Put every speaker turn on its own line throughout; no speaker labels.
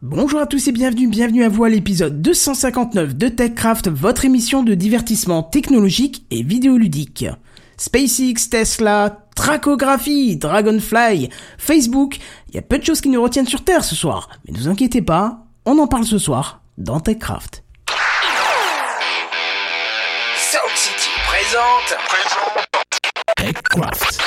Bonjour à tous et bienvenue, bienvenue à vous à l'épisode 259 de TechCraft, votre émission de divertissement technologique et vidéoludique. SpaceX, Tesla, Tracographie, Dragonfly, Facebook, il y a peu de choses qui nous retiennent sur Terre ce soir. Mais ne vous inquiétez pas, on en parle ce soir dans TechCraft.
Sound City présente.
TechCraft.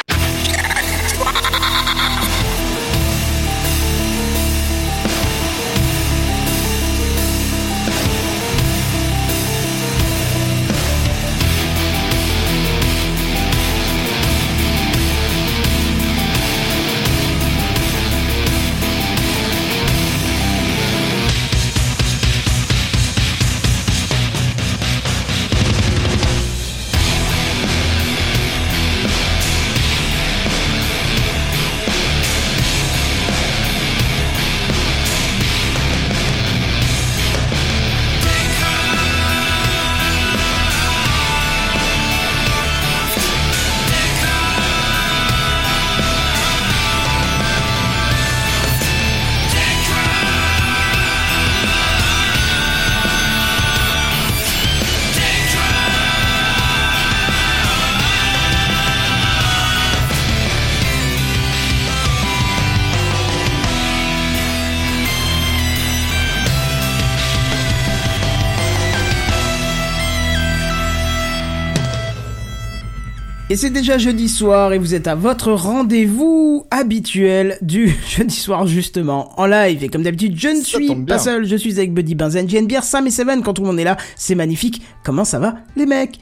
Et c'est déjà jeudi soir et vous êtes à votre rendez-vous habituel du jeudi soir justement en live. Et comme d'habitude, je ne
Ça
suis
tombe
pas
bien.
seul, je suis avec Buddy Benzen, JNBR, Sam et Seven quand tout le monde est là. C'est magnifique. Comment ça va les mecs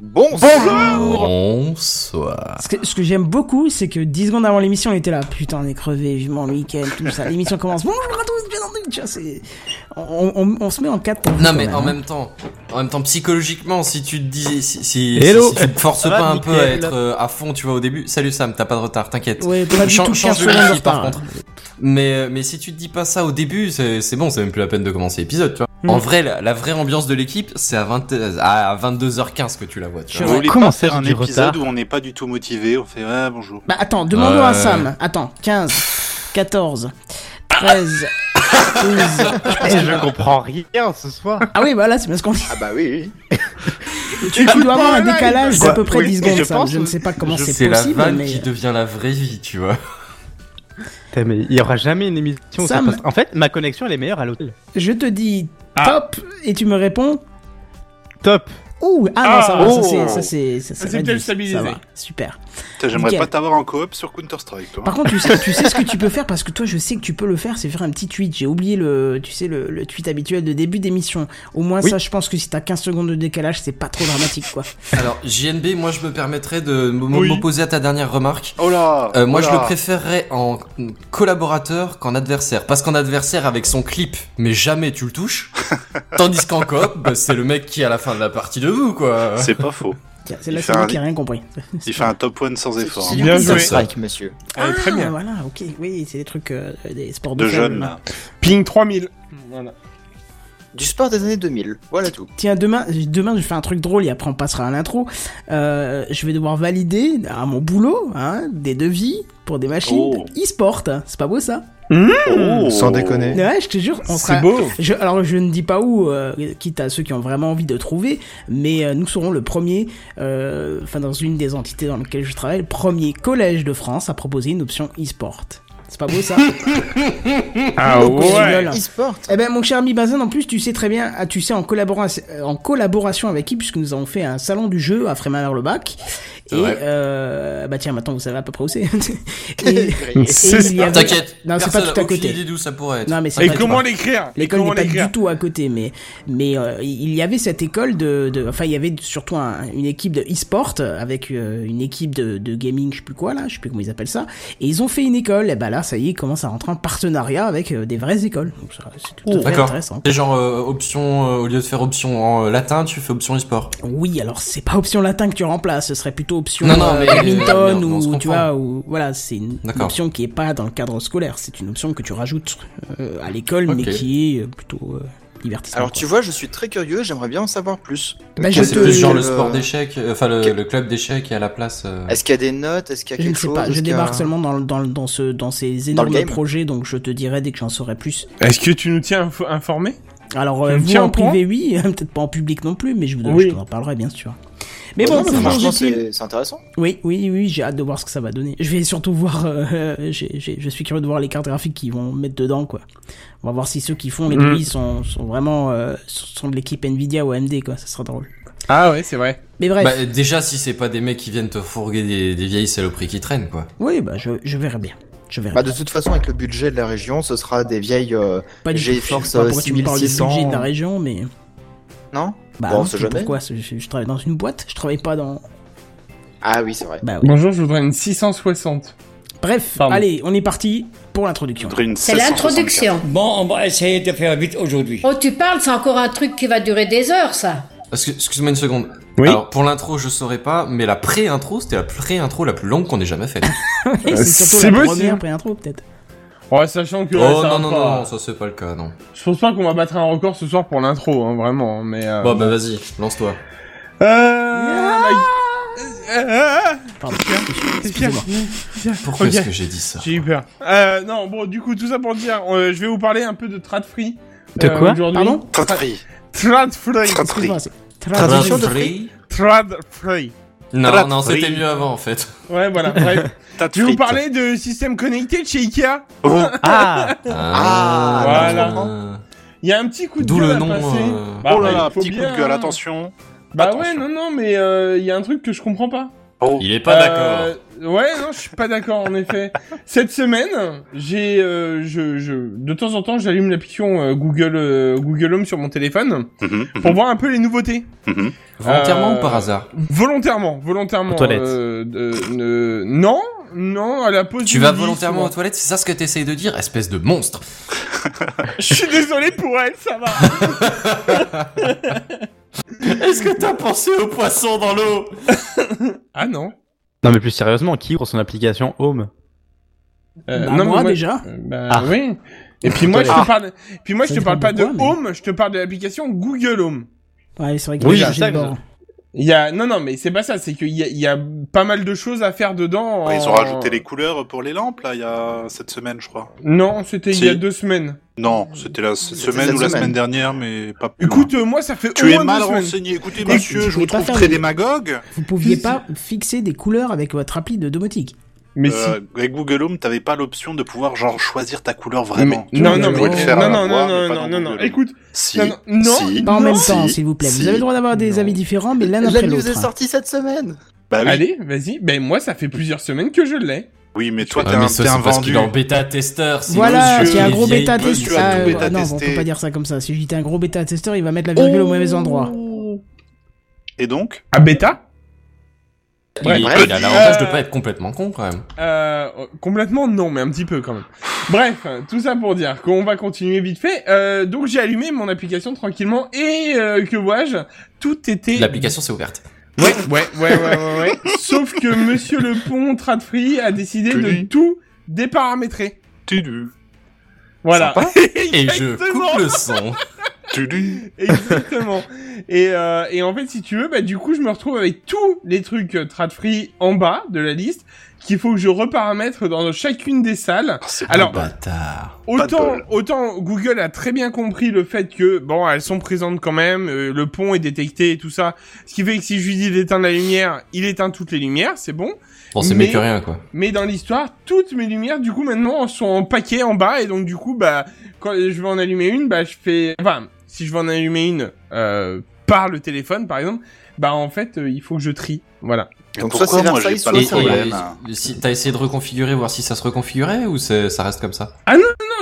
Bonjour Ah.
Bonsoir.
Ce que, ce que j'aime beaucoup, c'est que 10 secondes avant l'émission, on était là. Putain, on est crevé, vivement le week-end, tout ça. L'émission commence. Bonjour à tous, bienvenue. Tu vois, c'est- on, on- on se met en 4
Non mais en même temps, en même temps psychologiquement, si tu te dis, si, si,
Hello.
si- si tu te forces
Ça
pas
va,
un
nickel.
peu à être euh, à fond, tu vois au début. Salut Sam, t'as pas de retard, t'inquiète.
Ouais, pas du
Chan-
tout, 15
change de
secondes de
wifi, par
retard. hein.
contre. Mais euh, mais si tu te dis pas ça au début, c'est c'est bon, c'est même plus la peine de commencer l'épisode, tu vois.
Mm.
En vrai, la, la vraie ambiance de l'équipe, c'est à 20 à 22h15 que tu la vois, tu
Je
vois.
Vous voulez pas faire
faire
un
du
épisode
retard.
où on n'est pas du tout motivé, on fait ah bonjour.
Bah attends, demandons à
Ouais.
Sam. Attends, 15, 14, 13, 12.
Je comprends rien ce soir.
Ah oui, bah là, c'est bien ce qu'on dit.
Ah bah oui,
Tu, tu dois avoir un décalage d'à
Quoi
peu près
Oui,
10 secondes,
je
Sam.
pense-
Je ne sais pas comment
je-
c'est
C'est la
possible,
vanne
mais. euh,
qui devient la vraie vie, tu vois.
Putain, mais il y aura jamais une émission. où ça
Sam.
passe- En fait, ma connexion elle est meilleure à l'hôtel.
Je te dis
Ah.
top et tu me réponds
Top.
Ouh, ah non, ça va, ça
oh.
c'est. Ça c'est ça, c'est réduit, ça va, Super.
Putain, J'aimerais
Nickel.
pas t'avoir en coop sur Counter Strike, toi.
Par contre, tu sais, tu sais ce que tu peux faire parce que toi, je sais que tu peux le faire, c'est faire un petit tweet. J'ai oublié le, tu sais, le, le tweet habituel de début d'émission. Au moins,
Oui.
ça, je pense que si t'as 15 secondes de décalage, c'est pas trop dramatique, quoi.
Alors JNB, moi je me permettrais de m-
Oui.
m'opposer à ta dernière remarque.
Oh là
Euh, moi,
oh
je le
là.
préférerais en collaborateur qu'en adversaire. Parce qu'en adversaire, avec son clip, mais jamais tu le touches. Tandis qu'en coop, bah, c'est le mec qui est à la fin de la partie de vous, quoi.
C'est pas faux.
Tiens, C'est là,
Il
c'est
fait
moi
un-
qui a rien compris.
Il fait un top one sans effort.
C'est
hein.
du
joué.
Counter Strike, monsieur.
Ah, voilà, ok, oui, c'est des trucs, euh, des sports de,
De
jeunes.
jeunes là.
Ah.
Ping 3000. Voilà.
Du sport des années 2000, voilà tout.
Tiens, demain, demain, je fais un truc drôle et après on passera à l'intro. Euh, je vais devoir valider à mon boulot hein, des devis pour des machines
Oh.
e-sport. C'est pas beau ça
Oh.
Sans déconner.
Ouais, je te jure, on sera,
C'est beau.
Je- alors je ne dis pas où, euh, quitte à ceux qui ont vraiment envie de trouver, mais euh, nous serons le premier, euh, enfin dans une des entités dans lesquelles je travaille, le premier collège de France à proposer une option e-sport. C'est pas beau ça
Ah
Donc, on rigole.
E-sport
Eh ben mon cher ami Bazin, en plus tu sais très bien, ah, tu sais en, collaboration, en collaboration avec qui, puisque nous avons fait un salon du jeu à Frémin-Arlebac, et
C'est vrai.
euh, bah tiens maintenant vous savez à peu près où c'est. Et-
C'est
et
ça.
il y avait-
T'inquiète,
Non, c'est pas
personne
tout à
n'a aucune
côté.
idée d'où ça pourrait être.
Non mais c'est
Et
pas-
comment l'écrire Et
L'école
comment
n'est pas
l'écrire
du tout à côté, mais mais euh, il y avait cette école de, de- enfin il y avait surtout un- une équipe de e-sport avec euh, une équipe de, de gaming, je sais plus quoi là, je sais plus comment ils appellent ça, et ils ont fait une école. Et bah là, ça y est, ils commencent à rentrer en partenariat avec euh, des vraies écoles. Donc ça, c'est tout à fait
Oh. D'accord.
intéressant.
C'est genre euh, option, euh, au lieu de faire option en euh, latin, tu fais option e-sport.
Oui, alors c'est pas option latin que tu remplaces, ce serait plutôt option
Non, non,
euh,
mais-
badminton
mais on- on se
ou tu
comprend.
vois ou voilà, c'est une, une
D'accord.
option qui est pas dans le cadre scolaire, c'est une option que tu rajoutes euh, à l'école,
Ok.
mais qui est euh, plutôt euh, Divertissement.
Alors
quoi.
tu vois, je suis très curieux, j'aimerais bien en savoir plus.
Bah, je
C'est
te-
plus genre le
euh,
sport d'échecs, euh, enfin le,
que-
le club d'échecs et à la place. euh,
Ah,
Est-ce qu'il y a des notes Est-ce qu'il y a
Je ne
quelque
sais
chose
pas, je
Est-ce qu'il y a-
débarque seulement dans, le- dans, le- dans, ce, dans ces énormes
game
projets, donc je te dirai dès que j'en saurai plus.
Est-ce que tu nous tiens info- informés
Alors, euh,
Tu me
vous
tiens
en
au courant
privé, oui, peut-être pas en public non plus, mais je vous donne-
Oui.
je t'en parlerai bien sûr. Mais
Non,
bon,
mais
toujours
franchement,
est-il-
c'est c'est intéressant.
Oui, oui, oui, j'ai hâte de voir ce que ça va donner. Je vais surtout voir. euh, euh, j'ai- j'ai- je suis curieux de voir les cartes graphiques qu'ils vont mettre dedans, quoi. On va voir si ceux qui font les
Mhm.
bruits sont, sont vraiment euh, sont de l'équipe Nvidia ou AMD, quoi. Ça sera drôle.
Ah ouais, c'est vrai.
Mais bref,
Bah, déjà, si c'est pas des mecs qui viennent te fourguer des, des vieilles saloperies qui traînent, quoi.
oui, bah je, je verrai bien. Je verrai.
Bah,
bien.
de toute façon, avec le budget de la région, ce sera des vieilles. euh,
Pas du tout.
GeForce,
Je sais pas pourquoi
euh,
tu me parles du
6600.
budget de la région, mais
Non
bah
Bon, on
non,
sait
tu-
jamais.
pourquoi je, je travaille dans une boîte, je travaille pas dans.
Ah oui, c'est vrai.
Bah oui.
Bonjour, je voudrais une 660.
Bref,
Pardon.
allez, on est parti pour l'introduction.
Faudrait une
C'est
764.
l'introduction.
Bon, on va essayer de faire vite aujourd'hui.
Oh, tu parles, c'est encore un truc qui va durer des heures, ça.
Parce que- Excuse-moi une seconde.
Oui.
Alors, pour l'intro, je saurais pas, mais la pré-intro, c'était la pré-intro la plus longue qu'on ait jamais faite.
c'est surtout
c'est
la
possible.
première pré-intro, peut-être.
Ouais, sachant que. ouais,
oh non,
ça
non,
va
non,
pas-
non, ça c'est pas le cas, non.
Je pense pas qu'on va battre un record ce soir pour l'intro, hein, vraiment, mais. euh,
Bon, bah vas-y, lance-toi.
Euh. my- Euh,
Pardon.
Excusez-moi.
Excusez-moi.
Pourquoi
Ok.
est-ce que j'ai dit ça
J'ai eu peur. Euh, non, bon, du coup, tout ça pour dire, euh, je vais vous parler un peu de Trad Free. euh,
De quoi
aujourd'hui.
Pardon
Trad free.
Trad Free.
Trad free.
Excuse-moi, c'est-
Traduction de
Free
Trad Free.
Non,
Trad
non, c'était
free.
mieux avant en fait.
Ouais, voilà, bref.
Tad
Je vais vous
frites.
parler de système connecté de chez Ikea.
Oh,
Ah
Euh,
Ah,
voilà.
non.
Il y a un petit coup de
D'où
gueule
le
à
nom.
passer.
euh,
Bah,
oh là
ouais,
là,
faut
petit coup
bien-
de gueule, attention.
Bah ouais,
Attention.
non, non, mais euh, il y a un truc que je comprends pas.
Oh,
Il est pas
Euh,
d'accord.
Ouais, non, je suis pas d'accord en effet. Cette semaine, j'ai, euh, je, je, de temps en temps, j'allume l'application euh, Google, euh, Google Home sur mon téléphone
mhm,
pour voir un peu les nouveautés.
mhm.
Volontairement
euh,
ou par hasard
Volontairement, volontairement.
Aux toilettes.
euh, de- euh, non, non, à la pause.
Tu
du
vas
midi,
volontairement aux
souvent.
toilettes, c'est ça ce que t'essayes de dire Espèce de monstre
Je suis désolé pour elle, ça va.
Est-ce que t'as pensé aux poissons dans l'eau
ah non.
Non, mais plus sérieusement, qui ouvre son application Home
Euh,
Bah,
non, mais
moi,
moi,
déjà.
Euh, Bah
Ah.
oui. Et puis moi je te parle, puis moi je
Ça
te
dépend
parle pas de
pourquoi,
Home, je te parle de l'application Google Home.
Ouais, c'est vrai qu'il
Oui,
y a
je sais
de
que-
bord.
Il y a, non non mais c'est pas ça, c'est qu'il y a, il y a pas mal de choses à faire dedans.
Bah, Ils ont
en-
rajouté les couleurs pour les lampes, là, il y a cette semaine, je crois.
Non, c'était il y a
Si.
deux semaines.
Non, c'était la cette
C'était
semaine
cette
ou la
semaine.
semaine dernière, mais pas plus. loin.
Écoute, euh, moi ça fait au
tu es
moins
mal
deux semaines.
renseigné. Écoutez,
Mais-
monsieur,
Vous
je
pouvez
vous
pas
trouve
faire
très
des-
démagogue.
Vous pouviez
Si,
pas fixer des couleurs avec votre appli de domotique.
Mais si.
Euh, avec Google Home, t'avais pas l'option de pouvoir genre choisir ta couleur vraiment.
Mais- non,
Tu
non,
pouvais
mais-
le faire à
non,
la
non,
voix,
non,
mais pas
non,
dans
non, non,
Google.
écoute,
si,
non, non,
si.
Pas en
Non,
même temps,
si,
s'il vous plaît.
si.
Vous avez le droit d'avoir des
Non.
avis différents, mais l'un
La
après
news est
l'autre.
sortie cette semaine
Bah oui.
allez, vas-y. Ben moi ça fait plusieurs semaines que je l'ai.
Oui, mais toi, t'es
Ah,
un,
mais ça,
t'es un
c'est parce
vendu.
qu'il est en bêta-testeur. sinon
Voilà,
monsieur,
Monsieur,
c'est un
il est
gros
vieil
bêta
peu.
test.
monsieur a
Ah,
tout bêta
non, on peut
testé.
pas dire ça comme ça. Si j'étais un gros bêta testeur, il va mettre la virgule au mauvais endroit.
Et donc
À bêta
Il, est-
Bref.
il a l'avantage
Euh,
de pas être complètement con quand même.
Euh, complètement non, mais un petit peu quand même. Bref, tout ça pour dire qu'on va continuer vite fait. Euh, donc j'ai allumé mon application tranquillement et euh, que vois-je, tout était.
L'application s'est ouverte.
Ouais, ouais, ouais, ouais, ouais. ouais. Sauf que Monsieur Le Pont Tradfree a décidé de
Tudu.
tout déparamétrer.
Tudu,
Voilà.
Et je coupe le son.
tudu.
Exactement. Et, euh, et en fait, si tu veux, bah, du coup, je me retrouve avec tous les trucs euh, trad-free en bas de la liste qu'il faut que je reparamètre dans chacune des salles.
Ah,
Alors,
Bâtard.
autant,
bol.
autant Google a très bien compris le fait que, bon, elles sont présentes quand même, euh, le pont est détecté et tout ça. Ce qui fait que si je lui dis d'éteindre la lumière, il éteint toutes les lumières, c'est bon.
Bon, c'est
Mais-
mieux que rien quoi.
Mais dans l'histoire, toutes mes lumières, du coup, maintenant, sont en paquet en bas. Et donc, du coup, bah, quand je vais en allumer une, bah, je fais. Enfin, si je vais en allumer une euh, par le téléphone, par exemple, bah, en fait, euh, il faut que je trie. Voilà.
Donc, soit
pourquoi
c'est
moi, j'ai
Versailles, soit
pas le
Et,
c'est Rennes.
problème hein.
et- si t'as essayé de reconfigurer, voir si ça se reconfigurait ou c'est- ça reste comme ça
Non,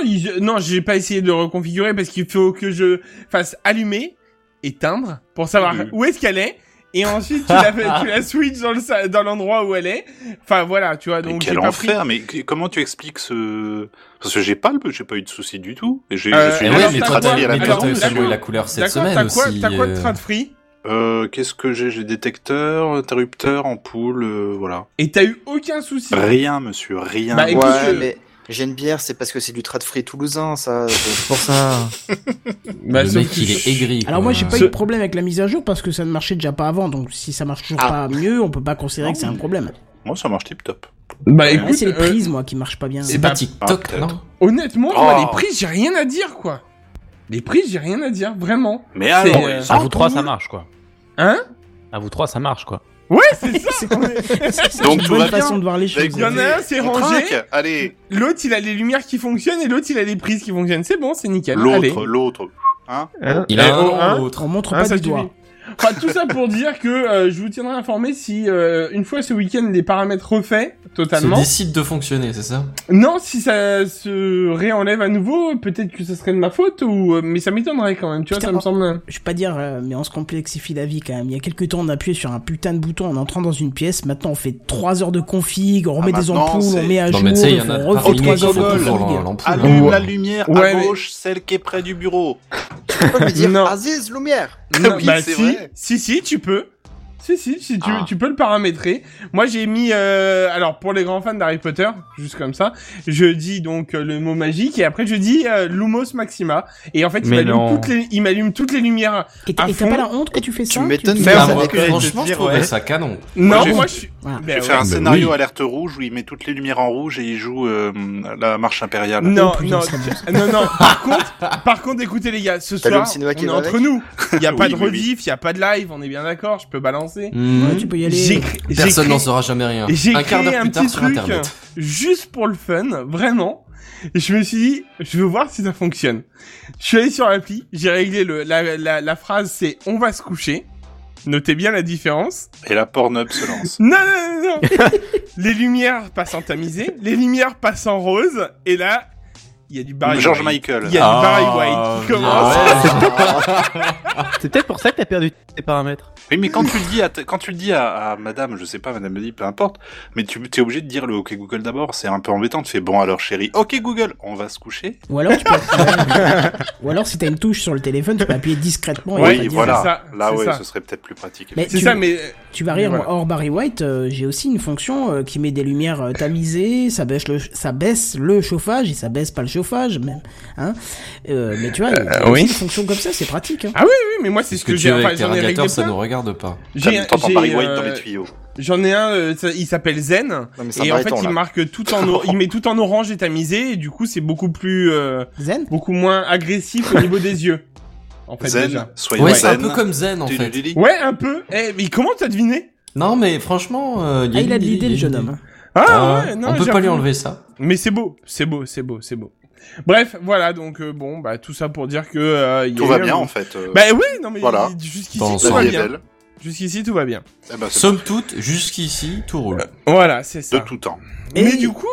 il- non, j'ai pas essayé de le reconfigurer parce qu'il faut que je fasse allumer, éteindre, pour savoir
Mhm.
où est-ce qu'elle est. Et ensuite, tu la, fais- tu la switches dans le sa- dans l'endroit où elle est. Enfin, voilà, tu vois.
Mais
Ah, Donc, j'ai
quel
pas pris-
enfer Mais qu- comment tu expliques ce Parce que j'ai pas, le- j'ai pas eu de soucis du tout. Et j'ai,
Euh,
je suis
eh
Eh
ouais,
allé
mais
sur
toi,
Trad
t'as-
Free à la
mais
t'as
maison.
d'accord,
aussi eu la couleur cette
D'accord,
semaine
t'as quoi,
aussi.
t'as quoi de
euh,
trad free
Euh, Qu'est-ce que j'ai J'ai détecteur, interrupteur, ampoule, euh, voilà.
Et t'as eu aucun souci.
Rien, monsieur, rien.
Bah, écoute,
Ouais,
je-
mais
Genebière, c'est parce que c'est du trad frais toulousain, ça. C'est pour ça.
Bah,
le
sauf
mec,
que-
il est aigri.
Alors moi j'ai pas eu
Ce-
de problème avec la mise à jour parce que ça ne marchait déjà pas avant, donc si ça marche toujours pas mieux, on peut pas considérer que c'est un problème.
Moi, ça marche tip top.
Bah
Moi,
écoute,
c'est les
euh,
prises moi qui marchent pas bien.
C'est pas
bah,
TikTok,
ah,
non
honnêtement, moi,
Oh.
les prises, j'ai rien à dire, quoi. Les prises, j'ai rien à dire, vraiment.
Mais alors,
euh,
ils
À
ont
vous trois, ça marche, quoi.
Hein
À vous trois, ça marche, quoi.
Ouais, c'est ça
C'est
Donc,
une
tout
bonne
va bien.
façon de voir les
Bah,
choses.
Il y en a un, c'est
On
rangé,
trinque, Allez,
l'autre, il a les lumières qui fonctionnent, et l'autre, il a les prises qui fonctionnent. C'est bon, c'est nickel. Allez.
l'autre, l'autre.
Il a
Eh, oh,
un
hein.
ou l'autre.
On montre
Hein,
pas
ça
du
suffit.
doigt.
Enfin, tout ça pour dire que euh, je vous tiendrai informé si, euh, une fois ce week-end, les paramètres refaits
Se
totalement.
décide de fonctionner, c'est ça
Non, si ça se réenlève à nouveau, peut-être que ce serait de ma faute, ou euh, mais ça m'étonnerait quand même, tu vois,
Putain,
ça me
oh.
semble...
Je vais pas dire, euh, mais on se complexifie la vie quand même. Il y a quelques temps, on appuyait sur un putain de bouton en entrant dans une pièce. Maintenant, on fait 3 heures de config, on remet des
maintenant,
ampoules, on
c'est-
met à
Non,
jour,
mais tu sais, il y en
on
a parmi
refait
nous
3
qui
heures
font
de
toujours leur-
config.
l'ampoule. hein.
Allume la lumière
Ouais,
à
mais-
gauche, celle qui est près du bureau.
Tu peux lui dire
Non.
Aziz, lumière
Non,
Oui,
bah,
c'est
si,
vrai.
si, si, tu peux. Si, si, si tu,
Ah.
tu peux le paramétrer. Moi, j'ai mis... euh, alors, pour les grands fans d'Harry Potter, juste comme ça, je dis donc euh, le mot magique, et après, je dis euh, Lumos Maxima. Et en fait, il
Mais
m'allume
non.
toutes, les- il m'allume toutes les lumières.
Et t'as
À
et t'as
fond.
pas la honte quand tu fais ça
Tu m'étonnes,
fais
mais
ça
ça
Ah, moi,
m'étonne de
franchement,
te
je
dire,
trouvais
ouais.
ça canon.
Non,
j'ai-
moi, je suis...
Voilà.
Ben
Je fais
ouais.
un scénario alerte rouge où il met toutes les lumières en rouge et il joue euh, la marche impériale.
Non,
Oh, putain,
non,
ça me
non, non. Par contre, par contre, écoutez les gars, ce
T'as
soir,
le cinéma
on
qui
est
va
entre
avec
nous. Il y a
Ah Oui,
pas de
oui, oui.
rediff, il y a pas de live, on est bien d'accord. Je peux balancer.
Ouais, tu peux y aller.
J'ai cré- j'ai
Personne
créé-
n'en saura jamais rien.
J'ai
Un quart
créé
d'heure
un
plus tard
petit
sur
truc
Internet.
juste pour le fun, vraiment. Et Je me suis dit, je veux voir si ça fonctionne. Je suis allé sur l'appli, j'ai réglé le, la, la, la phrase, c'est on va se coucher. Notez bien la différence.
Et la Pornhub se lance.
Non, non, non, non. les lumières passent en tamisé, les lumières passent en rose, et là, il y a du Barry
George
White.
Michael.
Il y a
Ah,
du Barry White qui commence.
C'est peut-être pour ça que t'as perdu tes paramètres.
Oui, mais quand tu le dis à, ta- quand tu le dis à, à madame, je sais pas, madame me dit, peu importe, mais tu es obligé de dire le OK Google d'abord, c'est un peu embêtant, tu fais bon alors chérie, OK Google, on va se coucher.
Ou alors, tu peux Ou alors, si t'as une touche sur le téléphone, tu peux appuyer discrètement. et pas
Oui,
dire-
voilà.
c'est ça,
Là,
c'est
ouais,
ça.
ce serait peut-être plus pratique.
Mais
C'est
tu-
ça, mais
Tu vas rire,
Mais voilà.
moi, hors Barry White, euh, j'ai aussi une fonction euh, qui met des lumières euh, tamisées, ça baisse, le, ça baisse le chauffage et ça baisse pas le chauffage, même. Hein Euh, mais tu vois, il y a
Euh,
aussi
oui.
des fonctions comme ça, c'est pratique. Hein.
oui, mais moi, c'est
Parce
ce
que
que
tu
j'ai.
as
Enfin,
avec tes
j'en ai réglé
radiateurs, ça
plein.
nous regarde pas.
J'ai-
T'entends
j'ai,
Barry White dans
euh,
les tuyaux.
J'en ai un, euh, ça- il s'appelle Zen,
Non, mais c'est
et en fait,
embêtant,
il
là.
marque tout en, or- il met tout en orange et tamisé, et du coup, c'est beaucoup plus, euh,
Zen
beaucoup moins agressif au niveau des yeux. En fait,
Zen,
déjà.
soyons
Ouais, c'est un
zen.
peu comme Zen, en fait.
Tudulili.
Ouais, un peu. Eh, mais comment t'as deviné?
Non, mais franchement... euh, y
Ah,
a
il a de
une-
l'idée,
y a
le
une
jeune
idée.
homme.
Ah,
Ah,
ouais, non,
on peut
j'ai
pas lui
appris.
enlever ça.
Mais c'est beau, c'est beau, c'est beau, c'est beau. Bref, voilà, donc euh, bon, bah tout ça pour dire que euh, il y
Tout
a
va
eu un-
bien en fait. euh,
Bah oui, non mais
Voilà.
il- jusqu'ici
Dans
tout va
l'ensemble.
bien.
belle.
Jusqu'ici tout va bien.
Eh ben, c'est
Somme toute, jusqu'ici, tout roule.
Voilà, c'est ça.
de tout temps.
Mais
Et-
du coup,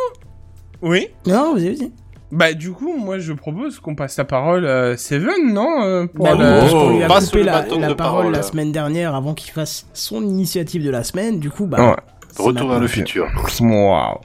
oui.
Non, vous avez vu
Bah du coup, moi je propose qu'on passe la parole à Seven, non euh, pour
Bah oui,
le-
parce qu'on lui
Oh,
a
passe
coupé
le
la,
bâton
la
de
parole
parole.
la semaine dernière avant qu'il fasse son initiative de la semaine, du coup, bah.
Ouais.
c'est
Retour vers
maintenant.
le futur.
Wow.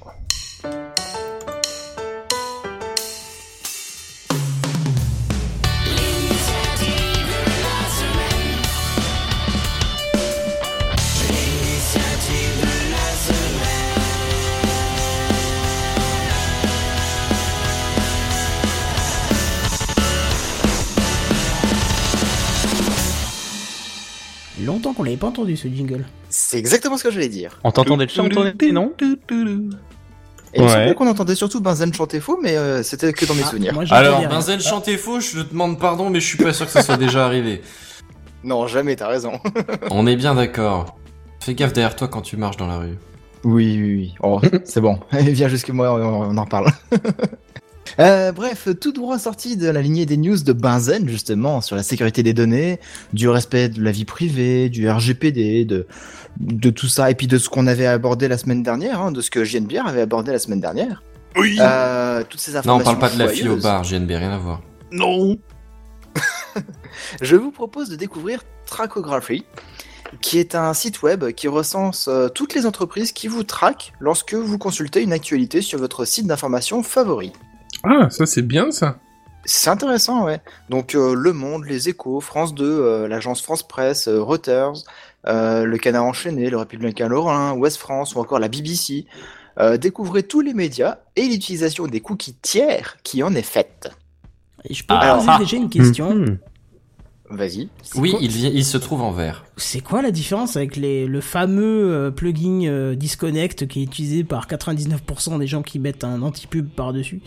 Longtemps qu'on l'avait pas entendu ce jingle.
C'est exactement ce que j'allais dire.
On t'entendait le chant tourner, non
Et il me
Ouais.
semblait qu'on entendait surtout Benzen chanter faux, mais euh, c'était que dans mes
Ah,
souvenirs.
moi, j'entendais
Alors,
rien.
Benzel chantait faux, je te demande pardon, mais je suis pas sûr que ça soit déjà arrivé.
Non, jamais, t'as raison.
On est bien d'accord. Fais gaffe derrière toi quand tu marches dans la rue.
Oui, oui, oui. Oh, c'est bon. Viens jusque moi, on, on en parle. Euh, bref, tout droit sorti de la lignée des news de Benzen, justement, sur la sécurité des données, du respect de la vie privée, du RGPD, de, de tout ça, et puis de ce qu'on avait abordé la semaine dernière, hein, de ce que JNBR avait abordé la semaine dernière.
Oui,
Euh, toutes ces
Non,
informations.
on parle pas de la fille au
joyeuses.
bar, JNB, rien à voir.
non.
Je vous propose de découvrir Tracography, qui est un site web qui recense euh, toutes les entreprises qui vous traquent lorsque vous consultez une actualité sur votre site d'information favori.
Ah, ça c'est bien ça.
C'est intéressant, ouais. Donc euh, Le Monde, Les Échos, France 2, euh, l'agence France Presse, euh, Reuters, euh, Le Canard Enchaîné, Le Républicain Lorrain, Ouest France ou encore la BBC. euh, découvrez tous les médias et l'utilisation des cookies tiers qui en est faite.
Et je peux poser déjà
ah.
une question
Hmm.
Vas-y. C'est
Oui,
quoi
il, vi- il se trouve en vert.
C'est quoi la différence avec les, le fameux euh, plugin euh, Disconnect qui est utilisé par 99% des gens qui mettent un anti-pub par-dessus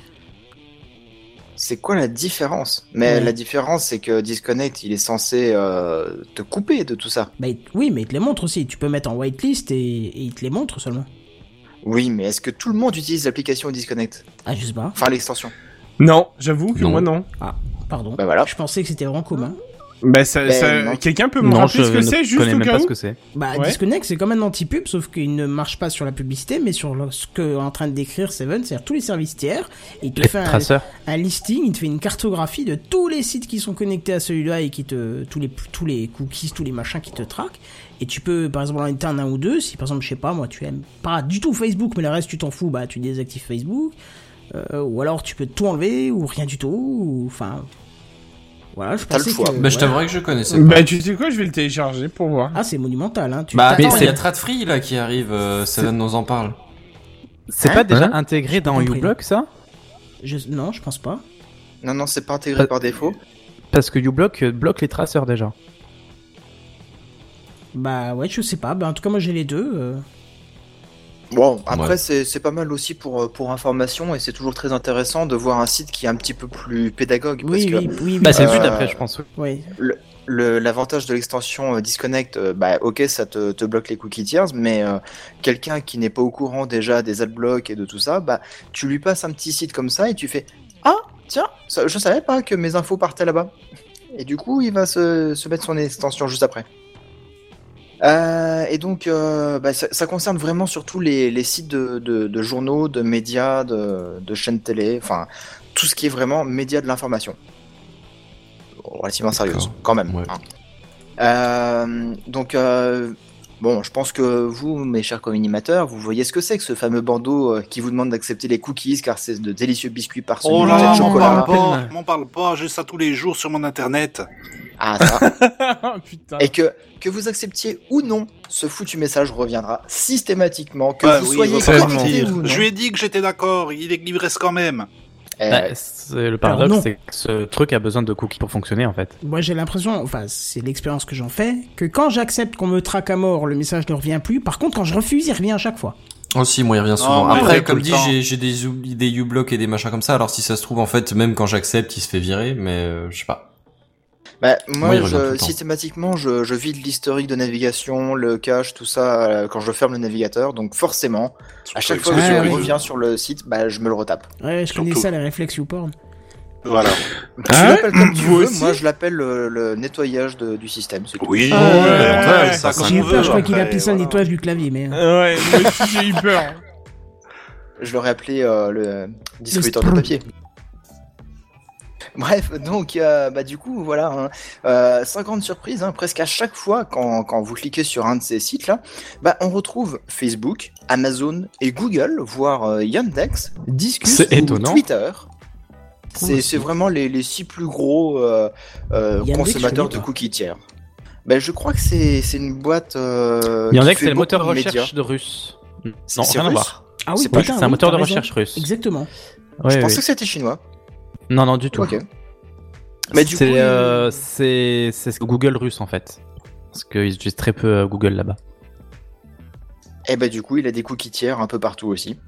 C'est quoi la différence Mais
Ouais.
la différence, c'est que Disconnect, il est censé euh, te couper de tout ça.
bah, il- Oui, mais il te les montre aussi. Tu peux mettre en whitelist et, et il te les montre seulement.
Oui, mais est-ce que tout le monde utilise l'application Disconnect
Ah, je sais pas.
Enfin, l'extension.
Non, j'avoue que
Non.
moi non.
Ah, pardon.
Bah voilà.
Je pensais que c'était vraiment commun.
Bah ça,
Ben,
ça-
non.
quelqu'un peut me
Non, je
rappeler ce que c'est
ne
juste
connais
au
même
cas
pas ce
où
que c'est.
Bah,
Ouais.
Disconnect, c'est comme un anti-pub, sauf qu'il ne marche pas sur la publicité, mais sur le- ce que est en train de décrire Seven, c'est-à-dire tous les services tiers. Et il te
Les
fait un,
traceurs.
un listing, il te fait une cartographie de tous les sites qui sont connectés à celui-là et qui te tous les tous les cookies, tous les machins qui te traquent. Et tu peux par exemple en éteindre un ou deux. Si par exemple je sais pas moi tu aimes pas du tout Facebook mais le reste tu t'en fous, bah tu désactives Facebook. Euh, ou alors tu peux tout enlever ou rien du tout. ou- Enfin voilà, je
T'as le
pensais
choix.
que.
Bah,
Bah, je
ouais.
t'avouerais que je connaissais pas.
Bah tu sais quoi, je vais le télécharger pour voir.
Ah c'est monumental hein. Tu
Bah,
t'attends,
attends, il y a
il-
Tradfree là qui arrive, euh, Seven nous en parle.
C'est
Hein
pas déjà
Hein
intégré dans
compris.
uBlock ça
je- non je pense pas.
Non, non, c'est pas intégré
Euh,
par défaut.
Parce que uBlock euh, bloque les traceurs déjà.
Bah ouais je sais pas. Bah en tout cas moi j'ai les deux. euh.
Bon, après,
Ouais.
c'est c'est pas mal aussi pour, euh, pour information et c'est toujours très intéressant de voir un site qui est un petit peu plus pédagogue. parce
Oui
que
oui oui.
Bah c'est le but
Euh,
après je pense. oui.
oui.
le- l'avantage de l'extension euh, Disconnect, euh, bah ok, ça te, te bloque les cookies tiers, mais euh, quelqu'un qui n'est pas au courant déjà des adblocks et de tout ça, bah tu lui passes un petit site comme ça et tu fais Ah, tiens, ça- je savais pas que mes infos partaient là-bas. Et du coup, il va se, se mettre son extension juste après. Euh, et donc, euh, bah, ça, ça concerne vraiment surtout les, les sites de, de- de journaux, de médias, de, de chaînes télé, enfin, tout ce qui est vraiment médias de l'information. Relativement sérieuse,
D'accord.
quand même.
Ouais.
hein.
Ah.
Euh, donc, euh, bon, je pense que vous, mes chers communimateurs, vous voyez ce que c'est que ce fameux bandeau euh, qui vous demande d'accepter les cookies car c'est de délicieux biscuits parsemés
Oh
de
là là,
de
m'en parle
chocolat.
pas, m'en parle pas, j'ai ça tous les jours sur mon internet.
Ah, ça.
Ah, putain.
Et que, que vous acceptiez ou non, ce foutu message reviendra systématiquement, que
Bah
vous
oui,
soyez
va falloir
connecté
mentir.
ou non.
Je lui ai dit que j'étais d'accord, il, est- il reste quand même.
Eh,
Bah, c'est- le
non.
paradoxe c'est que ce truc a besoin de cookies pour fonctionner en
Euh,
fait.
Moi, j'ai l'impression, enfin, c'est l'expérience que j'en fais, que quand j'accepte qu'on me traque à mort, le message ne revient plus. Par contre, quand je refuse, il revient à chaque fois.
Aussi, moi, il revient souvent.
moi, il
Après,
revient
comme
tout le
dit,
temps.
j'ai- j'ai des, oubli- des uBlock et des machins comme ça. Alors, si ça se trouve, en fait, même quand j'accepte, il se fait virer, mais euh, je sais pas.
bah,
Moi,
moi,
il revient tout
je,
le temps.
systématiquement, je, je vide l'historique de navigation, le cache, tout ça, euh, quand je ferme le navigateur. Donc forcément, à chaque fois que
Ouais,
je
ouais.
reviens sur le site, bah, je me le retape.
Ouais, je connais
Surtout.
ça, les réflexes YouPorn.
Voilà.
tu
ouais
l'appelles comme tu
Vous
veux,
Hein aussi
moi je l'appelle le, le nettoyage de- du système. c'est tout.
Oui,
Ah,
on
ouais.
peut appeler ça comme
J'ai eu
on
peur,
veut,
je crois qu'il
après,
appelait ça le
voilà.
nettoyage du clavier, mais. euh,
Ouais, moi aussi j'ai eu peur.
Je l'aurais appelé euh, le distributeur de
sprint.
papier. Bref, donc euh, bah, du coup voilà, hein, euh, sans grande surprise, hein, presque à chaque fois quand, quand vous cliquez sur un de ces sites là, bah, on retrouve Facebook, Amazon et Google, voire euh, Yandex, Discus
C'est
ou
étonnant.
Twitter. C'est
aussi.
c'est vraiment les, les six plus gros euh, euh,
Yandex,
consommateurs
je
de
connais pas.
cookies tiers. Bah, je crois que c'est c'est une boîte. Euh,
Il y en
qui
a que
fait
c'est le moteur
beaucoup de
recherche
médias.
de russe.
C'est-
Non,
c'est
rien à
russe
voir.
Ah oui,
C'est pas-
putain,
C'est un
oui,
moteur
t'as
de
raison.
recherche russe.
Exactement.
Ouais,
Je pensais
ouais.
que c'était chinois.
Non, non, du tout.
Ok. Mais du
c'est,
coup,
euh, c'est c'est ce que Google russe en fait. Parce qu'ils utilisent très peu euh, Google là-bas.
Et bah du coup, il a des cookies tiers un peu partout aussi.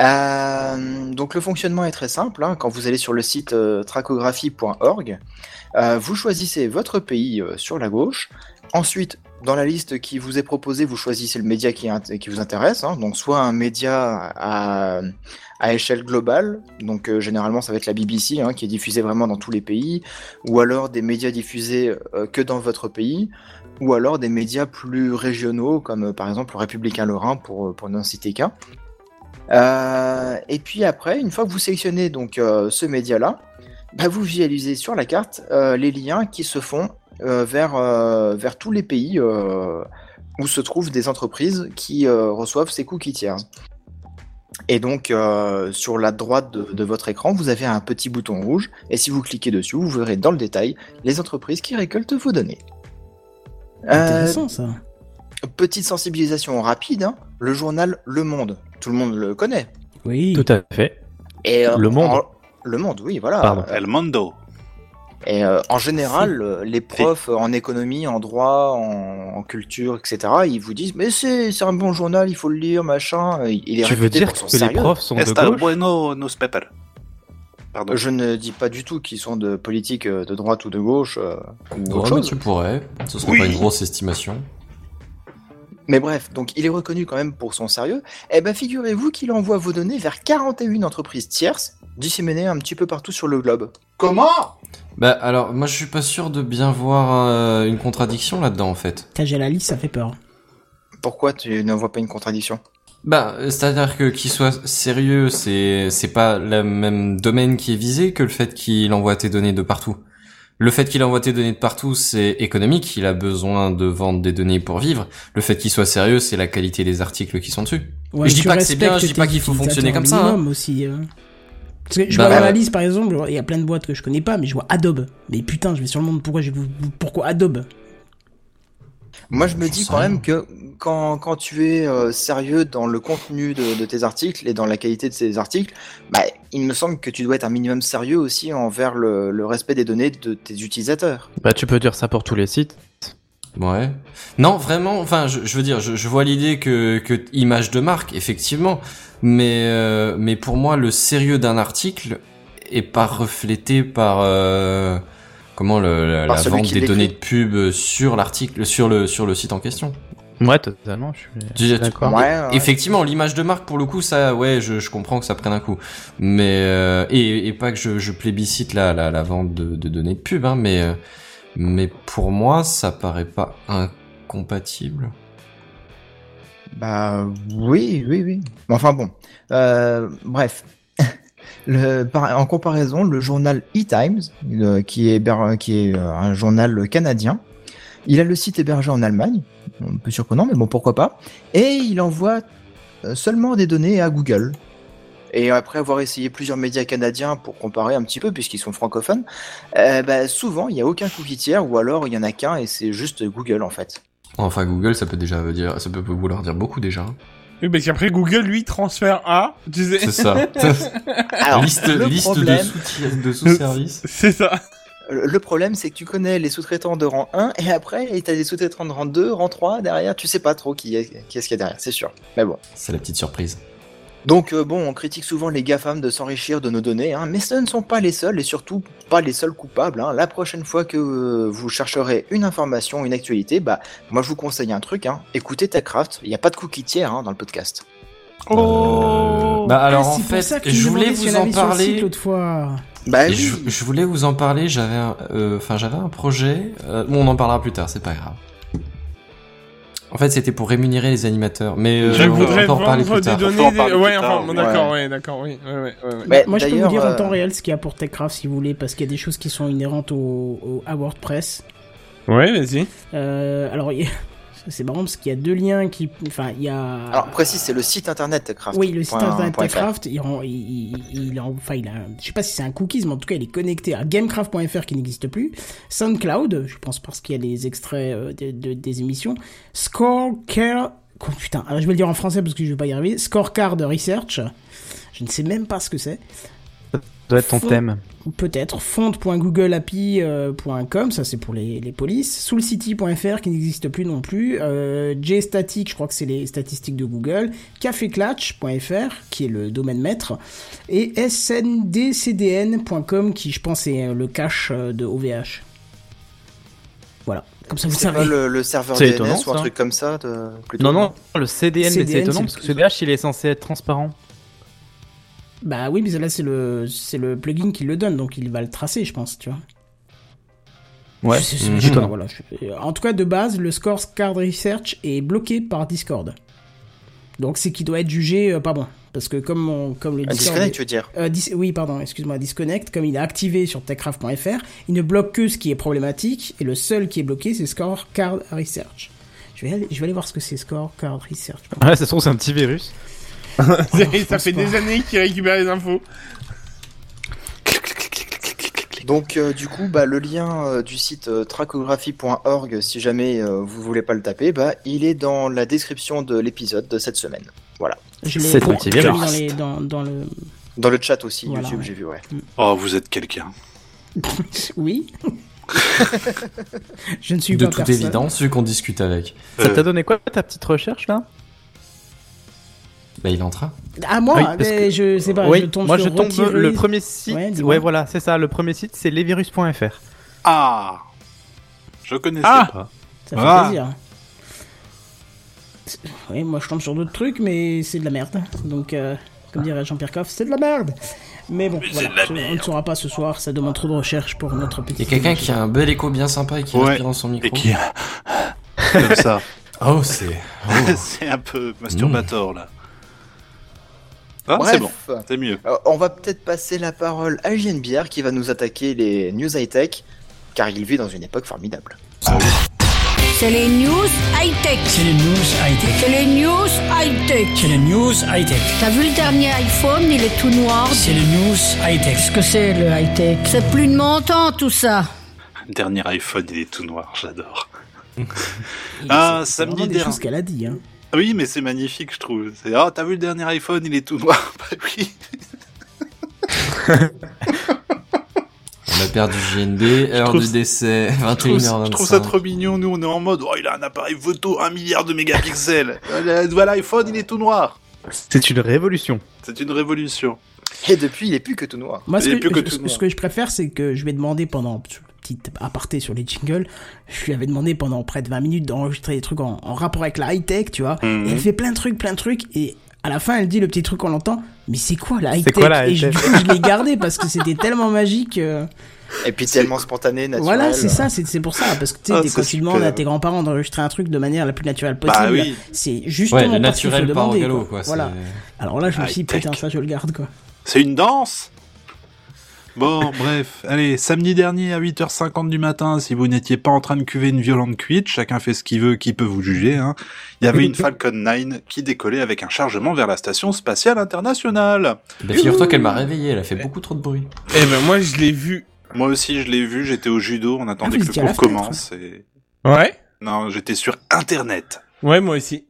Euh, donc le fonctionnement est très simple. hein. Quand vous allez sur le site euh, tracographie.org, euh, vous choisissez votre pays euh, sur la gauche. Ensuite, dans la liste qui vous est proposée, vous choisissez le média qui, int- qui vous intéresse. hein. Donc soit un média à, à échelle globale, donc euh, généralement ça va être la BBC hein, qui est diffusée vraiment dans tous les pays, ou alors des médias diffusés euh, que dans votre pays ou alors des médias plus régionaux, comme euh, par exemple le Républicain Lorrain, pour, pour n'en citer qu'un. Euh, et puis après, une fois que vous sélectionnez donc euh, ce média-là, bah, vous visualisez sur la carte euh, les liens qui se font euh, vers, euh, vers tous les pays euh, où se trouvent des entreprises qui euh, reçoivent ces cookies tiers. Et donc, euh, sur la droite de, de votre écran, vous avez un petit bouton rouge, et si vous cliquez dessus, vous verrez dans le détail les entreprises qui récoltent vos données. Euh,
Intéressant ça.
Petite sensibilisation rapide, hein, le journal Le Monde, tout le monde le connaît.
Oui. Tout à fait.
Et, euh,
le monde.
en- Le monde, oui, voilà.
Pardon.
Euh, Et euh, en général, euh, les profs euh, en économie, en droit, en, en culture, etc., ils vous disent Mais c'est c'est un bon journal, il faut le lire, machin. Il il est
Tu veux
réputé
dire
pour son
que les
sérieux.
profs sont de
Está
gauche
bueno nos paper. Pardon.
Je ne dis pas du tout qu'ils sont de politique euh, de droite ou de gauche. euh, ou
Ouais,
autre
mais
chose.
tu pourrais. Ce serait
Oui.
pas une grosse estimation.
Mais bref, donc il est reconnu quand même pour son sérieux. Eh ben figurez-vous qu'il envoie vos données vers 41 entreprises tierces, disséminées un petit peu partout sur le globe. Comment
Bah alors, moi je suis pas sûr de bien voir euh, une contradiction là-dedans en fait.
Putain, j'ai la liste, ça fait peur.
Pourquoi tu ne vois pas une contradiction
Bah, euh, c'est-à-dire que qu'il soit sérieux, c'est c'est pas le même domaine qui est visé que le fait qu'il envoie tes données de partout. Le fait qu'il envoie tes données de partout, c'est économique, il a besoin de vendre des données pour vivre. Le fait qu'il soit sérieux, c'est la qualité des articles qui sont dessus.
Ouais,
Et je dis
tu
pas que c'est bien, je
respectes
dis pas
tes
qu'il faut fonctionner
utilisateurs
comme ça. hein.
minimum aussi, hein. Parce que je
Bah
vois dans
ouais.
la liste, par exemple, il y a plein de boîtes que je connais pas, mais je vois Adobe. Mais putain, je vais sur le monde, pourquoi, je... pourquoi Adobe
Moi, je me dis quand même que quand, quand tu es euh, sérieux dans le contenu de, de tes articles et dans la qualité de ces articles, bah, il me semble que tu dois être un minimum sérieux aussi envers le, le respect des données de tes utilisateurs.
Bah, tu peux dire ça pour tous les sites.
Ouais. Non, vraiment, enfin, je, je veux dire, je, je vois l'idée que, que image de marque, effectivement, mais, euh, mais pour moi, le sérieux d'un article est pas reflété par euh, comment le, la,
Par
la
celui
vente
qui
des
l'écrit.
données de pub sur l'article, sur le, sur le site en question.
Ouais, totalement. Je suis
Je veux dire, tu-
d'accord.
euh, Ah
Effectivement, l'image de marque, pour le coup, ça, ouais, je, je comprends que ça prenne un coup. Mais, euh, et, et pas que je, je plébiscite la, la, la vente de, de données de pub, hein, mais, euh, mais pour moi, ça paraît pas incompatible.
Bah oui, oui, oui. Mais Enfin bon, Euh, bref. Le- par- en comparaison, le journal E-Times, euh, qui est, héber- qui est euh, un journal canadien, il a le site hébergé en Allemagne, un peu surprenant, mais bon, pourquoi pas, et il envoie euh, seulement des données à Google. Et après avoir essayé plusieurs médias canadiens pour comparer un petit peu, puisqu'ils sont francophones, euh, bah, souvent il n'y a aucun cookie tiers, ou alors il y en a qu'un, et c'est juste Google en fait.
Enfin, Google, ça peut déjà dire, ça peut vouloir dire beaucoup déjà. hein.
Oui, parce qu'après Google, lui, transfère à. Tu sais.
C'est ça.
Alors,
liste
le
liste
problème-
de sous- de sous-services.
C'est ça.
Le le problème, c'est que tu connais les sous-traitants de rang 1 et après, tu as des sous-traitants de rang 2, rang 3 derrière. Tu sais pas trop qui est, qui est-ce qu'il y a derrière, c'est sûr. Mais bon.
C'est la petite surprise.
Donc, euh, bon, on critique souvent les GAFAM de s'enrichir de nos données, hein, mais ce ne sont pas les seuls et surtout pas les seuls coupables. hein. La prochaine fois que euh, vous chercherez une information, une actualité, bah, moi je vous conseille un truc hein, écoutez TechCraft, il n'y a pas de cookie tiers hein, dans le podcast.
Oh Bah alors
Ah,
en
c'est pour ça
fait,
que tu
je
me
voulais
demandais si
vous
on
en
avait sur le site
parler.
l'autre fois.
Bah
Et je, je voulais vous en parler, j'avais un, euh, enfin j'avais un projet, euh, bon, on en parlera plus tard, c'est pas grave. En fait, c'était pour rémunérer les animateurs, mais euh,
Je
on
voudrais
peut en parler
vendre
plus
des
tard.
données. des- Ouais, enfin, bon, d'accord, ouais, d'accord, oui. Ouais, ouais, ouais, ouais.
Moi, je peux vous dire en temps réel ce qu'il y a pour TechCraft si vous voulez, parce qu'il y a des choses qui sont inhérentes au, au- à WordPress.
Ouais, vas-y.
Euh, alors, il y a- c'est marrant parce qu'il y a deux liens qui. Enfin, il y a.
Alors, précise, c'est le site internet TechCraft.
Oui, le site
Point-
internet
point fr.
TechCraft, il, rend- il, il- il en- enfin, il a, un- je sais pas si c'est un cookies, mais en tout cas, il est connecté à GameCraft.fr qui n'existe plus, SoundCloud, je pense parce qu'il y a les extraits euh, de- de- des émissions, Scorecard, oh, putain, alors je vais le dire en français parce que je vais pas y arriver, Scorecard Research, je ne sais même pas ce que c'est.
Ça doit être ton
Fond-
thème.
Peut-être. Font.googleapi.com, euh, ça c'est pour les, les polices. Soulcity.fr qui n'existe plus non plus. Euh, JStatic, je crois que c'est les statistiques de Google. Caféclatch.fr qui est le domaine maître. Et sndcdn.com qui je pense est euh, le cache euh, de OVH. Voilà. Comme ça vous
C'est pas
savez.
le, le serveur
C'est
DNS
étonnant,
ou un
ça.
truc comme ça de- plutôt,
Non, non, le CDN, mais c'est
CDN, c'est
étonnant parce que CDH, il est censé être transparent.
Bah oui, mais là c'est le, c'est le plugin qui le donne, donc il va le tracer, je pense, tu vois.
Ouais, Mmh.
Je sais- je sais pas, voilà, je- euh, En tout cas, de base, le score Card Research est bloqué par Discord. Donc c'est qu'il doit être jugé euh, pas bon. Parce que comme, on, comme le
Un
Discord...
Ah, disconnect, tu veux dire
Euh, dis- Oui, pardon, excuse-moi, Disconnect, comme il est activé sur techcraft.fr, il ne bloque que ce qui est problématique, et le seul qui est bloqué, c'est Score Card Research. Je vais aller, je vais aller voir ce que c'est Score Card Research.
Ouais, ça se trouve, c'est un petit virus.
ça fait des années qu'il récupère les infos.
Donc euh, du coup, bah, le lien euh, du site euh, trachographie.org, si jamais euh, vous voulez pas le taper, bah, il est dans la description de l'épisode de cette semaine. Voilà.
Je l'ai-
C'est un
je
petit
l'ai mis
virus.
dans, les- dans- dans le.
Dans le chat aussi,
Voilà,
YouTube,
ouais.
j'ai vu, ouais.
Oh, vous êtes quelqu'un.
Oui. je ne suis
De
pas
toute
personne.
évidence, vu qu'on discute avec.
Ça t'a donné quoi ta petite recherche là
Bah, il entra.
Ah, moi,
Oui, parce
mais
que-
je sais pas,
Oui,
je tombe
moi
sur
Bah, je tombe
Rotiris.
le premier site.
Ouais,
Ouais,
dis-moi.
voilà, c'est ça. Le premier site, c'est lesvirus.fr.
Ah Je connaissais
Ah
pas.
Ça fait
Ah.
plaisir. Oui, moi je tombe sur d'autres trucs, mais c'est de la merde. Donc, euh, comme dirait Jean-Pierre Coff, c'est de la merde. Mais bon, voilà, on ne saura pas ce soir, ça demande trop de recherche pour notre petit.
Il y a quelqu'un qui a un bel écho bien sympa et qui
Ouais.
respire dans son micro.
Et qui- Comme ça.
Oh, c'est. oh.
c'est un peu masturbator, là. Ah,
Bref.
c'est bon. C'est mieux.
Euh, on va peut-être passer la parole à JNBR qui va nous attaquer les news high-tech, car il vit dans une époque formidable.
C'est les news high-tech. C'est les news high-tech. C'est les news high-tech. C'est les news high-tech. T'as vu le dernier iPhone, il est tout noir. C'est les news high-tech. Qu'est-ce que c'est le high-tech C'est plus de mon temps tout ça.
Dernier iPhone, il est tout noir, j'adore. ah, samedi
vraiment des
dernier.
choses qu'elle a dit. Hein.
Ah Oui, mais c'est magnifique, je trouve. C'est ah, t'as vu le dernier iPhone, il est tout noir. Bah oui.
On a perdu JND, heure
trouve
du
ça-
décès,
Je trouve, je
21h25.
trouve ça trop mignon. Nous, on est en mode, oh, il a un appareil photo 1 milliard de mégapixels. Euh, le- L'iPhone, il est tout noir.
C'est une révolution.
C'est une révolution.
Et depuis, il est plus que tout noir.
Moi, ce
il est
que,
plus que
je-
tout
ce- ce
noir.
que je préfère, c'est que je lui ai demandé pendant. Petite aparté sur les jingles, je lui avais demandé pendant près de 20 minutes d'enregistrer des trucs en, en rapport avec la high-tech, tu vois.
Mhm.
Et elle fait plein de trucs, plein de trucs, et à la fin, elle dit le petit truc qu'on l'entend, mais c'est quoi la high-tech
quoi la
Et je,
high-tech
du coup, je l'ai gardé parce que c'était tellement magique. euh,
Et puis tellement spontané, naturel.
Voilà, c'est ça, c'est c'est pour ça. Parce que tu
Ah,
sais, t'es-
c'est
quand tu demandes
super.
à tes grands-parents d'enregistrer un truc de manière la plus naturelle
Bah
possible,
oui.
c'est justement
Ouais, le
parce qu'il faut
naturel
le
part au
demander,
galop,
quoi.
quoi, c'est-
Voilà. Alors là, je me suis dit,
High-tech.
putain, ça, je le garde, quoi.
C'est une danse Bon, bref. Allez, samedi dernier à 8h50 du matin, si vous n'étiez pas en train de cuver une violente cuite, chacun fait ce qu'il veut, qui peut vous juger, hein. Il y avait une Falcon 9 qui décollait avec un chargement vers la station spatiale internationale.
Bah, figure-toi qu'elle m'a réveillé, elle a fait beaucoup trop de bruit.
Eh ben, moi, je l'ai vu. Moi aussi, je l'ai vu, j'étais au judo, on attendait
Ah, vous
que le
étiez à la
cours
fenêtre,
commence et...
Ouais
Non, j'étais sur Internet.
Ouais, moi aussi.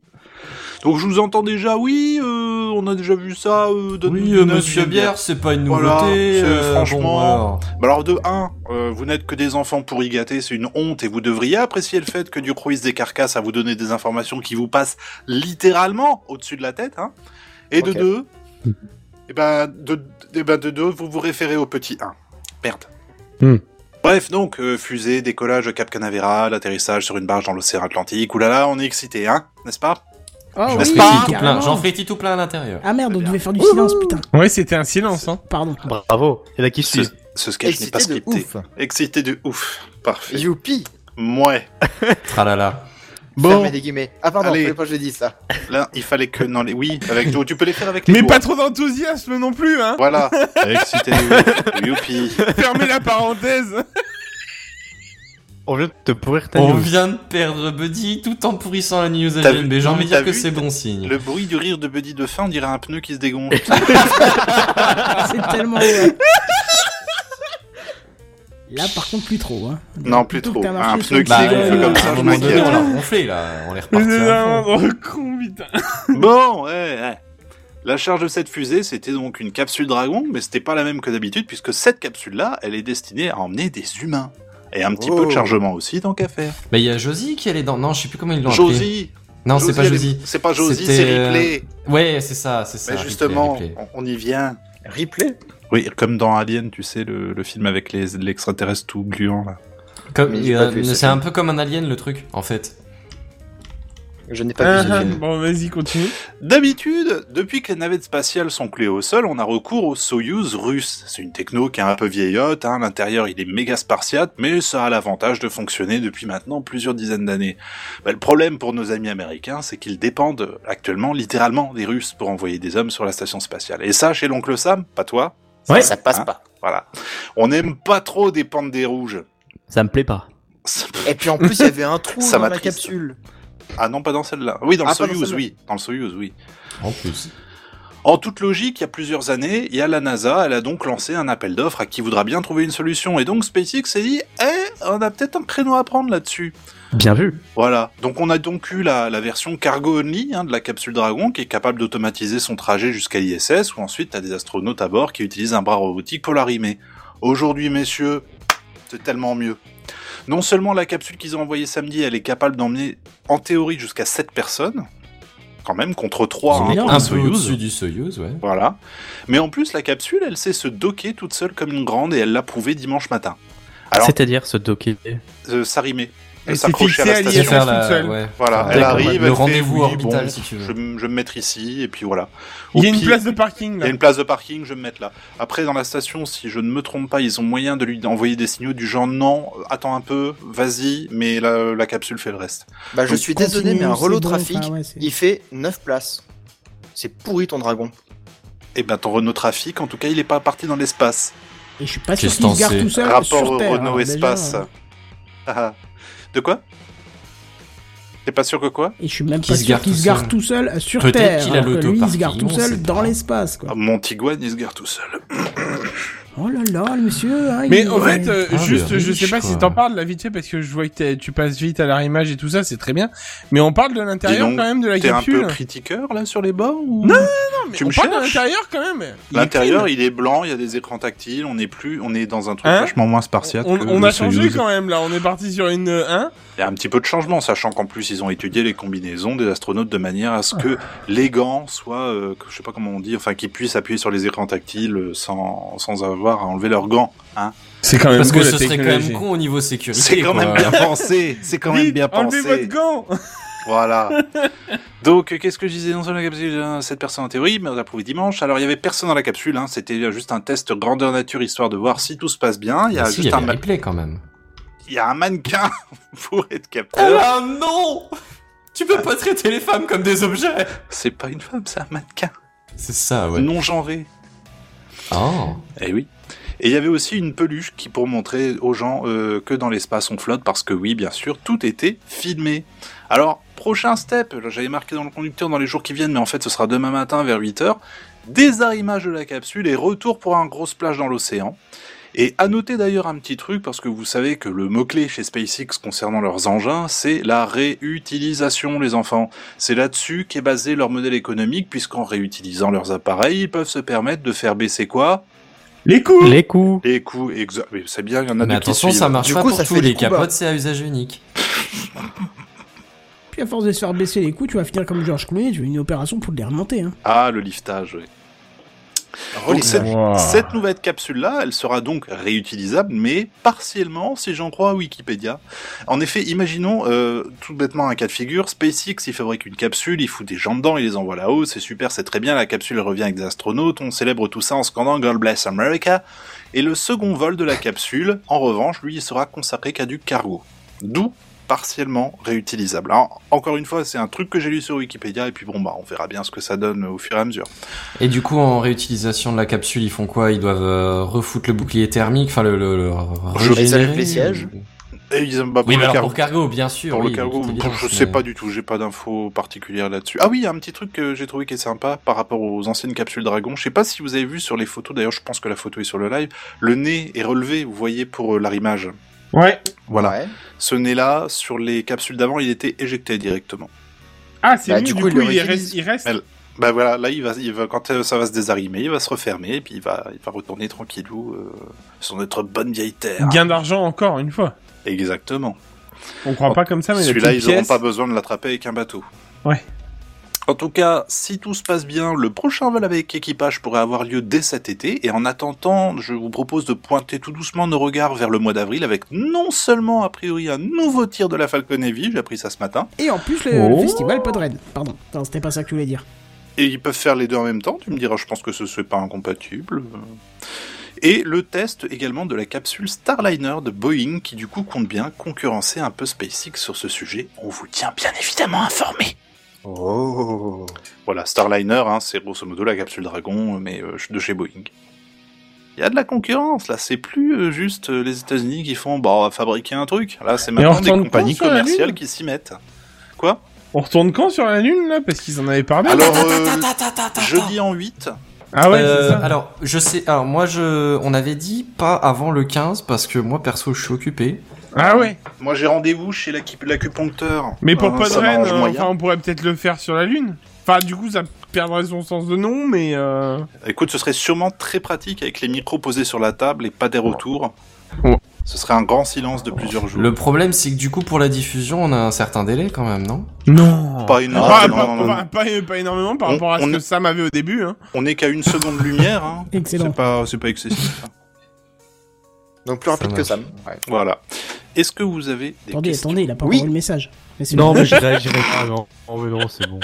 Donc je vous entends déjà, oui, euh, on a déjà vu ça, euh, donne
Oui,
une
euh,
note,
Monsieur
une
Bière, c'est pas une
Voilà,
nouveauté,
c'est-
euh, bon,
franchement,
alors.
Bah alors de 1, vous n'êtes que des enfants pour y gâter, c'est une honte, et vous devriez apprécier le fait que du cruise des carcasses a vous donné des informations qui vous passent littéralement au-dessus de la tête. Hein. Et de
Ok.
2, et ben de, eh ben, de 2, vous vous référez au petit 1. Merde.
Hmm.
Bref, donc, euh, fusée, décollage au Cap Canaveral, atterrissage sur une barge dans l'océan Atlantique, oulala, on est excité, hein, n'est-ce pas
Ah
J'en
oui,
frétille
carrément.
tout plein, j'en frétille tout plein à l'intérieur.
Ah merde, on devait faire du silence, putain.
Ouais, c'était un silence, hein.
Pardon.
Bravo. Il y en a qui
Ce,
suivent.
ce sketch n'est pas
Excité de
scripté.
ouf.
Excité de ouf. Parfait.
Youpi
Mouais.
Tralala.
Fermez les guillemets. Ah pardon,
Allez.
je voulais pas que je dise ça.
Là, il fallait que dans les. Oui, avec tu peux les faire avec les
Mais
doigts.
pas trop d'enthousiasme non plus, hein.
Voilà. Excité de ouf. Youpi.
Fermez la parenthèse.
On vient de te pourrir ta
On
news.
vient de perdre Buddy tout en pourrissant la news
T'as vu-
mais J'ai envie de
t'as
dire que
vu
c'est bon signe.
Le bruit du rire de Buddy de fin, on dirait un pneu qui se dégonfle.
C'est tellement. ouais. Là, par contre, plus trop. Hein.
non, plus
Plutôt que
trop.
t'as
Un
marché
pneu qui
sur-
Bah,
se dégonfle
euh,
comme
à un
ça, je
moment donné, on l'a
m'inquiète.
ronflé, là. On est
Mais
reparti
c'est
à
un
fond.
gros con, putain.
Bon, ouais, ouais. La charge de cette fusée, c'était donc une capsule dragon, mais c'était pas la même que d'habitude, puisque cette capsule-là, elle est destinée à emmener des humains. Et un petit peu de
Oh.
chargement aussi, tant qu'à faire.
Bah, il y a Josie qui allait dans... Non, je sais plus comment ils l'ont appelée.
Josie
Non, c'est pas
elle est-
Josie.
C'est pas Josie,
C'était,
c'est
euh,
Ripley.
Ouais, c'est ça, c'est ça.
Mais
Ripley,
justement,
Ripley.
on on y vient.
Ripley
Oui, comme dans Alien, tu sais, le, le film avec les l'extraterrestre tout gluant là.
Comme-
Mais j'ai pas
euh,
vu,
c'est
c'est
un peu comme un alien le truc, en fait.
Je n'ai pas vu.
Euh,
Ah,
ce film.
Bon, vas-y, continue.
D'habitude, depuis que les navettes spatiales sont clés au sol, on a recours au Soyuz russe. C'est une techno qui est un peu vieillotte, hein, l'intérieur il est méga spartiate, mais ça a l'avantage de fonctionner depuis maintenant plusieurs dizaines d'années. Bah, le problème pour nos amis américains, c'est qu'ils dépendent actuellement littéralement des Russes pour envoyer des hommes sur la station spatiale. Et ça, chez l'oncle Sam, pas toi,
Ouais.
Ça passe pas.
voilà. On n'aime pas trop dépendre des rouges.
Ça me plaît pas.
Et puis en plus, il y avait un trou
Ça
dans la
m'attriste.
capsule.
Ah non, pas dans celle-là. Oui, dans le
Ah, pas dans
Soyuz,
celle-là.
oui. Dans le Soyuz, oui.
En plus.
En toute logique, il y a plusieurs années, il y a la NASA, elle a donc lancé un appel d'offres à qui voudra bien trouver une solution. Et donc SpaceX s'est dit, eh, on a peut-être un créneau à prendre là-dessus.
Bien vu.
Voilà. Donc on a donc eu la, la version cargo only hein, de la capsule Dragon qui est capable d'automatiser son trajet jusqu'à l'ISS où ensuite t'as des astronautes à bord qui utilisent un bras robotique pour l'arrimer. Aujourd'hui messieurs, c'est tellement mieux. Non seulement la capsule qu'ils ont envoyée samedi, elle est capable d'emmener en théorie jusqu'à 7 personnes, quand même contre 3
Ils ont mis un peu au-dessus du Soyuz, ouais.
Voilà. Mais en plus la capsule, elle sait se docker toute seule comme une grande et elle l'a prouvé dimanche matin. Alors,
C'est-à-dire ce docker.
euh, s'arrimer.
Elle
Elle
s'est
s'accrocher à
fixée
la
à l'ISS
station.
toute seule.
Ouais. Voilà,
Ah, D'accord,
elle arrive,
le
elle
rendez-vous
fait, oui,
orbital,
bon,
si tu veux.
Je, m- je vais me mettre ici, et puis voilà.
Il y a une place de parking,
Il
là.
y a une place de parking, je vais me mettre là. Après, dans la station, si je ne me trompe pas, ils ont moyen de lui envoyer des signaux du genre non, euh, attends un peu, vas-y, mais la, la capsule fait le reste.
Bah, je
Donc,
suis désolé, mais un
relot
relot trafic, il fait 9 places. C'est pourri ton dragon.
Et ben ton Renault Trafic, en tout cas, il est pas parti dans l'espace.
Et je suis pas sûr qu'il se gare tout seul
Rapport
sur
au
Terre.
Renault
hein,
Espace.
déjà, euh,
Ah, ah. de quoi T'es pas sûr que quoi
Et je suis même pas sûr qu'il se gare tout seul euh, sur
Peut-être
Terre.
qu'il a
alors que lui, il se
l'autoparking,
gare tout
on sait
seul dans l'espace, quoi.
Ah, Mon Tiguan, il se gare tout seul.
Oh là là, le monsieur. hein,
Mais
il-
en fait, euh,
Ah,
juste,
le
je
riche,
sais pas si
quoi.
t'en parles là vite fait parce que je vois que t'es- tu passes vite à la réimage et tout ça, c'est très bien. Mais on parle de l'intérieur
Dis donc,
quand même de la
t'es un
capsule.
peu critiqueur là sur les bords ou...
Non, non, non, mais
Tu
on
me
parle de
cherches
l'intérieur quand même. Il est
L'intérieur,
clean.
il est blanc, il y a des écrans tactiles, on est plus, on est dans un truc
Hein
vachement moins spartiate.
On,
que
on
le
a changé
Soyouz.
quand même là, on est parti sur une euh, hein? 1.
Il y a un petit peu de changement, sachant qu'en plus ils ont étudié les combinaisons des astronautes de manière à ce que les gants soient, euh, que- je sais pas comment on dit, enfin qu'ils puissent appuyer sur les écrans tactiles euh, sans, sans avoir à enlever leurs gants. Hein.
C'est quand
même Parce que beau, ce la serait quand même technologie. con au niveau sécurité,
C'est quand
quoi.
même bien pensé. C'est quand même
Vite,
bien pensé.
enlevez votre
gant.
Voilà. Donc, euh, qu'est-ce que je disais dans la capsule hein, Cette personne en théorie, mais on l'a prouvé dimanche. Alors, il y avait personne dans la capsule. Hein. C'était euh, juste un test grandeur nature histoire de voir si tout se passe bien. Il y a
Ah si,
juste
y
un
avait
ma-
replay quand même.
il y a un mannequin pour être capteur.
Ah non Tu peux pas traiter les femmes comme des objets
C'est pas une femme, c'est un mannequin.
C'est ça, ouais.
Non genré.
Oh.
Eh oui. Et il y avait aussi une peluche qui pour montrer aux gens euh, que dans l'espace on flotte parce que oui, bien sûr, tout était filmé. Alors, prochain step, là, j'avais marqué dans le conducteur dans les jours qui viennent, mais en fait ce sera demain matin vers 8h, désarrimage de la capsule et retour pour un gros splash dans l'océan. Et à noter d'ailleurs un petit truc, parce que vous savez que le mot-clé chez SpaceX concernant leurs engins, c'est la réutilisation, les enfants. C'est là-dessus qu'est basé leur modèle économique, puisqu'en réutilisant leurs appareils, ils peuvent se permettre de faire baisser quoi
Les coups
Les coups
Les coups, exact. Mais c'est bien, il y en a
Mais
deux qui
attention,
suivent.
ça marche
Du
pas
coup,
pour
ça
tous
fait
les
le coup bas.
capotes, c'est à usage unique.
Puis à force de se faire baisser les coups, tu vas finir comme Georges Clooney, tu veux une opération pour les remonter. Hein.
Ah, le liftage, oui. Donc,
Reliftage.
euh,
cette,
Ah.
Wow.
cette nouvelle capsule-là, elle sera donc réutilisable, mais partiellement, si j'en crois à Wikipédia. En effet, imaginons euh, tout bêtement un cas de figure. SpaceX, il fabrique une capsule, il fout des gens dedans, il les envoie là-haut, c'est super, c'est très bien, la capsule revient avec des astronautes, on célèbre tout ça en scandant God Bless America. Et le second vol de la capsule, en revanche, lui, il sera consacré qu'à du cargo. D'où partiellement réutilisable. Alors, encore une fois, c'est un truc que j'ai lu sur Wikipédia, et puis bon, bah, on verra bien ce que ça donne au fur et à mesure.
Et du coup, en réutilisation de la capsule, ils font quoi Ils doivent euh, refoutre le bouclier thermique, enfin le. le, le régénérer, ou-
Et ils ont- bah,
Oui, mais
le
alors
cargo-
pour cargo, bien sûr.
Pour
oui,
le cargo,
donc,
pff, je
évidemment,
sais
mais-
pas du tout, j'ai pas d'infos particulières là-dessus. Ah oui, il y a un petit truc que j'ai trouvé qui est sympa par rapport aux anciennes capsules Dragon. Je sais pas si vous avez vu sur les photos, d'ailleurs je pense que la photo est sur le live, le nez est relevé, vous voyez, pour euh, l'arrimage.
Ouais.
Voilà. Ce nez-là, sur les capsules d'avant, il était éjecté directement.
Ah, c'est
Bah,
mieux, du coup,
le
il,
réutilise.
reste, il reste.
Elle- Bah voilà, là, il va, il va, quand euh, ça va se désarrimer, il va se refermer, et puis il va, il va retourner tranquillou euh, sur notre bonne vieille terre.
Gain d'argent encore une fois.
Exactement.
On croit pas comme ça, mais la
Celui-là,
petite
ils n'auront
pièce-
pas besoin de l'attraper avec un bateau.
Ouais.
En tout cas, si tout se passe bien, le prochain vol avec équipage pourrait avoir lieu dès cet été. Et en attendant, je vous propose de pointer tout doucement nos regards vers le mois d'avril avec non seulement a priori un nouveau tir de la Falcon Heavy, j'ai appris ça ce matin.
Et en plus, le, le
Oh.
festival Podred. Pardon, non, c'était pas ça que tu voulais dire.
Et ils peuvent faire les deux en même temps, tu me diras, je pense que ce serait pas incompatible. Et le test également de la capsule Starliner de Boeing qui du coup compte bien concurrencer un peu SpaceX sur ce sujet. On vous tient bien évidemment informé. Oh. Voilà, Starliner, hein, c'est grosso modo la capsule Dragon, mais euh, de chez Boeing. Il y a de la concurrence, là, c'est plus euh, juste euh, les États-Unis qui font, bah, on va fabriquer un truc. Là, c'est
Mais on
maintenant des
retourne quand
compagnies
sur la Lune
commerciales qui s'y mettent. Quoi
On retourne quand sur la Lune là Parce qu'ils en avaient parlé.
Alors, euh, jeudi en 8,
Ah ouais,
Euh,
c'est ça.
Alors, je sais. Alors, moi, je. On avait dit pas avant le 15 parce que moi, perso, je suis occupé.
Ah ouais
Moi j'ai rendez-vous chez l'acu- l'acupuncteur.
Mais pour
Ah,
pas de
ça
reine,
m'arrange
euh,
moyen.
enfin, on pourrait peut-être le faire sur la Lune. Enfin, du coup, ça perdrait son sens de nom, mais... Euh...
Écoute, ce serait sûrement très pratique avec les micros posés sur la table et pas des retours. Ce serait un grand silence de plusieurs jours.
Le problème, c'est que du coup, pour la diffusion, on a un certain délai quand même, non
Non
Pas une-
pas,
Ah, non,
pas-
non, non,
pas- pas- pas énormément par
On-
rapport à ce
on-
que Sam avait au début. Hein.
On est qu'à une seconde lumière, hein.
Excellent.
C'est pas, c'est pas excessif.
Donc plus rapide que Sam.
Voilà. Est-ce que vous avez des
Attendez,
questions
attendez, il a pas
Oui.
encore eu le message. c'est
Non,
bon.
mais je réagirai pas. Non, Oh, mais non, c'est bon.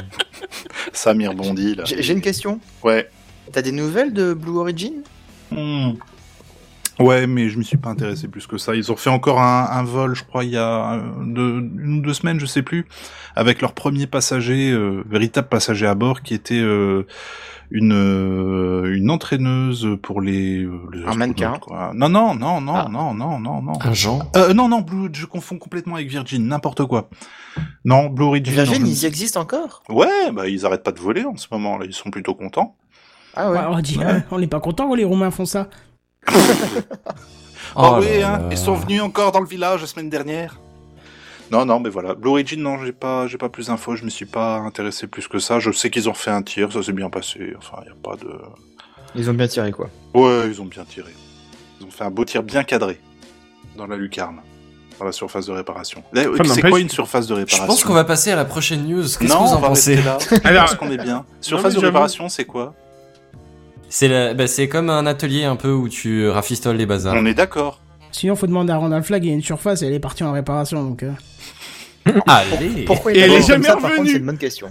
Sam, il rebondit, là.
J'ai j'ai une question.
Ouais.
T'as des nouvelles de Blue Origin
Hmm. Ouais, mais je m'y suis pas intéressé plus que ça. Ils ont fait encore un, un vol, je crois, il y a euh, deux, une ou deux semaines, je sais plus, avec leur premier passager, euh, véritable passager à bord, qui était euh, une euh, une entraîneuse pour les, euh, les astronautes,
mannequin Ah.
quoi. Non, non, non, non, non, non, non, non.
Un Jean
Euh, non, non, Blue, je confonds complètement avec Virgin, n'importe quoi. Non, Blue Origin. Ah, non,
Virgin,
je-
ils y existent encore
Ouais, bah ils arrêtent pas de voler en ce moment, là, ils sont plutôt contents.
Ah ouais.
Ouais, on, dit, euh, on est pas content quand les Roumains font ça.
Ah
Oh
oui,
là
hein,
là.
ils sont venus encore dans le village la semaine dernière. Non, non, mais voilà. Blue Origin, non, j'ai pas, j'ai pas plus d'infos, je me suis pas intéressé plus que ça. Je sais qu'ils ont fait un tir, ça s'est bien passé. Enfin, y a pas de.
Ils ont bien tiré quoi.
Ouais, ils ont bien tiré. Ils ont fait un beau tir bien cadré dans la lucarne, dans la surface de réparation. Là,
Enfin,
c'est
n'empêche-
quoi une surface de réparation
Je pense qu'on va passer à la prochaine news. Qu'est-ce que vous
Non, on
en
va
pensez
rester là. Je pense qu'on est bien. Surface de
j'avoue.
réparation, c'est quoi
C'est la- bah, c'est comme un atelier un peu où tu rafistoles les bazars.
On est d'accord.
Sinon, faut demander à Randall Flag, il y a une surface et elle est partie en réparation donc. euh.
Allez.
Pourquoi
Et
il
elle est
est
jamais
jamais Par contre,
revenue.
c'est une bonne question.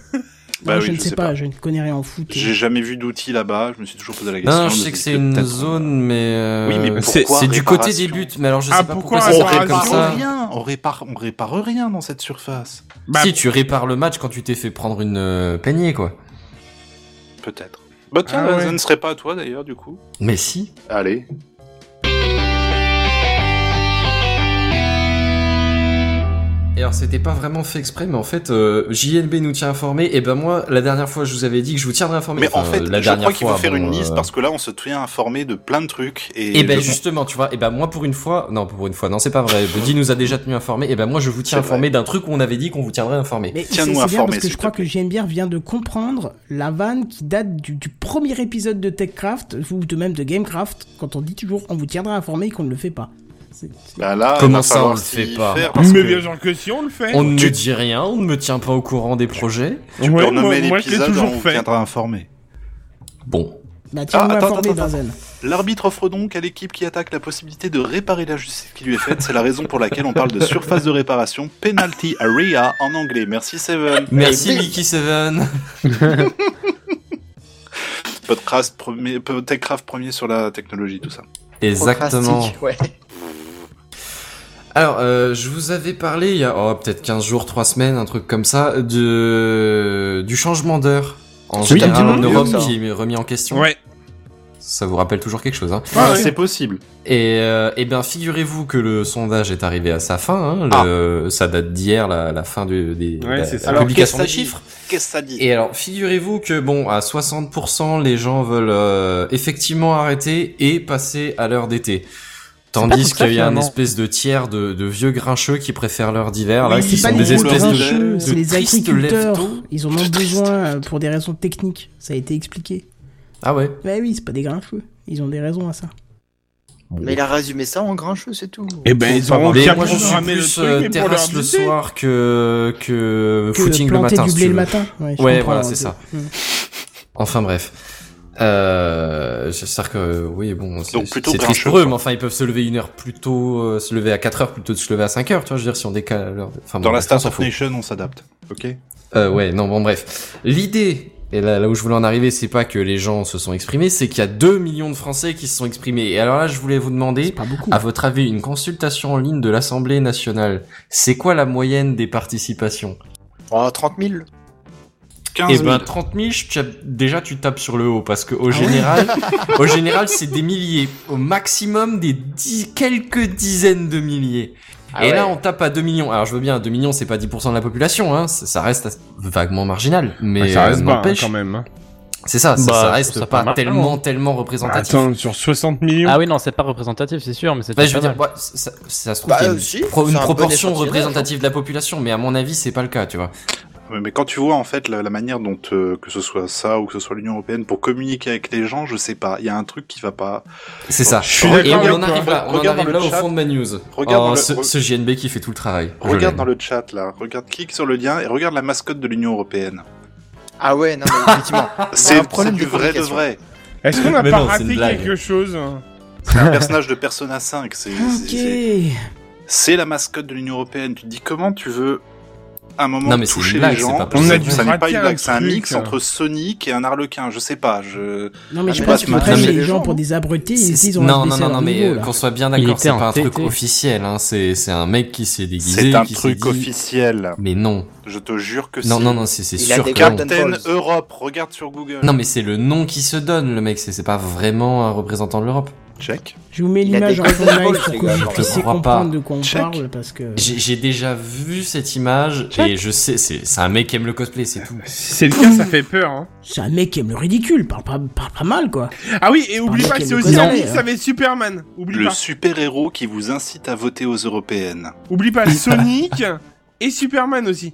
Bah
Non,
oui,
je ne
je
sais
sais
pas,
pas.
je ne connais rien en foot.
J'ai jamais vu d'outils là-bas, je me suis toujours posé la question.
Non, je
me
sais que
dis
c'est une
peut-être-
zone, mais, euh,
Oui, mais
c'est-
pourquoi
c'est du
réparation
côté des buts. Mais alors, je sais pas pourquoi,
on
ça s'appelle comme
répare
ça.
rien, on répare, on répare rien dans cette surface.
Bah,
si tu répares le match quand tu t'es fait prendre une euh, peignée, quoi.
Peut-être. Bah tiens,
Ah
ça
ouais.
ne serait pas à toi d'ailleurs du coup.
Mais si.
Allez.
Et alors c'était pas vraiment fait exprès, mais en fait euh, JLB nous tient informé. Et ben moi, la dernière fois, je vous avais dit que je vous tiendrais informé.
Mais en
Enfin,
fait,
la
je
dernière
crois qu'il
fois,
faut faire
bon,
une
euh,
liste parce que là, on se tient informé de plein de trucs et.
Et ben
je-
justement, tu vois, et ben moi pour une fois, non pour une fois, non c'est pas vrai. Buddy nous a déjà tenu informé. Et ben moi je vous tiens
C'est vrai.
informé d'un truc où on avait dit qu'on vous tiendrait informé.
Mais c'est c'est bien parce que je crois que JMBR vient de comprendre la vanne qui date du, du premier épisode de TechCraft ou de même de GameCraft quand on dit toujours on vous tiendra informé et qu'on ne le fait pas. C'est- c'est-
Bah là,
Comment
il va
ça,
falloir
on le
s'y
fait pas
faire parce
Mais
que
bien sûr que si, on le fait
On ne me dit rien, on ne me tient pas au courant des projets.
Tu
Ouais,
peux renommer
moi- moi, je l'ai
l'épisode,
toujours
on vous
fait.
tiendra informé.
Bon.
Bah tiens-nous
Ah, attends,
informé,
attends, attends.
Benzen.
L'arbitre offre donc à l'équipe qui attaque la possibilité de réparer la justice qui lui est faite. C'est la raison pour laquelle on parle de surface de réparation, penalty area en anglais. Merci Seven.
Merci Mickey Seven.
Podcraft premier, Techcraft premier sur la technologie, tout ça.
Exactement.
Ouais.
Alors, euh, je vous avais parlé il y a oh, peut-être 15 jours, 3 semaines, un truc comme ça, de... du changement d'heure en
C'est un
général
petit
en
peu mieux,
Europe
ça.
qui est remis en question.
Ouais.
Ça vous rappelle toujours quelque chose, hein
Ah, C'est possible.
Et, euh, eh bien, figurez-vous que le sondage est arrivé à sa fin.
Ah.
hein, le- Ça date d'hier, la, la fin du- des,
Ouais,
la-
c'est ça.
la
Alors,
publication
qu'est-ce
des
que ça dit
chiffres.
Qu'est-ce que ça dit
Et alors, figurez-vous que bon, à 60%, les gens veulent euh, effectivement arrêter et passer à l'heure d'été. Tandis
tout ça,
qu'il y a un
finalement.
espèce de tiers de, de vieux grincheux qui préfèrent l'heure d'hiver, là,
Mais c'est
qui sont
pas
des
les
espèces de,
grincheux,
de
c'est les
tristes
agriculteurs.
lève-tôt.
Ils en ont besoin euh, pour des raisons techniques. Ça a été expliqué.
Ah ouais
Bah oui, c'est pas des grincheux. Ils ont des raisons à ça.
Mais il a résumé ça en grincheux, c'est tout.
Eh ben, ils auront
Mais
qu'à
moi, je suis
programmer le
plus
truc,
euh,
mais pour
terrasse
leur
le
buter.
soir que, que,
Que
footing le
planter
matin.
du
si
blé
tu
le
veux.
matin. Ouais, je comprends,
voilà,
ouais.
c'est ça.
Mm.
Enfin, bref. Euh, j'espère que, oui, bon, c'est
Donc, plutôt
c'est triste
grincheux,
pour eux, mais enfin, ils peuvent se lever une heure plus tôt, euh, se lever à 4 heures plutôt que de se lever à 5 heures, tu vois, je veux dire, si on décale l'heure. de- Enfin,
Dans
bon,
la
bref, on s'en
Startup
fout.
Nation, on s'adapte. Ok.
Euh, ouais, non, bon, bref. L'idée, et là, là où je voulais en arriver, c'est pas que les gens se sont exprimés, c'est qu'il y a 2 millions de Français qui se sont exprimés. Et alors là, je voulais vous demander,
Ah,
à votre avis, une consultation en ligne de l'Assemblée nationale, c'est quoi la moyenne des participations
Oh, 30 000
Et
15 000.
ben 30 000, je tape- déjà tu tapes sur le haut parce que au général, au général c'est des milliers, au maximum des dix- quelques dizaines de milliers.
Ah
et là
ouais.
on tape à 2 millions. Alors je veux bien, 2 millions c'est pas 10% de la population, hein, ça, ça reste vaguement marginal, mais
Ouais, ça
euh,
reste bas, hein,
n'empêche-
quand même. hein.
C'est ça, ça,
Bah,
ça
je
reste
trouve ça
pas,
pas mal.
tellement, tellement représentatif.
Attends, sur 60 millions.
Ah oui, non, c'est pas représentatif, c'est sûr, mais c'est
Bah,
déjà
je veux
pas
dire,
mal.
bah, ça, ça se trouve
Bah,
qu'il y a une,
euh, si,
pro-
c'est
une
un bon
proportion
échantillon,
représentative de la population, mais à mon avis, c'est pas le cas, tu vois.
Ouais, Mais quand tu vois en fait la, la manière dont euh, que ce soit ça ou que ce soit l'Union européenne pour communiquer avec les gens, je sais pas, il y a un truc qui va pas.
C'est ça.
Je suis
Et
d'accord
on en
avec toi.
arrive là, on en
Regarde
arrive là
dans le
au
chat.
fond de ma news.
Regarde
Oh,
dans le-
ce, ce JNB qui fait tout le travail. Je
Regarde
l'aime.
dans le chat là, regarde, clique sur le lien et regarde la mascotte de l'Union européenne.
Ah ouais, non, mais effectivement.
C'est
Ah, un problème
c'est du
de
vrai de
communication.
vrai.
Est-ce qu'on a
Mais
pas
non, c'est une
raté
blague.
quelque chose hein
C'est un personnage de Persona 5. C'est c'est-
Ok.
c'est la mascotte de l'Union européenne. Tu te dis comment tu veux à un moment
Non, mais c'est une
toucher
blague,
les
c'est
gens
pas possible. On a dû
Ça n'est pas
rater
une
un
blague, c'est un
truc,
mix
hein.
entre Sonic et un arlequin. Je sais pas. Je
Non, mais
Ah,
je
pas
pense
ce
qu'ils
matin,
prennent
mais-
les gens pour des abrutis, ils disent on
Non,
va
non,
baisser
non,
leur
non, mais
niveau,
euh,
là.
qu'on soit bien
Il
d'accord,
était
c'est
en
pas un truc
TT.
officiel, hein. C'est, c'est un mec qui s'est déguisé.
C'est un
qui s'est
truc
dit-
officiel.
Mais non.
Je te jure que
Non,
si.
non, non, c'est- c'est
Il a
sûr
des
que non.
Captain Europe, regarde sur Google.
Non, mais c'est le nom qui se donne, le mec. C'est, c'est pas vraiment un représentant de l'Europe.
Check.
Je vous mets
Il a
l'image en
des
fond live
contrôles,
pour
les
que
gars,
vous
je
puissiez
crois
comprendre
pas.
de quoi on
Check.
parle, parce que...
J'ai, j'ai déjà vu cette image et je sais, c'est, c'est un mec qui aime le cosplay, c'est tout.
C'est le cas, ça fait peur. Hein.
C'est un mec qui aime le ridicule, parle pas, parle pas mal, quoi.
Ah oui, et oublie
Pardon,
pas que
quel
c'est aussi
connard,
un mix
hein.
avec Superman. Oublie
Le
pas.
super-héros qui vous incite à voter aux européennes.
Oublie pas Sonic et Superman aussi.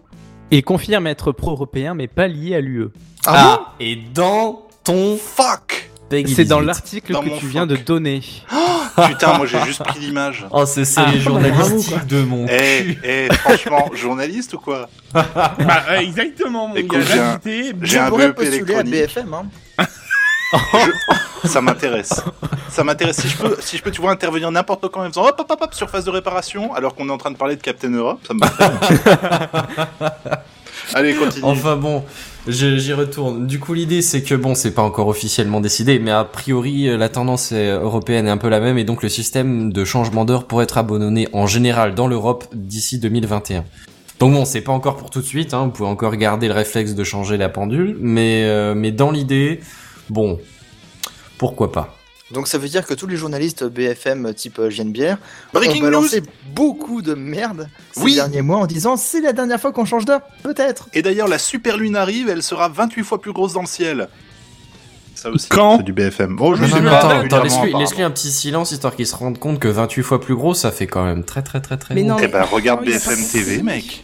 Et confirme être pro-européen, mais pas lié à l'UE.
Ah, et dans ton
fuck
C'est dans l'article
Dans
que
mon
tu viens de donner.
Ah, Putain, moi j'ai juste pris l'image.
Oh, c'est, c'est
Ah,
les
bravo,
journalistes
quoi.
de mon.
Eh, eh, franchement, journaliste ou quoi
Bah euh, exactement, mon
Écoute,
gars.
j'ai un,
l'invité,
j'ai
bien
un
pourrait
BEP
postuler à
électronique.
BFM, hein.
Je- Ça m'intéresse. Ça m'intéresse. Si je peux, si je peux, tu vois, intervenir n'importe quand en faisant hop, hop, hop, hop, surface de réparation, alors qu'on est en train de parler de Captain Europe, ça me va très bien. Allez, continue.
Enfin bon, je- j'y retourne. Du coup, l'idée, c'est que bon, c'est pas encore officiellement décidé, mais a priori, euh, la tendance euh, européenne est un peu la même, et donc le système de changement d'heure pourrait être abandonné en général dans l'Europe d'ici 2021. Donc bon, c'est pas encore pour tout de suite. Hein, vous pouvez encore garder le réflexe de changer la pendule, mais euh, mais dans l'idée, bon, pourquoi pas.
Donc ça veut dire que tous les journalistes BFM type euh, Jeanne Bière
Breaking
ont balancé beaucoup de merde ces derniers mois en disant c'est la dernière fois qu'on change d'heure, peut-être.
Et d'ailleurs, la super lune arrive, elle sera 28 fois plus grosse dans le ciel. Ça aussi.
Quand
C'est du BFM. Oh, je
Non,
suis
non,
pas
mais attends,
régulièrement,
attends, laisse-lui
apparemment.
laisse-lui un petit silence histoire qu'il se rende compte que 28 fois plus gros, ça fait quand même très très très très.
Mais non,
gros.
mais- Eh ben, regarde Oh, il a pas BFM compris. TV,
mec.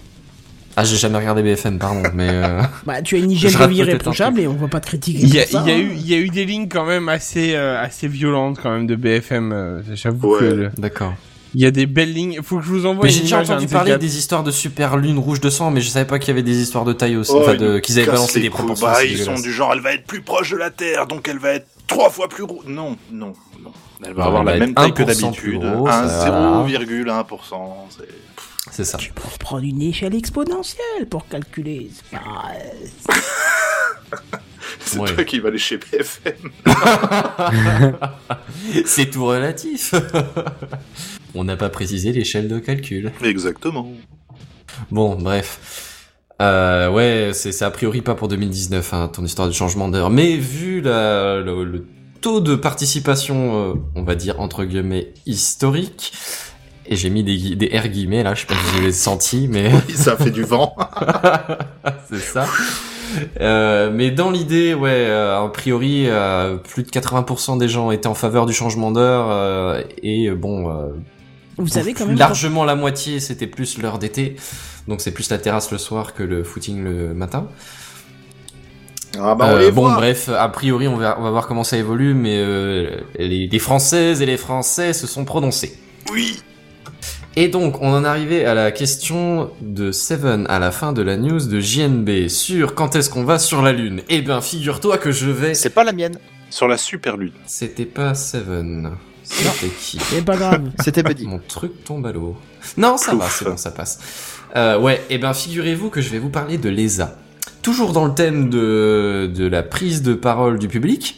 Ah, j'ai jamais regardé BFM, pardon, mais. euh,
Bah, tu as une hygiène
je
de
rate
vie
peut-être un
irréprochable et on va pas te critiquer
Il y, a,
pour ça,
il y a
hein.
eu, il y a eu des lignes quand même assez, euh, assez violentes quand même de BFM. euh, J'avoue
Ouais,
que le-
d'accord.
il y a des belles lignes. Faut que je vous envoie.
Mais
une
j'ai déjà
image d'un
entendu
de ces
parler
quatre.
des histoires de super lune rouge de sang, mais je savais pas qu'il y avait des histoires de taille aussi,
Oh,
enfin
ils
de-
nous
qu'ils avaient
cassent
balancé
les
des
couilles.
proportions.
Bah,
aussi
ils sont
dégueulasses.
du genre, elle va être plus proche de la Terre, donc elle va être trois fois plus grosse. Non, non, non. Elle va
Non,
avoir
elle
la
va
même
être
taille que
1% plus
d'habitude.
grosse,
Un
ça
0,1%. c'est-
C'est ça.
Pour prendre une échelle exponentielle pour calculer. c'est pas-
C'est
Ouais.
toi qui vas aller chez BFM.
C'est tout relatif. On n'a pas précisé l'échelle de calcul.
Exactement.
Bon, bref. Euh, ouais, c'est c'est a priori pas pour 2019, hein, ton histoire de changement d'heure. Mais vu la- le, le taux de participation, euh, on va dire entre guillemets, historique, et j'ai mis des, gui- des R guillemets là, je sais pas si vous les senti, mais...
ça fait du vent.
c'est ça. Euh, mais dans l'idée, ouais, euh, a priori, euh, plus de 80% des gens étaient en faveur du changement d'heure, euh, et euh, bon... euh,
Vous savez quand même.
largement la moitié, c'était plus l'heure d'été, donc c'est plus la terrasse le soir que le footing le matin.
Ah
bah,
Euh, bon, bref, a priori, on va, on va voir comment ça évolue, mais euh, les, les Françaises et les Français se sont prononcés.
Oui.
Et donc, on en arrivait à la question de Seven à la fin de la news de JNB sur quand est-ce qu'on va sur la Lune. Eh bien, figure-toi que je vais.
C'est pas la mienne.
Sur la super lune.
C'était pas Seven. C'était qui
C'est pas grave.
C'était Buddy.
Mon truc tombe à l'eau. Non, ça va,
Plouf.
c'est bon, ça passe. Euh, ouais, et ben figurez-vous que je vais vous parler de l'ESA. Toujours dans le thème de, de la prise de parole du public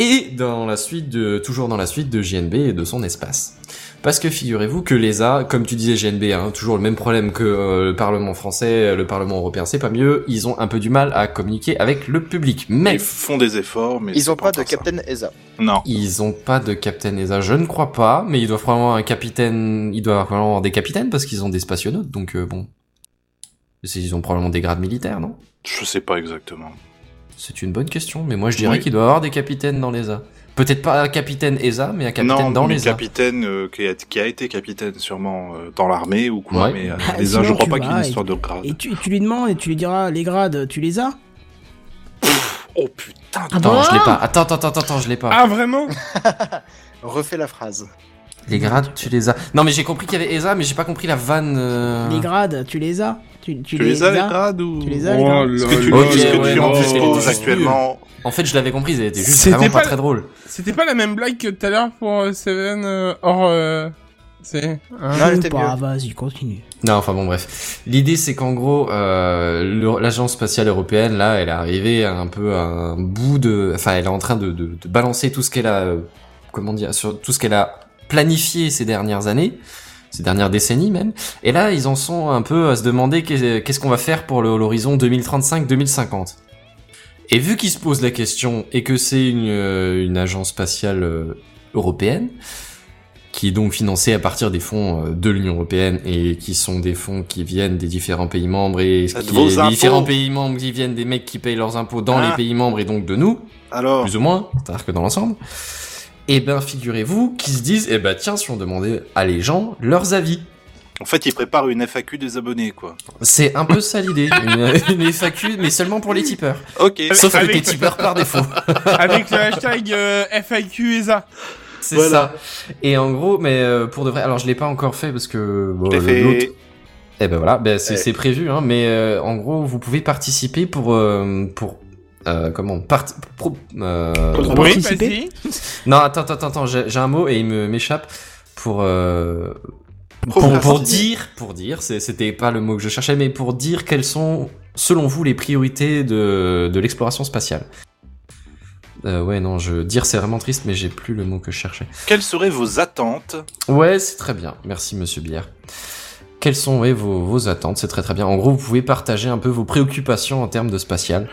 et dans la suite de, toujours dans la suite de JNB et de son espace. Parce que figurez-vous que l'ESA, comme tu disais JNB, hein, toujours le même problème que euh, le Parlement français, le Parlement européen, c'est pas mieux, ils ont un peu du mal à communiquer avec le public. Mais
Ils font des efforts, mais.
Ils ont pas de
encore ça.
Captain ESA.
Non.
ils ont pas de capitaine ESA, je ne crois pas, mais ils doivent probablement avoir un capitaine, ils doivent probablement avoir des capitaines parce qu'ils ont des spationautes, donc euh, bon. C'est- Ils ont probablement des grades militaires, non
Je sais pas exactement.
C'est une bonne question, mais moi je dirais qu'il doit y avoir des capitaines dans les A. Peut-être pas un capitaine ESA, mais un capitaine
non,
dans
mais
les A.
capitaine euh, qui, a, qui a été capitaine sûrement euh, dans l'armée ou quoi,
Ouais.
mais euh,
Ah,
les
sinon,
uns, je crois
tu
pas qu'il y ait
vas
une
et-
histoire de grade.
Et tu, tu lui demandes et tu lui diras les grades, tu les as
Oh putain,
Attends, je l'ai
Ah
pas. Attends, attends, attends, attends, je l'ai pas.
Ah, vraiment
Refais la phrase.
Les grades, tu les as. Non, mais j'ai compris qu'il y avait ESA, mais j'ai pas compris la vanne. euh.
Les grades, tu les as tu,
Tu les as, les grades,
ou Tu les as les
Oh
grades
là
Est-ce que tu,
là
est-ce que
là
tu
là
en
là.
disposes
Oh.
C'était
actuellement
En fait, je l'avais comprise, elle était juste
C'était
vraiment pas,
pas-
très drôle.
C'était pas la même blague que tout à l'heure pour euh, Seven euh, hors. euh, C'est. hein
Je sais pas, vas-y, continue.
Non, enfin bon, bref. L'idée, c'est qu'en gros, euh, le- l'agence spatiale européenne, là, elle est arrivée à un peu à un bout de... Enfin, elle est en train de, de- de balancer tout ce qu'elle a... euh, Comment dire sur Tout ce qu'elle a planifié ces dernières années, ces dernières décennies même. Et là, ils en sont un peu à se demander qu'est- qu'est-ce qu'on va faire pour le- l'horizon 2035-2050. Et vu qu'ils se posent la question et que c'est une, euh, une agence spatiale euh, européenne, qui est donc financée à partir des fonds euh, de l'Union européenne et qui sont des fonds qui viennent des différents pays membres et
De
qui
vos
des
impôts.
différents pays membres qui viennent des mecs qui payent leurs impôts dans
Ah.
les pays membres et donc de nous,
Alors
plus ou moins, c'est-à-dire que dans l'ensemble. Eh ben, figurez-vous qu'ils se disent, eh ben tiens, si on demandait à les gens leurs avis.
En fait, ils préparent une FAQ des abonnés, quoi.
C'est un peu ça l'idée, une, une FAQ, mais seulement pour les tipeurs.
Ok.
Sauf que
Avec-
t'es tipeur par défaut.
Avec le hashtag euh, FAQESA.
C'est ça. Et en gros, mais euh, pour de vrai, alors je l'ai pas encore fait parce que bon,
l'ai
le-
fait.
l'autre- Eh ben voilà, ben c'est
Ouais.
c'est prévu, hein, mais euh, en gros, vous pouvez participer pour euh, pour euh, comment part pro- euh,
Pour
oui.
participer
Non, attends, attends, attends, j'ai j'ai un mot et il me m'échappe pour euh, pour, pour dire pour dire, c'est- c'était pas le mot que je cherchais, mais pour dire quelles sont selon vous les priorités de de l'exploration spatiale. Euh, ouais, non, je dire c'est vraiment triste, mais j'ai plus le mot que je cherchais.
Quelles seraient vos attentes
Ouais, c'est très bien. Merci, monsieur Bière. Quelles sont ouais, vos, vos attentes C'est très très bien. En gros, vous pouvez partager un peu vos préoccupations en termes de spatial.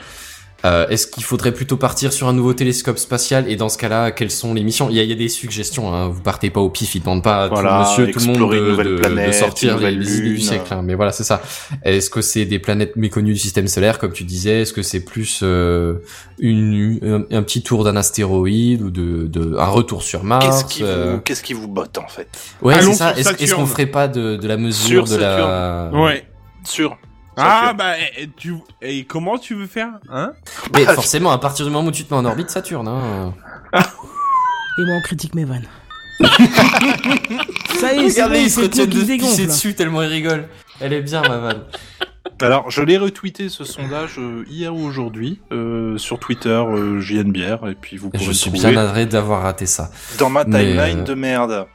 Euh, Est-ce qu'il faudrait plutôt partir sur un nouveau télescope spatial Et dans ce cas-là, quelles sont les missions il y, a, il y a des suggestions. Hein. Vous partez pas au pif. Il demande pas à tout le
Voilà,
monsieur, tout le monde
explorer une
de,
nouvelle
de- de
planète,
sortir
une
les,
nouvelle
les idées du
lune.
siècle. hein. Mais voilà, c'est ça. Est-ce que c'est des planètes méconnues du système solaire, comme tu disais Est-ce que c'est plus euh, une, un, un petit tour d'un astéroïde ou de, de un retour sur Mars
Qu'est-ce qui,
euh,
vous, qu'est-ce qui vous botte, en fait
Ouais,
Allons
c'est ça.
sur
Est-ce est-ce
Saturne.
qu'on ferait pas de, de la mesure
Sur
de la.
Saturne. Ouais. Sur.
Ah bah et, et tu et comment tu veux faire hein
Mais forcément, à partir du moment où tu te mets en orbite Saturne, hein.
Et moi, on critique mes vannes. Ça y est, c'est bon,
Regardez, ils se
c'est Claude qui se
retiennent de se pisser
dégonfle.
dessus tellement ils rigolent. Elle est bien, ma vanne.
Alors, je l'ai retweeté ce sondage euh, hier ou aujourd'hui euh, sur Twitter euh, JNBR et puis vous pouvez
Je
le
suis
trouver
bien navré d'avoir raté ça.
dans ma
Mais,
timeline
euh,
de merde.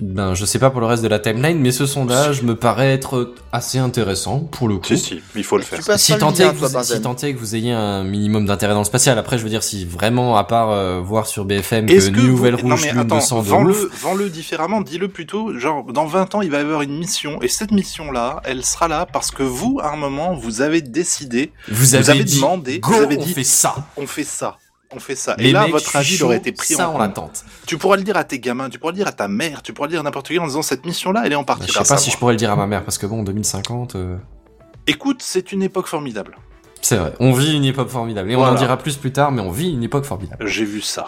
Ben, je sais pas pour le reste de la timeline, mais ce sondage me paraît être assez intéressant pour le coup.
Si, si, il faut le faire.
passes
Si
pas le
tant, est
lien,
que
toi,
vous,
Benzen.
si tant est que vous ayez un minimum d'intérêt dans le spatial, après je veux dire si vraiment à part euh, voir sur BFM
Est-ce
que,
vous-
Nouvelle
non
Rouge
mais
Lune
attends,
200 de
vends-le
ouf,
vends-le différemment, dis-le plutôt, genre dans 20 ans il va y avoir une mission, et cette mission-là, elle sera là parce que vous, à un moment, vous avez décidé,
Vous avez dit,
demandé,
go,
vous avez
on
dit,
fait ça.
on fait ça, on fait ça.
Les
et là,
mecs, je
votre
suis
avis il aurait
chaud,
été pris
ça,
en
on
compte.
l'attente.
Tu pourras le dire à tes gamins, tu pourras le dire à ta mère, tu pourras le dire à n'importe qui en disant cette mission-là, elle est en
Ben,
partie
je sais
grâce
pas
à
si
moi.
je pourrais le dire à ma mère parce que bon, 2050. euh,
Écoute, c'est une époque formidable.
C'est vrai, on vit une époque formidable. Et on en
Voilà.
dira plus plus tard, mais on vit une époque formidable.
J'ai vu ça.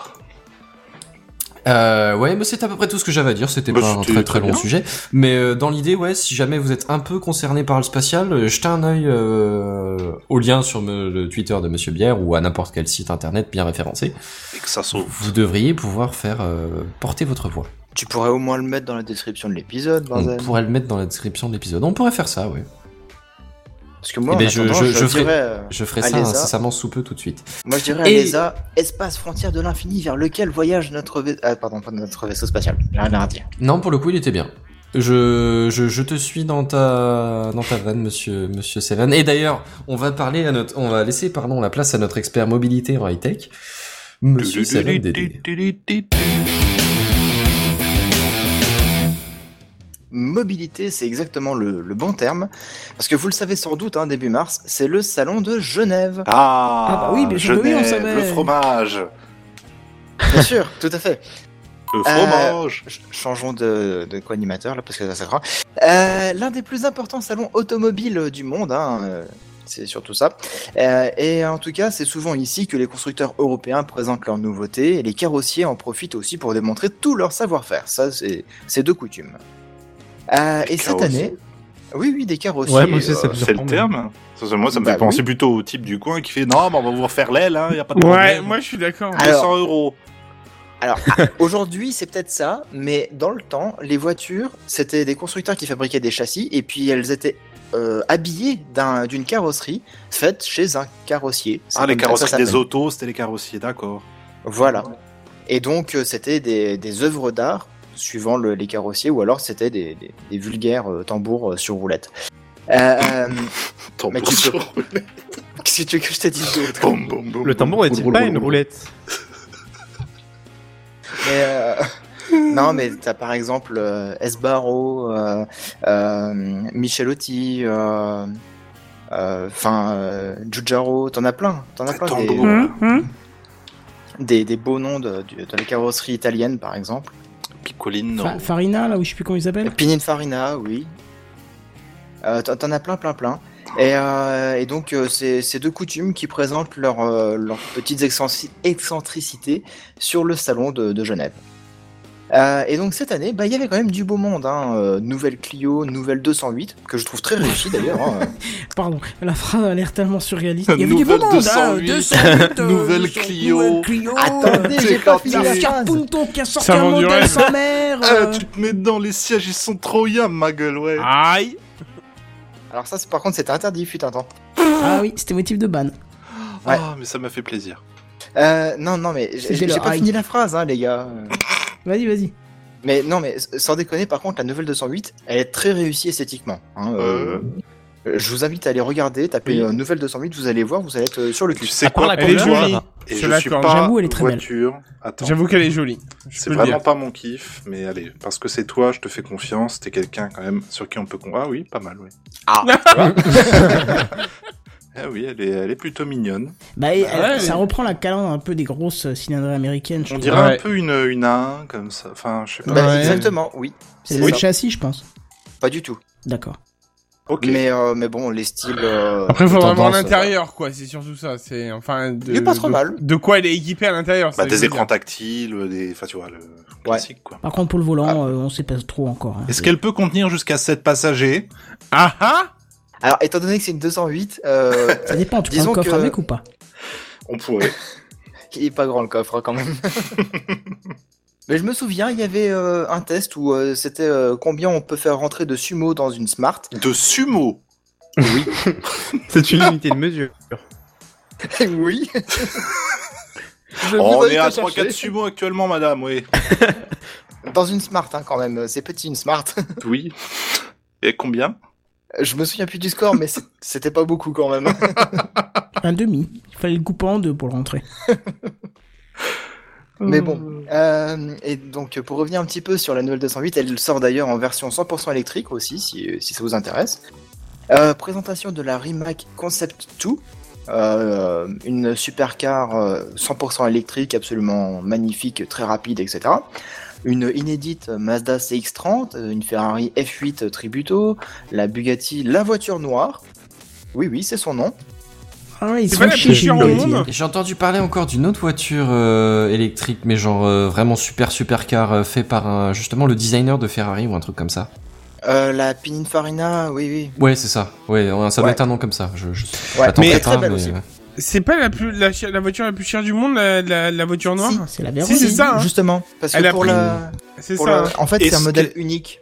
Euh, ouais, mais c'est à peu près tout ce que j'avais à dire. C'était
Bah,
pas un
c'était
très très
très
long
bien.
sujet. Mais euh, dans l'idée, ouais, si jamais vous êtes un peu concerné par le spatial, euh, jetez un œil euh, au lien sur me- le Twitter de Monsieur Bière ou à n'importe quel site internet bien référencé.
Et que ça sauve.
Vous devriez pouvoir faire euh, porter votre voix.
Tu pourrais au moins le mettre dans la description de l'épisode,
On
Benzen.
pourrait le mettre dans la description de l'épisode. On pourrait faire ça, ouais.
Parce que moi,
Eh
en
ben, je,
attendant,
je-
je,
je ferai,
dirais, euh,
je ferai
à
ça
Lesa-
incessamment sous peu tout de suite.
Moi, je dirais à
Et-
l'ESA, espace frontière de l'infini vers lequel voyage notre, vais- ah, pardon, pas notre vaisseau spatial. J'ai rien à dire.
Non, pour le coup, il était bien. Je, je, je te suis dans ta dans ta vanne, monsieur monsieur Seven. Et d'ailleurs, on va parler à notre, on va laisser pardon la place à notre expert mobilité en high tech, monsieur Seven Dédé.
Mobilité, c'est exactement le, le bon terme. Parce que vous le savez sans doute, hein, début mars, c'est le salon de Genève.
Ah,
Ah bah oui, bien sûr que oui, on
Genève,
savait.
le fromage.
Bien sûr, tout à fait.
Le fromage.
Euh, ch- changeons de, de co-animateur là parce que ça s'accroît. Euh, L'un des plus importants salons automobiles du monde, hein, euh, c'est surtout ça. Euh, et en tout cas, c'est souvent ici que les constructeurs européens présentent leurs nouveautés et les carrossiers en profitent aussi pour démontrer tout leur savoir-faire. Ça, c'est c'est de coutume. Euh, et cette
carrossiers.
année, oui, oui, des carrossiers. euh,
c'est le terme. Ça, moi, ça me
Bah
fait penser
oui.
plutôt au type du coin qui fait non, mais on va vous refaire l'aile, hein, y a pas de problème.
Ouais, moi je suis d'accord.
200 euros. Ah,
Alors, aujourd'hui, c'est peut-être ça, mais dans le temps, les voitures, c'était des constructeurs qui fabriquaient des châssis et puis elles étaient euh, habillées d'un- d'une carrosserie faite chez un carrossier. C'est
Ah, les
comme ça que ça
carrosseries des
s'appelle.
autos, c'était les carrossiers, d'accord.
Voilà. Et donc, euh, c'était des, des œuvres d'art suivant le- les carrossiers ou alors c'était des, des- des vulgaires euh, tambours euh, sur roulette.
Bah,
tambours sur roulette. Qu'est-ce que tu veux que je te dise d'autre
Le tambour n'est-il pas une roulette
Mais, euh, non, mais t'as par exemple euh, Esbarro, euh, euh, Michelotti, euh, euh, enfin euh, Giugiaro, t'en as plein, t'en as plein des,
Hein
Tambour.
des, des beaux noms de, du- de la carrosserie italienne par exemple.
Piccolino.
Fa- Farina, là, où je sais plus comment ils s'appellent.
Pininfarina, oui. Euh, t'en- T'en as plein, plein, plein. Et, euh, et donc, euh, c'est c'est deux coutumes qui présentent leurs euh, leurs petites excensi- excentricités sur le salon de, de Genève. Euh, et donc, cette année, bah, il y avait quand même du beau monde. Hein. Euh, nouvelle Clio, nouvelle 208, que je trouve très réussie d'ailleurs. hein.
Pardon, la phrase a l'air tellement surréaliste. Il y avait du beau
Nouvelle
monde, hein,
208.
208, euh,
Nouvelle
200,
Clio.
nouvelle Clio.
Attendez, j'ai pas fini la phrase.
Carpunto qui a sorti
Ça
un
vend du
modèle
rêve.
sans mère.
Ah,
euh,
tu te mets dedans, les sièges ils sont trop yam, ma gueule, ouais.
Ah,
Aïe
Alors, ça, c'est- par contre, c'était interdit, fut un temps.
Ah oui, c'était motif de ban.
Ouais.
Ah, mais ça m'a fait plaisir.
Euh, non, non, mais j'ai
C'était
j'ai
le
pas
high.
fini la phrase, hein, les gars.
Vas-y, vas-y.
Mais non, mais s- sans déconner, par contre, la nouvelle 208, elle est très réussie esthétiquement. hein, euh, euh, Je vous invite à aller regarder, taper
Oui.
euh, nouvelle 208, vous allez voir, vous allez être euh, sur le cul.
Tu sais quoi, pour moi, Et je suis pas voiture. Attends.
J'avoue qu'elle est jolie. Je
C'est
peux le
vraiment
dire.
pas mon kiff, mais allez, parce que c'est toi, je te fais confiance, t'es quelqu'un quand même sur qui on peut con. Ah oui, pas mal, oui.
Ah,
ah oui, elle est, elle est plutôt mignonne.
Bah, et,
Ah
elle-
ouais,
ça
mais-
reprend la calandre un peu des grosses euh, cylindrées américaines. je
On
trouve.
dirait un peu une une A1, comme ça. Enfin, je sais pas.
Bah, Exactement, oui.
C'est
ça.
le châssis, je pense.
Pas du tout.
D'accord.
Mais, euh, mais bon, les styles. euh,
Après, faut
les
vraiment
tendances,
l'intérieur, quoi. C'est surtout ça. C'est enfin. De,
Il est pas trop
de-
mal.
De quoi elle est équipée à l'intérieur
Bah,
c'est ça que je
des
veux
écrans
dire.
tactiles, euh, des. Enfin, tu vois, le classique, quoi.
Par contre, pour le volant,
Ah.
euh, on sait pas trop encore. hein.
Est-ce qu'elle peut contenir jusqu'à 7 passagers
Ah ah
Alors, étant donné que c'est une 208, euh,
Ça dépend, tu prends
disons
le coffre
que-
avec ou pas
On pourrait.
Il est pas grand le coffre hein, quand même. Mais je me souviens, il y avait euh, un test où euh, c'était euh, combien on peut faire rentrer de sumo dans une smart.
De sumo
Oui.
C'est une unité de mesure.
oui. Je vous
Oh, on
invite
est à
chercher.
3-4 sumo actuellement, madame, oui.
Dans une smart hein, quand même, c'est petit une smart.
Oui. Et combien
je me souviens plus du score, mais c'est- c'était pas beaucoup quand même.
Un demi. Il fallait le couper en deux pour le rentrer.
Mais bon. euh, et donc, pour revenir un petit peu sur la nouvelle 208, elle sort d'ailleurs en version 100% électrique aussi, si, si ça vous intéresse. Euh, présentation de la Rimac Concept 2. euh, une supercar euh, 100% électrique, absolument magnifique, très rapide, etc. Une inédite Mazda CX-30, euh, une Ferrari F8 Tributo, la Bugatti La Voiture Noire. Oui, oui, c'est son nom.
Ah ouais, ils
C'est
sont
pas la
chiés chez
pire au
Bugatti,
monde.
hein.
J'ai entendu parler encore d'une autre voiture euh, électrique, mais genre euh, vraiment super super car euh, fait par un- justement le designer de Ferrari ou un truc comme ça.
Euh, la Pininfarina, oui, oui.
Ouais, c'est ça. Ouais, ça doit être un nom comme ça. Je, hein, je,
Ouais,
j'attends
mais
pas,
très belle aussi.
euh,
C'est pas la, plus, la, chi- la voiture la plus chère du monde, la, la, la voiture noire
C'est la
Si, c'est ça. hein.
Justement, parce que
Elle a
pour
pris-
la-
C'est
pour
ça.
la- en fait, c'est un modèle unique.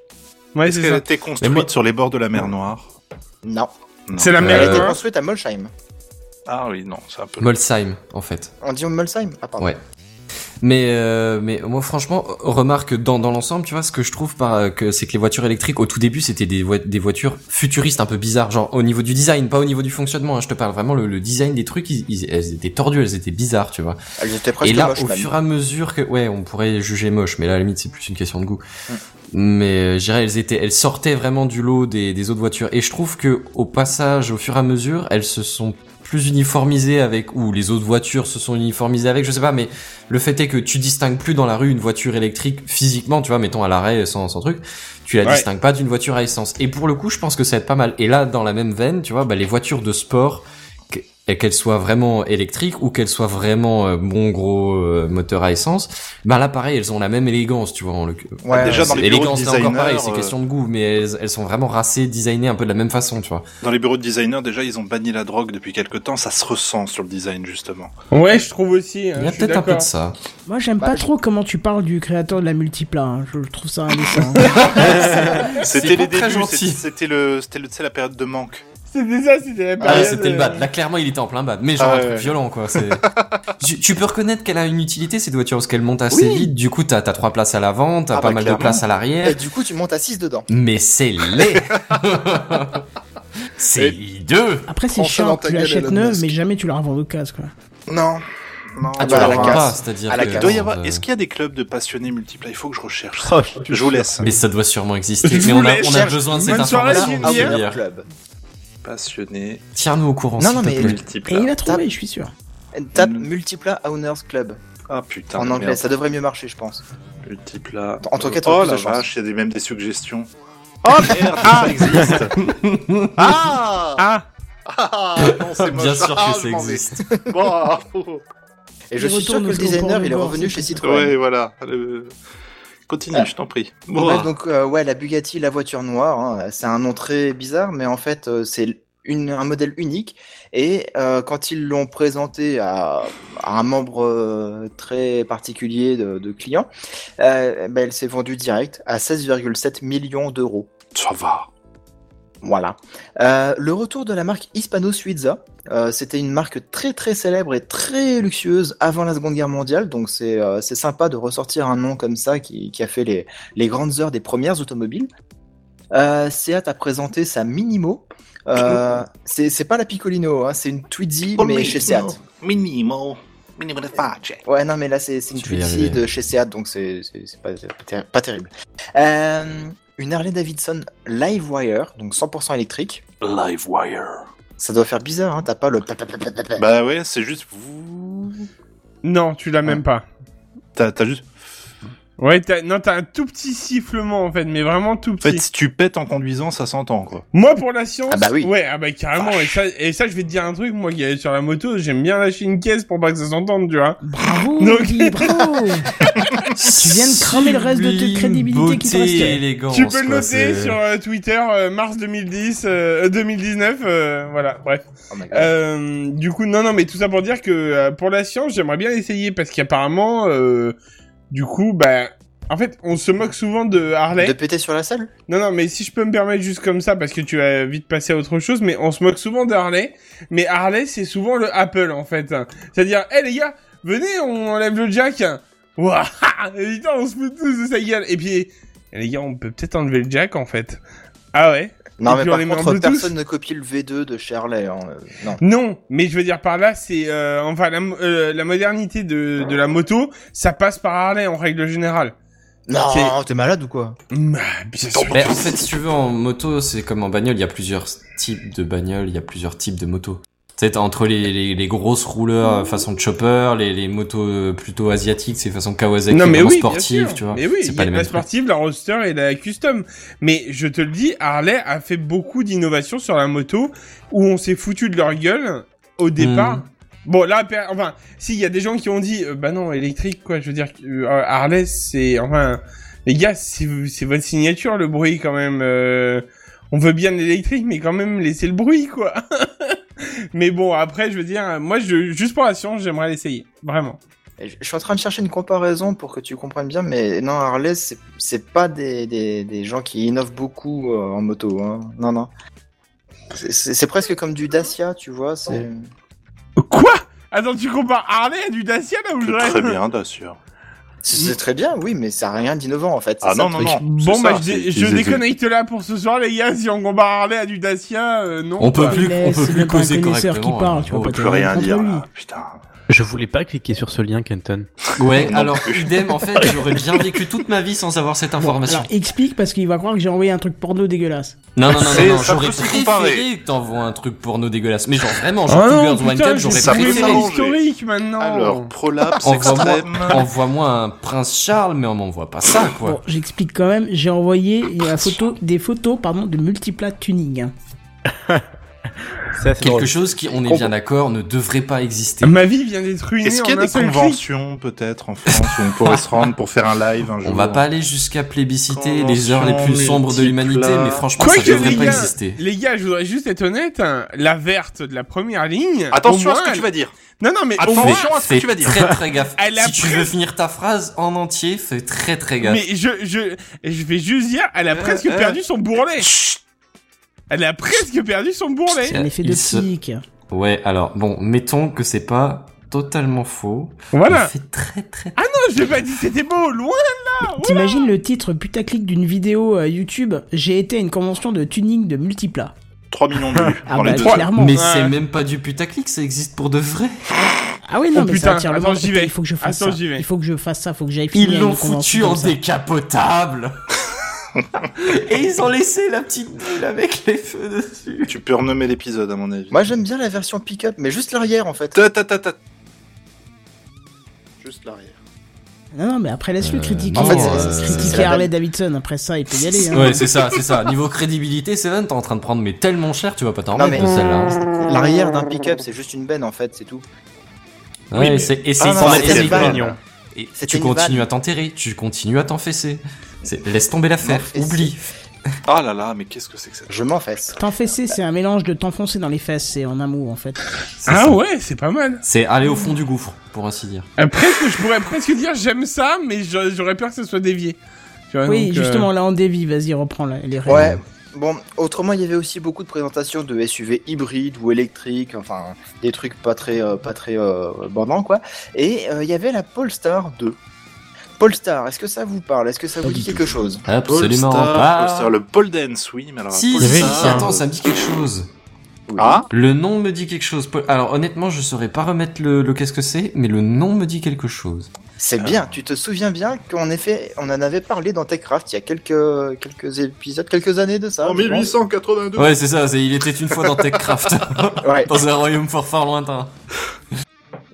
Ouais,
Est-ce
c'est
qu'elle
ça.
a été construite sur les bords de la mer Noire
Non.
Non.
C'est la mer
Elle a été
Noire.
construite à Molsheim.
Ah oui, non, c'est un peu.
Molsheim en fait.
On dit Molsheim Ah, pardon.
Ouais. Mais euh, mais moi franchement remarque dans dans l'ensemble tu vois ce que je trouve par euh, que c'est que les voitures électriques au tout début c'était des voi- des voitures futuristes un peu bizarres genre au niveau du design pas au niveau du fonctionnement hein, je te parle vraiment le, le design des trucs ils- ils- elles étaient tordues elles étaient bizarres tu vois
Elles étaient presque
et là
moches,
au
même.
fur et à mesure que ouais on pourrait juger moche mais là à la limite c'est plus une question de goût mais euh, je dirais elles étaient elles sortaient vraiment du lot des des autres voitures et je trouve que au passage au fur et à mesure elles se sont plus uniformisé avec, ou les autres voitures se sont uniformisées avec, je sais pas, mais le fait est que tu distingues plus dans la rue une voiture électrique physiquement, tu vois, mettons à l'arrêt sans, sans truc, tu la
Ouais.
distingues pas d'une voiture à essence. Et pour le coup, je pense que ça va être pas mal. Et là, dans la même veine, tu vois, bah, les voitures de sport, que- et qu'elles soient vraiment électriques ou qu'elles soient vraiment euh, bon gros euh, moteur à essence, bah là pareil, elles ont la même élégance, tu vois. En le...
Ouais, déjà, dans
c'est-
les bureaux de
élégance, c'est encore
designer,
pareil, c'est
euh,
question de goût, mais elles, elles sont vraiment racées, designées un peu de la même façon, tu vois.
Dans les bureaux de designers, déjà, ils ont banni la drogue depuis quelques temps. Ça se ressent sur le design, justement.
Ouais, hein. Euh, je trouve aussi.
Il y a peut-être un peu de ça.
Moi, j'aime pas trop comment tu parles du créateur de la multipla. hein. Je trouve ça indécent.
C'était les débuts, c'était c'était le, c'était le, tu sais, la période de manque.
C'était ça, c'était la
Ah,
période.
c'était le
euh,
bad. Là, clairement, il était en plein bad. Mais genre
Ah
un
ouais,
truc
ouais.
violent, quoi. c'est- tu, tu peux reconnaître qu'elle a une utilité, cette voiture, parce qu'elle monte assez
Oui.
vite. Du coup, t'as as trois places à l'avant, t'as
Ah
pas
bah,
mal
clairement.
de places à l'arrière.
Et du coup, tu montes à 6 dedans.
Mais c'est laid C'est hideux
Après, c'est chiant. Tu l'achètes neuve, mais jamais tu la revends au casse, quoi.
Non. Non,
Ah, tu
bah,
la revends pas,
c'est-à-dire
À la
que-
casse. Doit y avoir-
Euh,
Est-ce qu'il y a des clubs de passionnés multiples Il faut que je recherche.
Oh,
ça. je vous laisse.
Mais ça doit sûrement exister.
Je
Mais
vous
on a,
laisse.
on a
Cherche.
besoin de cette
Bonne soirée,
information.
Gilles.
Gilles.
Gilles. Club. Passionné.
Tiens-nous au courant,
Non,
s'il
non,
te
mais
plaît.
multiple.
Et il a trouvé, je suis sûr.
Tape Multipla Owners Club.
Ah Mm. putain.
En anglais,
merde.
ça devrait mieux marcher, je pense.
Multipla.
En tout cas, t'auras
oh
plus
la
de chance.
vache, il y a des- même des suggestions. Oh merde, ça existe.
Ah
Ah
Ah
non, c'est moche.
Bien sûr que
Ah,
ça
je m'en vais.
existe.
Bon.
Et je
Il
suis sûr
retourne
que le
au scope
designer,
en
il est
bord,
revenu
c'est
chez
tout.
Citroën.
Ouais, voilà. Le- Continue,
Ah.
je t'en prie.
Bon,
Bon. bah.
bref, donc euh, ouais, la Bugatti, la voiture noire, hein, c'est un nom très bizarre, mais en fait euh, c'est une, un modèle unique. Et euh, quand ils l'ont présenté à, à un membre euh, très particulier de, de clients, euh, ben, elle s'est vendue direct à 16,7 millions d'euros.
Ça va.
Voilà. Euh, le retour de la marque Hispano Suiza. Euh, C'était une marque très très célèbre et très luxueuse avant la Seconde Guerre mondiale, donc c'est euh, c'est sympa de ressortir un nom comme ça qui, qui a fait les, les grandes heures des premières automobiles. Euh, Seat a présenté sa Minimo. Euh, c'est c'est pas la Piccolino, hein, c'est une Twizy
Oh,
mais chez Seat.
Minimo. Minimo de face.
Ouais, non, mais là, c'est c'est une
vas y
Twizy
arriver.
de chez Seat, donc c'est c'est- c'est pas, c'est pas terri- pas terrible. Euh, une Harley Davidson Livewire, donc 100% électrique.
Livewire.
Ça doit faire bizarre, hein, t'as pas le. pa- pa- pa- pa- pa- pa-
Bah ouais, c'est juste.
Non, tu l'as même
Ah.
pas.
T'as t'as juste.
Ouais, t'as, non, t'as un tout petit sifflement en fait, mais vraiment tout
En
petit.
fait, si tu pètes en conduisant, ça s'entend quoi.
Moi pour la science,
Ah bah oui.
ouais, ah bah carrément. Et ça, et ça, je vais te dire un truc, moi qui est sur la moto, j'aime bien lâcher une caisse pour pas que ça s'entende, tu vois.
Bravo,
Donc-
Guy, bravo Tu viens de cramer le reste de
Sublime
toute crédibilité qui te
beauté et
restait.
élégance,
tu peux le
quoi,
noter
c'est-
sur euh, Twitter, euh, mars 2010, euh, euh, 2019, euh, voilà, bref.
bah,
Euh, du coup, non, non, mais tout ça pour dire que euh, pour la science, j'aimerais bien essayer parce qu'apparemment, euh, du coup, bah, en fait, on se moque souvent de
bah.
Harley. De
péter sur la salle
Non, non, mais si je peux me permettre juste comme ça, parce que tu vas vite passer à autre chose, mais on se moque souvent de Harley. Mais Harley, c'est souvent le Apple, en fait. C'est-à-dire, hé les gars, venez, on enlève le jack. Ouah, putain, on se fout tous de sa gueule. Et puis, eh, les gars, on peut peut-être enlever le jack, en fait. Ah ouais
Non,
Et
mais
puis on
par
les met en
contre,
Bluetooth
personne ne copie le V2 de chez Harley. hein, euh, Non.
non, mais je veux dire par là, c'est euh, enfin la, mo- euh, la modernité de, de la moto, ça passe par Harley en règle générale. Bah,
Non, t'es malade ou quoi
Mais en fait, si tu veux, en moto, c'est comme en bagnole, il y a plusieurs types de bagnoles, il y a plusieurs types de motos. Tu sais, t'as entre les, les, les grosses rouleurs euh, façon chopper, les, les motos euh, plutôt asiatiques, c'est façon Kawasaki,
non mais
vraiment
oui, bien
sportive,
sûr.
tu vois.
Mais oui,
c'est
il y
pas
a
les
la
mêmes trucs.
sportive, la roadster et la custom. Mais je te le dis, Harley a fait beaucoup d'innovations sur la moto où on s'est foutu de leur gueule au départ.
Mhm.
Bon là, per- enfin, s'il y a des gens qui ont dit, euh, bah non, électrique quoi. Je veux dire, euh, Harley, c'est enfin, les gars, c'est c'est votre signature le bruit quand même. euh, on veut bien de l'électrique, mais quand même laisser le bruit quoi. mais bon, après, je veux dire, euh, moi, je, juste pour la science, j'aimerais l'essayer, vraiment.
Je je suis en train de chercher une comparaison pour que tu comprennes bien, mais non, Harley, c'est c'est pas des, des, des gens qui innovent beaucoup euh, en moto. hein. Non, non. C'est- C'est c'est presque comme du Dacia, tu vois. c'est-
Attends, tu compares Harley à du Dacia là où je rêve
Très bien, Dacia.
C'est très bien, oui, mais ça n'a rien d'innovant en fait.
Ah non, non, non.
Bon,
C'est
bah,
ça,
je,
c'est-
dé- je
ils étaient-
déconnecte là pour ce soir, les gars. Si on compare Harley à du Dacia, euh, non.
On peut
quoi.
plus- on peut plus
C'est même pas un
causer
connaisseur qui
correctement,
parle,
hein.
tu vois,
On
pas
peut
t'as rien
rien
contre
dire,
lui.
là.
Je voulais pas cliquer sur ce lien, Kenton.
Ouais, alors idem, en fait, j'aurais bien vécu toute ma vie sans avoir cette information.
Alors explique parce qu'il va croire que j'ai envoyé un truc porno dégueulasse.
Non, non, non, non,
C'est-
non,
ça
j'aurais
peut se
préféré
comparer.
que t'envoies un truc porno dégueulasse. Mais genre vraiment, genre
Ah
Two
non,
Girls One
putain,
Cup,
je
j'aurais
vais
préféré.
faire historique maintenant.
Alors, prolapse
Envoie-moi
extrême.
envoie-moi un Prince Charles, mais on m'envoie pas ça, quoi.
Bon, j'explique quand même. J'ai envoyé il y a la photo, des photos pardon, de multiplat tuning. hein.
Quelque chose qui, on est bien d'accord, ne devrait pas exister.
Ah, Ma vie vient d'être ruinée.
Est-ce qu'il y a
en un
des
seul clic.
conventions peut-être en France où on pourrait se rendre pour faire un live un jour
On va pas aller jusqu'à plébisciter les heures les plus sombres de l'humanité, mais franchement, ça
Quoique,
devrait
les
pas
gars,
exister.
Les gars, je voudrais juste être honnête, hein, la verte de la première ligne.
Attention
au
à ce
moins,
que tu vas dire.
Non, non, mais au
Fais-
moins-
fais Très très gaffe.
Elle a
Si tu
pris-
veux finir ta phrase en entier, fais très très gaffe.
Mais je, je, je vais juste dire, elle a presque
euh.
perdu son bourrelet. Elle a presque perdu son bourrelet.
Il se- Ouais, alors bon, mettons que c'est pas totalement faux.
Voilà.
Il fait très très.
Ah non, j'ai pas dit que c'était beau, loin de là.
T'imagines le titre putaclic d'une vidéo euh, YouTube J'ai été à une convention de tuning de multiplat.
3 millions de vues.
Ah
dans les
bah,
deux.
clairement.
Mais
Ouais.
c'est même pas du putaclic, ça existe pour de vrai.
Ah oui, non,
Oh
mais
putain,
ça attire le
attends,
monde.
j'y
Putain,
vais.
Il faut que je fasse
Attends,
ça.
j'y vais.
Il faut que je fasse ça, faut que j'aille finir
Ils
une
l'ont
convention
foutu
comme
en
ça.
décapotable. Et ils ont laissé la petite bulle avec les feux dessus.
Tu peux renommer l'épisode à mon avis.
Moi j'aime bien la version pick-up, mais juste l'arrière en fait. Juste l'arrière.
Non, non, mais après, laisse-le
Euh,
critiquer.
non,
En fait,
euh, c'est- c'est
critiquer
la
Harley
même-
Davidson. Après ça, il peut y aller. hein.
Ouais, c'est ça, c'est ça. Niveau crédibilité, Seven, t'es en train de prendre mais tellement cher, tu vas pas t'en
Non,
remettre
mais
de celle-là. hein.
l'arrière d'un pick-up c'est juste une benne en fait, c'est tout.
Ouais,
Oui, mais-
c'est
Ah,
essaye
non,
pas,
c'était
essaye
une
pas.
vanne.
Et
C'était
tu
une
continues
vanne.
à t'enterrer, tu continues à t'enfesser. C'est- Laisse tomber l'affaire, oublie.
Ah là là, mais qu'est-ce que c'est que ça
Je m'enfesse.
T'enfesser, c'est un mélange de t'enfoncer dans les fesses. C'est en un mot, en fait.
Ah ouais, c'est pas mal.
C'est aller au fond du gouffre, pour ainsi dire.
Presque, je pourrais presque dire j'aime ça, mais j'a- j'aurais peur que ça soit dévié. Tu vois,
oui,
donc, euh,
justement, là, on dévie. Vas-y, reprends là, les règles.
Ouais. Bon, autrement, il y avait aussi beaucoup de présentations de SUV hybrides ou électriques, enfin des trucs pas très, euh, pas très euh, bornants quoi. Et euh, il y avait la Polestar 2. Polestar, est-ce que ça vous parle Est-ce que ça vous dit quelque chose
Absolument
Polestar,
pas.
Polestar, le pole dance, oui, mais alors.
Si,
Polestar-
si, si, attends, ça me dit quelque chose.
Ah
Le nom me dit quelque chose. Po- Alors honnêtement, je saurais pas remettre le, le qu'est-ce que c'est, mais le nom me dit quelque chose.
C'est bien, tu te souviens bien qu'en effet, on en avait parlé dans TechCraft il y a quelques, quelques épisodes, quelques années de ça.
En
je pense.
1882.
Ouais, c'est ça, c'est il était une fois dans TechCraft.
Ouais.
dans un royaume fort fort lointain.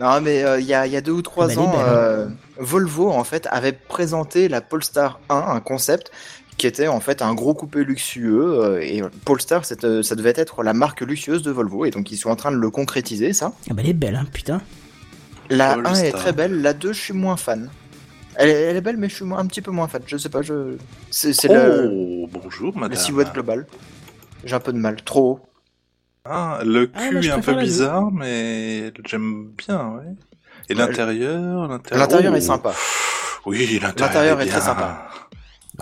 Non, mais euh, il y, a, il y a deux ou trois
Bah, elle est
ans,
belle, hein.
euh, Volvo en fait avait présenté la Polestar 1, un concept qui était en fait un gros coupé luxueux. euh, et Polestar, c'est, euh, ça devait être la marque luxueuse de Volvo, et donc ils sont en train de le concrétiser ça.
Ah bah, elle est belle, hein, putain.
La
Polestar.
1 est très belle, la 2 je suis moins fan. Elle, est- elle est belle, mais je suis moins- un petit peu moins fan. Je sais pas, je c'est, c'est
oh,
le-
bonjour
la
madame.
silhouette globale. J'ai un peu de mal, trop haut.
Ah, le
Ah,
cul
bah,
moi, je
est un peu
préfère la
bizarre, mais j'aime bien, ouais. Et l'intérieur, l'intérieur.
L'intérieur
Oh.
est sympa.
Oui, l'intérieur.
L'intérieur est
bien.
très sympa.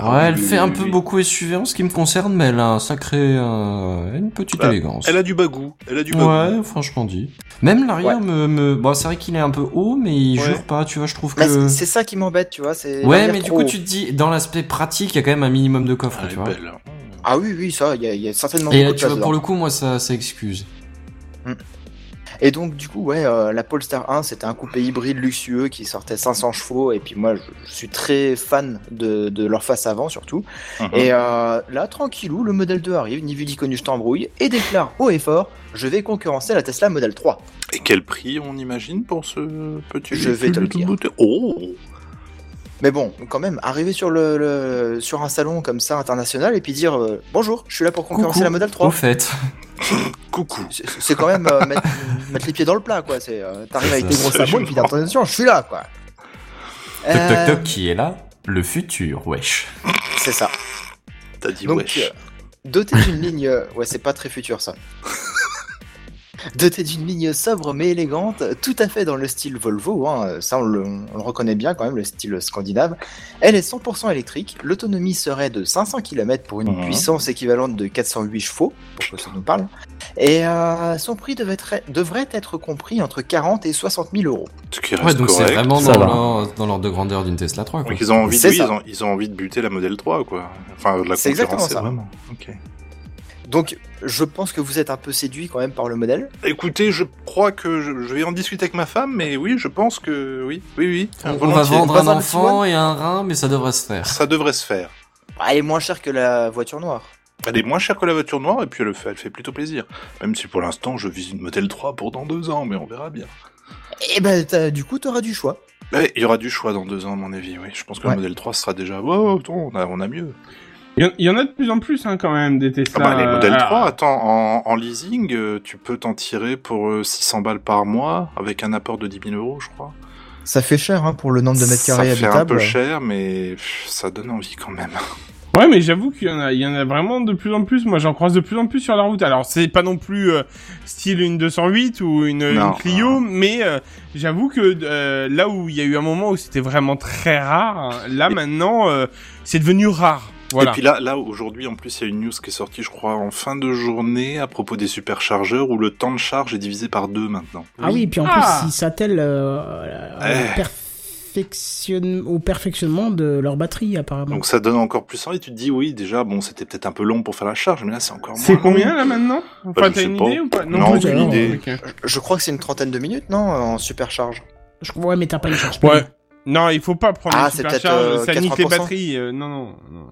ouais, elle fait un
Ah oui,
peu
oui.
beaucoup SUV en ce qui me concerne, mais elle a un sacré, euh, une petite
Bah,
élégance.
Elle a du bagou. Elle a du bagou.
Ouais, franchement dit. Même l'arrière me, me- bon, c'est vrai qu'il est un peu haut, mais il
Ouais.
jure pas. Tu vois, je trouve
Mais
que.
Bah, c'est- c'est ça qui m'embête, tu vois. C'est
Ouais,
l'arrière
mais du
trop
coup,
haut.
tu te dis, dans l'aspect pratique, il y a quand même un minimum de coffre, tu vois.
Ah oui, oui, ça, il y, a- il y a certainement
Et
beaucoup
là,
de
tu vois,
place dedans.
pour le coup, moi, ça, ça excuse.
Et donc, du coup, ouais, euh, la Polestar 1, c'était un coupé hybride luxueux qui sortait 500 chevaux. Et puis, moi, je, je suis très fan de, de leur face avant, surtout.
Mhm.
Et euh, là, tranquillou, le modèle 2 arrive, ni vu ni connu, je t'embrouille, et déclare haut et fort Je vais concurrencer la Tesla Model 3.
Et quel prix on imagine pour ce petit
Je vais te le dire.
Oh
Mais bon, quand même, arriver sur, le, le- sur un salon comme ça, international, et puis dire euh, Bonjour, je suis là pour concurrencer
Coucou.
la Model 3.
Au fait.
Coucou.
C'est quand même euh, mettre, mettre les pieds dans le plat, quoi. C'est, euh, t'arrives avec tes gros sabots, et puis attention, je suis là, quoi.
Toc toc
Euh,
toc, qui est là Le futur, wesh.
C'est ça.
T'as dit
Donc,
wesh.
euh, doté d'une ligne. euh, Ouais, c'est pas très futur ça. Doté d'une ligne sobre mais élégante, tout à fait dans le style Volvo, hein, euh, ça on le, on le reconnaît bien quand même, le style scandinave. Elle est 100% électrique, l'autonomie serait de 500 km pour une
Mhm.
puissance équivalente de 408 chevaux, pour que ça nous parle. Et euh, son prix devait être- devrait être compris entre 40 et 60 000 euros.
Ce qui reste
Ouais, donc c'est
correct.
vraiment
Ça
dans
va.
l'ordre dans l'ordre de grandeur d'une Tesla 3. Quoi.
Donc ils ont envie, de,
C'est
oui, ils,
ça.
ont, ils ont envie de buter la modèle 3, quoi. Enfin, de la
C'est exactement
concurrencer
ça.
vraiment. Ok.
Donc, je pense que vous êtes un peu séduit quand même par le modèle.
Écoutez, je crois que je, je vais en discuter avec ma femme, mais oui, je pense que oui, oui, oui.
On, on va
volontiers.
vendre
Bah,
Pas
un
dans le
enfant
T1.
et un rein, mais ça devrait se faire.
Ça devrait se faire.
Ah, Elle est moins chère que la voiture noire.
Elle est moins chère que la voiture noire et puis elle fait, elle fait plutôt plaisir. Même si pour l'instant je vise une Model 3 pour dans deux ans, mais on verra bien.
Et ben, t'as- du coup, t'auras du choix.
Mais il y aura du choix dans deux ans à mon avis, oui. Je pense que la Model 3 sera déjà... Oh, attends, on a, on a mieux.
Il y en- il y, en a de plus en plus hein, quand même des Tesla.
Ah bah, les
euh,
modèles
alors,
3, attends, en, en leasing, euh, tu peux t'en tirer pour euh, 600 balles par mois avec un apport de 10 000 euros, je crois.
Ça fait cher hein, pour le nombre de mètres
Ça
carrés
fait
habitables.
un peu cher, mais pff, ça donne envie quand même.
Ah. Ouais, mais j'avoue qu'il y en a, il y en a vraiment de plus en plus. Moi, j'en croise de plus en plus sur la route. Alors, c'est pas non plus euh, style une 208 ou une, une
Non,
Clio, mais euh, j'avoue que euh, là où il y a eu un moment où c'était vraiment très rare, hein, là maintenant, euh, c'est devenu rare. Voilà.
Et puis là, là aujourd'hui, en plus, il y a une news qui est sortie, je crois, en fin de journée à propos des superchargeurs où le temps de charge est divisé par deux maintenant.
Mm.
Ah oui, et puis en
Ah.
plus, ils s'attellent euh, à la-
Eh.
au perfection- au perfectionnement de leur batterie, apparemment.
Donc ça donne encore plus envie. Tu te dis, oui, déjà, bon, c'était peut-être un peu long pour faire la charge, mais là, c'est encore
C'est
moins long.
combien là maintenant Enfin,
Bah, je
t'as
sais
une
pas.
idée ou pas
Non,
pas
aucune
du tout.
idée.
Ok.
Je- Je crois que c'est une trentaine de minutes, non euh, En supercharge.
Je... Ouais, mais t'as pas les charges.
Ouais. Non, il faut pas prendre
Ah,
une
c'est
supercharge,
peut-être, euh,
ça nique les
80%.
batteries. euh, non, non, non.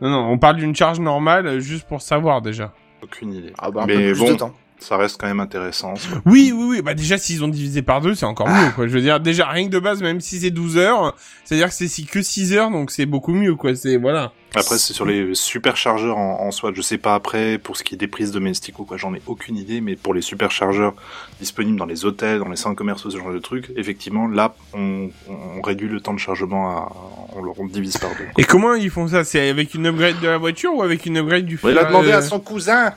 Non, non, on parle d'une charge normale euh, juste pour savoir déjà.
Aucune idée.
Ah bah, un
mais
peu plus
bon,
de temps.
ça reste quand même intéressant. ça.
Oui, oui, oui. Bah déjà, s'ils ont divisé par deux, c'est encore mieux, quoi. Je veux dire, déjà, rien que de base, même si c'est 12 heures, c'est-à-dire que c'est si- que 6 heures, donc c'est beaucoup mieux, quoi. C'est, voilà.
Après, c'est sur les superchargeurs en, en soi. Je sais pas après pour ce qui est des prises domestiques ou quoi, j'en ai aucune idée, mais pour les superchargeurs disponibles dans les hôtels, dans les centres commerciaux, ce genre de trucs, effectivement, là, on, on réduit le temps de chargement à, on le on le divise par deux.
Et comment ils font ça C'est avec une upgrade de la voiture ou avec une upgrade du
Il a
fer-
demandé
euh,
à son
cousin.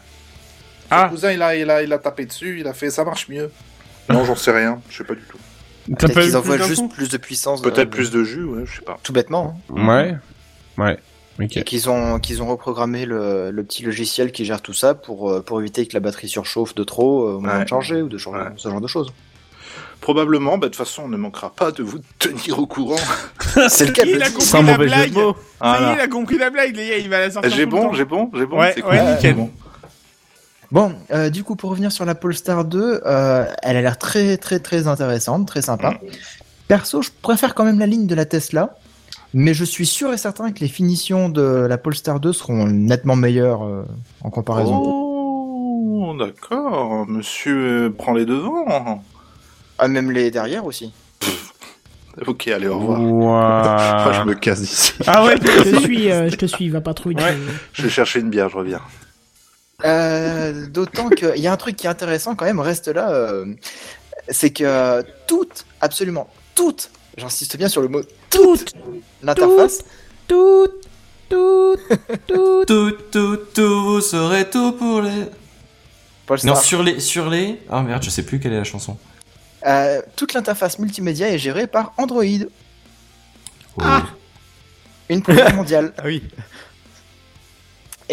Ah.
cousin, il a, il, a, il a tapé dessus, il a fait ça marche mieux. Non, j'en sais rien, je sais pas du tout.
T'as
Peut-être
pas eu
qu'ils envoient
plus
juste
d'infos
plus de puissance. euh,
Peut-être plus de jus, ouais, je sais pas.
Tout bêtement. hein.
Ouais. Ouais. Ok.
Et qu'ils ont, qu'ils ont reprogrammé le, le petit logiciel qui gère tout ça pour, euh, pour éviter que la batterie surchauffe de trop euh, au moment
Ouais.
de charger ou de changer, ce genre de choses.
Probablement, bah, de toute façon, on ne manquera pas de vous tenir au courant.
C'est le
cas de le Il a dire. compris Sans la mauvais jeu de blague. mots. Ça y est,
Voilà.
il a compris la blague, les gars, il va la sortir.
Eh, J'ai
tout le
bon,
temps.
j'ai bon, j'ai bon,
Ouais,
c'est cool.
ouais, nickel.
Bon, euh, du coup, pour revenir sur la Polestar 2, euh, elle a l'air très, très, très intéressante, très sympa.
Mm.
Perso, je préfère quand même la ligne de la Tesla, mais je suis sûr et certain que les finitions de la Polestar 2 seront nettement meilleures euh, en comparaison.
Oh, d'accord, monsieur euh, prend les devants.
Ah, même les derrière aussi.
Ok, allez, au revoir.
Ouah.
Moi, je me casse d'ici.
Ah ouais,
Je te suis, euh, je te suis, va pas trop vite.
Je vais chercher une bière, je reviens.
Euh, D'autant qu'il y a un truc qui est intéressant quand même, reste là, euh, c'est que toutes, absolument toutes, j'insiste bien sur le mot toutes, l'interface,
Tout, tout, tout.
Tout, tout, tout, vous serez tout pour les.
Polestar.
Non, sur les, sur les. Ah merde, je sais plus quelle est la chanson.
euh, toute l'interface multimédia est gérée par Android.
Ah,
Oh.
Une première mondiale.
oui.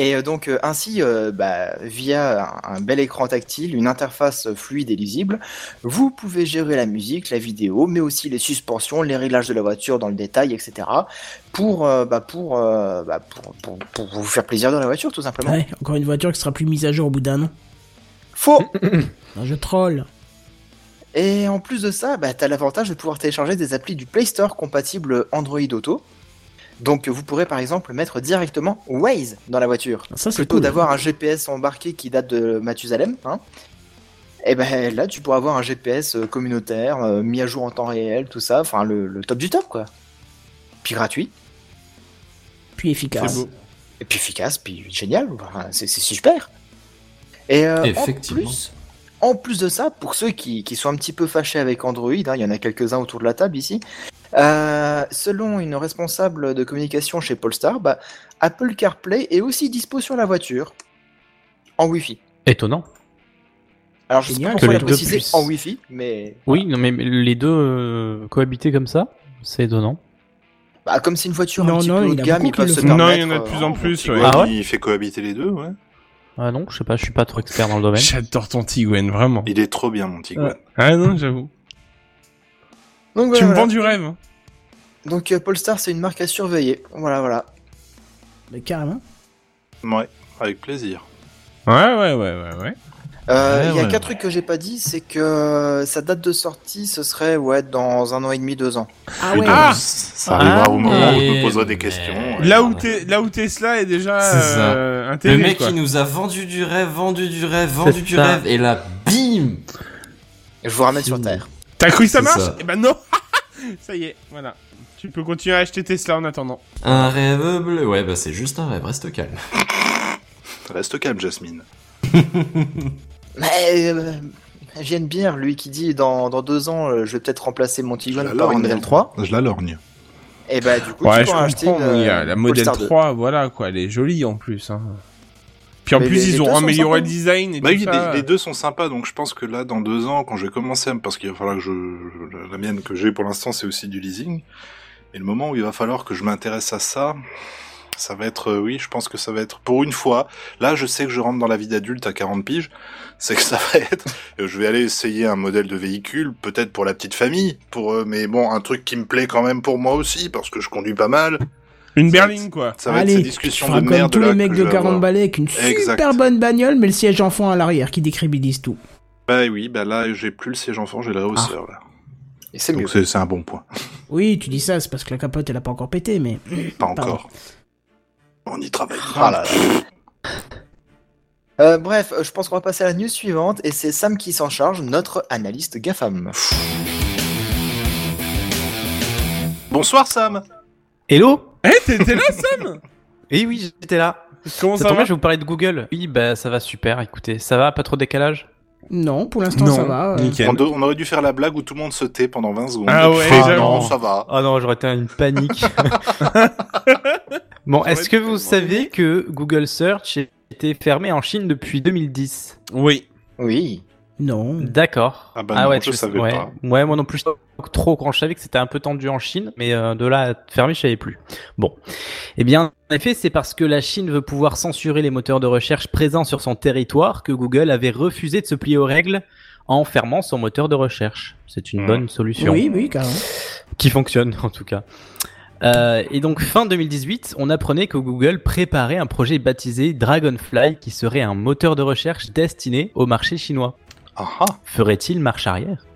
Et euh, donc euh, ainsi, euh, bah, via un, un bel écran tactile, une interface euh, fluide et lisible, vous pouvez gérer la musique, la vidéo, mais aussi les suspensions, les réglages de la voiture dans le détail, etc. Pour, euh, bah, pour, euh, bah, pour, pour- pour vous faire plaisir dans la voiture, tout simplement.
Ouais, encore une voiture qui sera plus mise à jour au bout d'un an.
Faux
Non, je troll.
Et en plus de ça, bah, tu as l'avantage de pouvoir télécharger des applis du Play Store compatibles Android Auto. Donc vous pourrez par exemple mettre directement Waze dans la voiture.
Ah, Ça, c'est
Plutôt
cool.
d'avoir un GPS embarqué qui date de Mathusalem. Hein, et ben là, tu pourras avoir un GPS euh, communautaire, euh, mis à jour en temps réel, tout ça. Enfin, le, le top du top, quoi. Puis gratuit.
Puis efficace.
C'est beau.
Ah,
Et puis efficace, puis génial. Enfin, c'est c'est super. Et euh, en
Effectivement.
plus- en plus de ça, pour ceux qui, qui sont un petit peu fâchés avec Android, hein, il y en a quelques-uns autour de la table ici, euh, selon une responsable de communication chez Polestar, bah, Apple CarPlay est aussi dispo sur la voiture, en Wi-Fi.
Étonnant.
Alors je sais
Génial.
pas pourquoi
Que
elle a
les deux
précisé
puissent.
en Wi-Fi, mais
Oui, non, mais les deux euh, cohabiter comme ça, c'est étonnant.
bah, comme c'est une voiture
Non,
un petit
non,
peu haut
il
de
a
gamme,
beaucoup
ils peuvent
qui
se
le font.
permettre...
Non, il y en a de
euh,
plus en plus,
Petit Gwen,
Ah ouais
Il fait cohabiter les deux, ouais.
Ah non, je sais pas, je suis pas trop expert dans le domaine.
J'adore ton Tiguen, vraiment.
Il est trop bien, mon petit Gwen.
Ah non, j'avoue.
Donc,
Tu
voilà,
me vends
voilà.
du rêve. hein.
Donc euh, Polestar, c'est une marque à surveiller. Voilà, voilà.
Mais carrément.
Ouais, avec plaisir.
Ouais, ouais, ouais, ouais, ouais.
Euh, Il
Ouais,
y a
ouais,
quatre trucs que j'ai pas dit, c'est que euh, sa date de sortie, ce serait ouais dans un an et demi, deux ans.
Ah ouais. Ah
Ça arrivera au moment où je me poserai des questions.
Là où, t'es- là où Tesla est déjà
C'est ça.
euh, un
Le
télé,
mec,
quoi.
il nous a vendu du rêve, vendu du rêve, vendu
C'est
du
ça.
rêve, et là, bim
Je vous ramène sur Terre.
T'as cru que ça
C'est
marche
ça.
Eh ben non Ça y est, voilà. Tu peux continuer à acheter Tesla en attendant.
Un rêve bleu. Ouais, bah c'est juste un rêve, reste calme.
Reste calme, Jasmine.
Mais euh, j'aime bien lui qui dit dans, dans deux ans, euh, je vais peut-être remplacer mon
Oh
Tiguan par une
lorgne.
Model 3.
Je la lorgne.
Et bah du coup,
ouais,
tu
je
pourras acheter
comprends,
une,
mais il y a
euh,
la Model
Polestar 2.
3, voilà, quoi, elle est jolie en plus. Hein. Puis en
Mais
plus,
les- les
ils ont
deux sont
amélioré le
sympas.
design et
Bah
tout
oui,
ça.
euh.
Les, les deux sont sympas, donc je pense que là, dans deux ans, quand je vais commencer, à me- parce qu'il va falloir que je, la mienne que j'ai pour l'instant, c'est aussi du leasing. Mais le moment où il va falloir que je m'intéresse à ça, ça va être, euh, oui, je pense que ça va être pour une fois. Là, je sais que je rentre dans la vie d'adulte à 40 piges, c'est que ça va être, euh, je vais aller essayer un modèle de véhicule, peut-être pour la petite famille, pour, euh, mais bon, un truc qui me plaît quand même pour moi aussi, parce que je conduis pas mal.
Une berline, quoi.
Ça va
Allez,
être ces
tu
discussions
feras
de merde
comme tous
là
les mecs
que je
de
vais avoir.
40 balais avec une
Exact.
super bonne bagnole, mais le siège enfant à l'arrière qui décribilise tout.
Bah oui, bah là, j'ai plus le siège enfant, j'ai le rehausseur, là.
Et c'est
mieux. C'est un bon point.
Oui, tu dis ça, c'est parce que la capote, elle a pas encore pété, mais.
Pas
Pardon.
encore. On y travaille.
Ah là là. Euh, bref, euh, je pense qu'on va passer à la news suivante et c'est Sam qui s'en charge, notre analyste GAFAM.
Bonsoir Sam
Hello
Eh, t'étais là, Sam
Eh oui, j'étais là.
Comment
ça
ça
tombe bien,
va
je vais vous parler de Google. Oui, bah ça va super, écoutez. Ça va, pas trop de décalage
Non, pour l'instant, ça va. euh.
On, do- on aurait dû faire la blague où tout le monde se tait pendant 20 secondes.
Ah ouais,
Puis,
j'avoue.
non, ça va.
Ah non, j'aurais été à une panique. bon, est-ce que vous savez que Google Search était fermé en Chine depuis 2010
Oui.
Oui.
Non.
D'accord.
Ah bah
ouais,
non, je
tu-
savais
ouais.
pas.
Ouais, moi non plus, je savais pas trop quand je savais que c'était un peu tendu en Chine, mais euh, de là à fermer, je savais plus. Bon. Eh bien, en effet, c'est parce que la Chine veut pouvoir censurer les moteurs de recherche présents sur son territoire que Google avait refusé de se plier aux règles en fermant son moteur de recherche. C'est
Hmm.
une bonne solution
Oui, oui, carrément.
qui fonctionne en tout cas. Euh, et donc fin 2018, on apprenait que Google préparait un projet baptisé Dragonfly qui serait un moteur de recherche destiné au marché chinois.
Ah,
Ferait-il marche arrière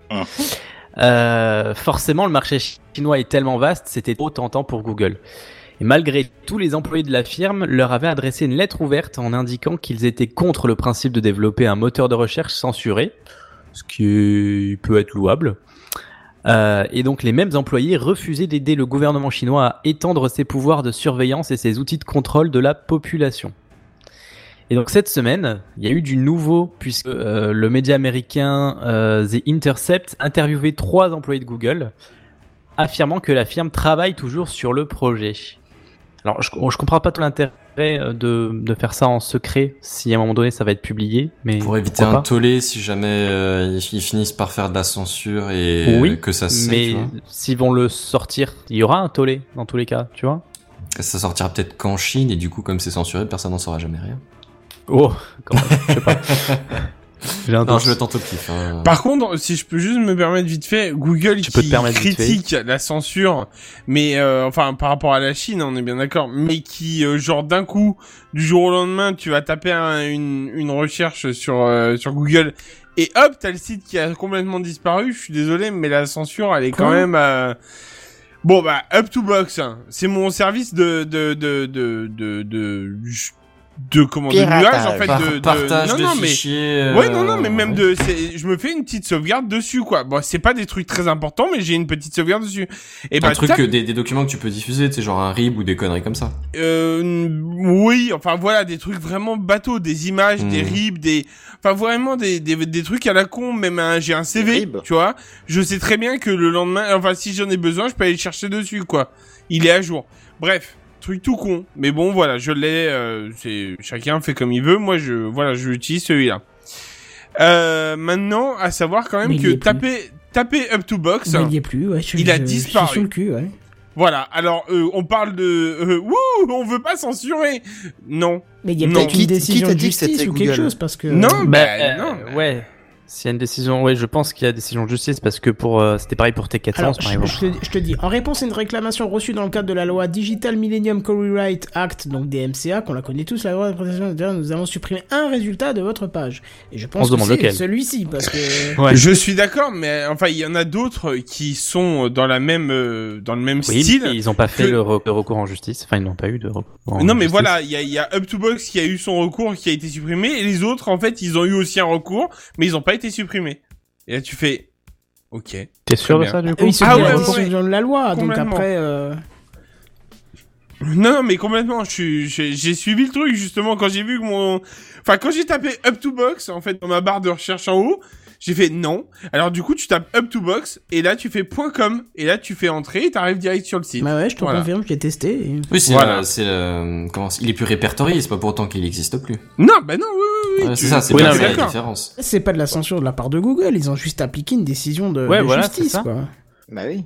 Euh, Forcément, le marché chi- chinois est tellement vaste, c'était trop tentant pour Google. Et malgré tout, les employés de la firme leur avaient adressé une lettre ouverte en indiquant qu'ils étaient contre le principe de développer un moteur de recherche censuré, ce qui peut être louable. Euh, et donc les mêmes employés refusaient d'aider le gouvernement chinois à étendre ses pouvoirs de surveillance et ses outils de contrôle de la population. Et donc cette semaine, il y a eu du nouveau puisque euh, le média américain euh, The Intercept interviewait trois employés de Google affirmant que la firme travaille toujours sur le projet. Alors je, je comprends pas tout l'intérêt euh, de, de faire ça en secret si à un moment donné ça va être publié, mais
Pour éviter
pourquoi pas
un tollé si jamais euh, ils, ils finissent par faire de la censure et
oui,
euh, que ça se sait, tu
mais
vois.
s'ils vont le sortir, il y aura un tollé dans tous les cas, tu vois.
Ça sortira peut-être qu'en Chine, et du coup, comme c'est censuré, personne n'en saura jamais rien.
Oh, quand même, je sais pas. J'ai un
Non,
doute.
je le tente au pif. hein.
Par contre, si je peux juste me permettre vite fait, Google qui
peux te permettre vite fait.
critique la censure, mais euh, enfin par rapport à la Chine, on est bien d'accord, mais qui euh, genre d'un coup, du jour au lendemain, tu vas taper un- une, une recherche sur euh, sur Google et hop, t'as le site qui a complètement disparu. Je suis désolé, mais la censure, elle est quand
Quoi
même. euh, Bon bah up to box, hein. c'est mon service de de de de de, de, de comment de
Piratage.
nuage en fait
Par-
de, de-
partage
non
de
non mais
fichiers, euh,
ouais non non mais même
ouais.
de de- c'est- je me fais une petite sauvegarde dessus quoi. Bon, c'est pas des trucs très importants mais j'ai une petite sauvegarde dessus. Et
un
bah,
truc,
tac,
que des, des documents que tu peux diffuser, tu sais, genre un RIB ou des conneries comme ça.
euh, oui, enfin voilà, des trucs vraiment bateaux, des images, des
Mm.
ribs, des, enfin vraiment des, des, des trucs à la con. Même un- j'ai un CV, tu vois. Je sais très bien que le lendemain, enfin si j'en ai besoin, je peux aller le chercher dessus, quoi. Il est à jour. Bref, truc tout con. Mais bon, voilà, je l'ai. euh, c'est chacun fait comme il veut. Moi, je voilà, je l'utilise celui-là. Euh, maintenant, à savoir quand même
Mais il y
que
est plus.
taper taper up to box,
Mais il n'y est plus, ouais. je-
il a
je- je suis
disparu.
sur le cul, ouais.
voilà, alors euh, on parle de euh, wouh, on veut pas censurer. Non.
Mais il y a
Non.
Ben,
peut-être une décision de justice ou quelque chose, parce que.
Non, bah, non.
Euh, ouais. S'il y a une décision, oui, je pense qu'il y a décision de justice parce que pour euh, c'était pareil pour T411
Alors,
par
je,
exemple.
je te, je te dis, en réponse à une réclamation reçue dans le cadre de la loi Digital Millennium Copyright Act, donc DMCA, qu'on la connaît tous, la loi de protection des droits, nous avons supprimé un résultat de votre page. Et je
On
pense
se
que
demande
c'est
lequel.
celui-ci, parce que...
Je suis d'accord, mais enfin, il y en a d'autres qui sont dans la même, euh, dans le même
Oui,
style.
ils n'ont pas fait
que-
le re- le recours en justice. Enfin, ils n'ont pas eu de recours. en
non, mais
justice.
voilà, il y a, il y a Up to Box qui a eu son recours qui a été supprimé, et les autres, en fait, ils ont eu aussi un recours, mais ils n'ont pas été supprimés. Et là, tu fais, ok.
T'es sûr de
très bien.
ça, du
Eux, ils se
Ah
disent
ouais,
en
ouais, ouais.
fonction de la loi, donc
Complètement.
après... euh,
Non, non, mais complètement. je suis- J'ai j'ai suivi le truc justement quand j'ai vu que mon, enfin quand j'ai tapé up to box en fait dans ma barre de recherche en haut, j'ai fait non. Alors du coup tu tapes up to box et là tu fais .com et là tu fais entrer et t'arrives direct sur le site.
Bah ouais, je te
Voilà.
confirme, j'ai testé. et-
Oui, c'est
Voilà.
la- c'est la- comment c'est- il est plus répertorié, c'est pas pour autant qu'il n'existe plus.
Non, bah non, oui, oui, oui.
Ouais, c'est
tu-
ça, c'est
Oui,
pas hein.
non,
ça
mais-
la différence.
C'est pas de la censure de la part de Google, ils ont juste appliqué une décision de,
Ouais,
de
voilà, c'est
justice,
ça.
quoi.
Bah oui.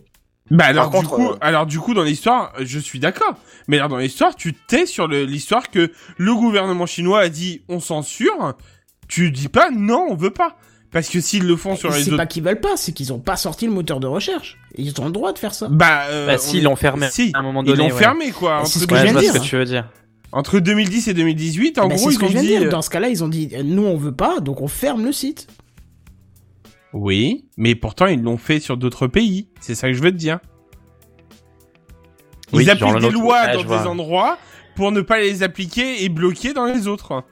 Bah alors
Par
du
contre, euh,
coup, alors du coup dans l'histoire, euh, je suis d'accord. Mais alors dans l'histoire, tu t'es sur le- l'histoire que le gouvernement chinois a dit on censure. Tu dis pas non, on veut pas. Parce que s'ils le font sur les
C'est
autres
pas qu'ils veulent pas, c'est qu'ils ont pas sorti le moteur de recherche. Et ils ont le droit de faire ça.
Bah, euh,
Bah, si,
on-
ils l'ont fermé
Si,
à un moment
Ils
donné,
l'ont
ouais.
fermé, quoi.
Bah,
entre
c'est ce que
deux-
je viens de
Ouais, je vois ce
dire.
que tu veux dire.
Entre 2010 et 2018, en
Bah, c'est
gros,
ce
ils
que
ont
je viens de
dit.
dire.
euh,
Dans ce cas-là, ils ont dit, euh, nous on veut pas, donc on ferme le site.
euh, Oui, mais pourtant, ils l'ont fait sur d'autres pays. C'est ça que je veux te dire. Ils
Oui, genre
appliquent
le
des
nôtre.
lois
Ouais,
dans
je
des
vois.
endroits pour ne pas les appliquer et bloquer dans les autres.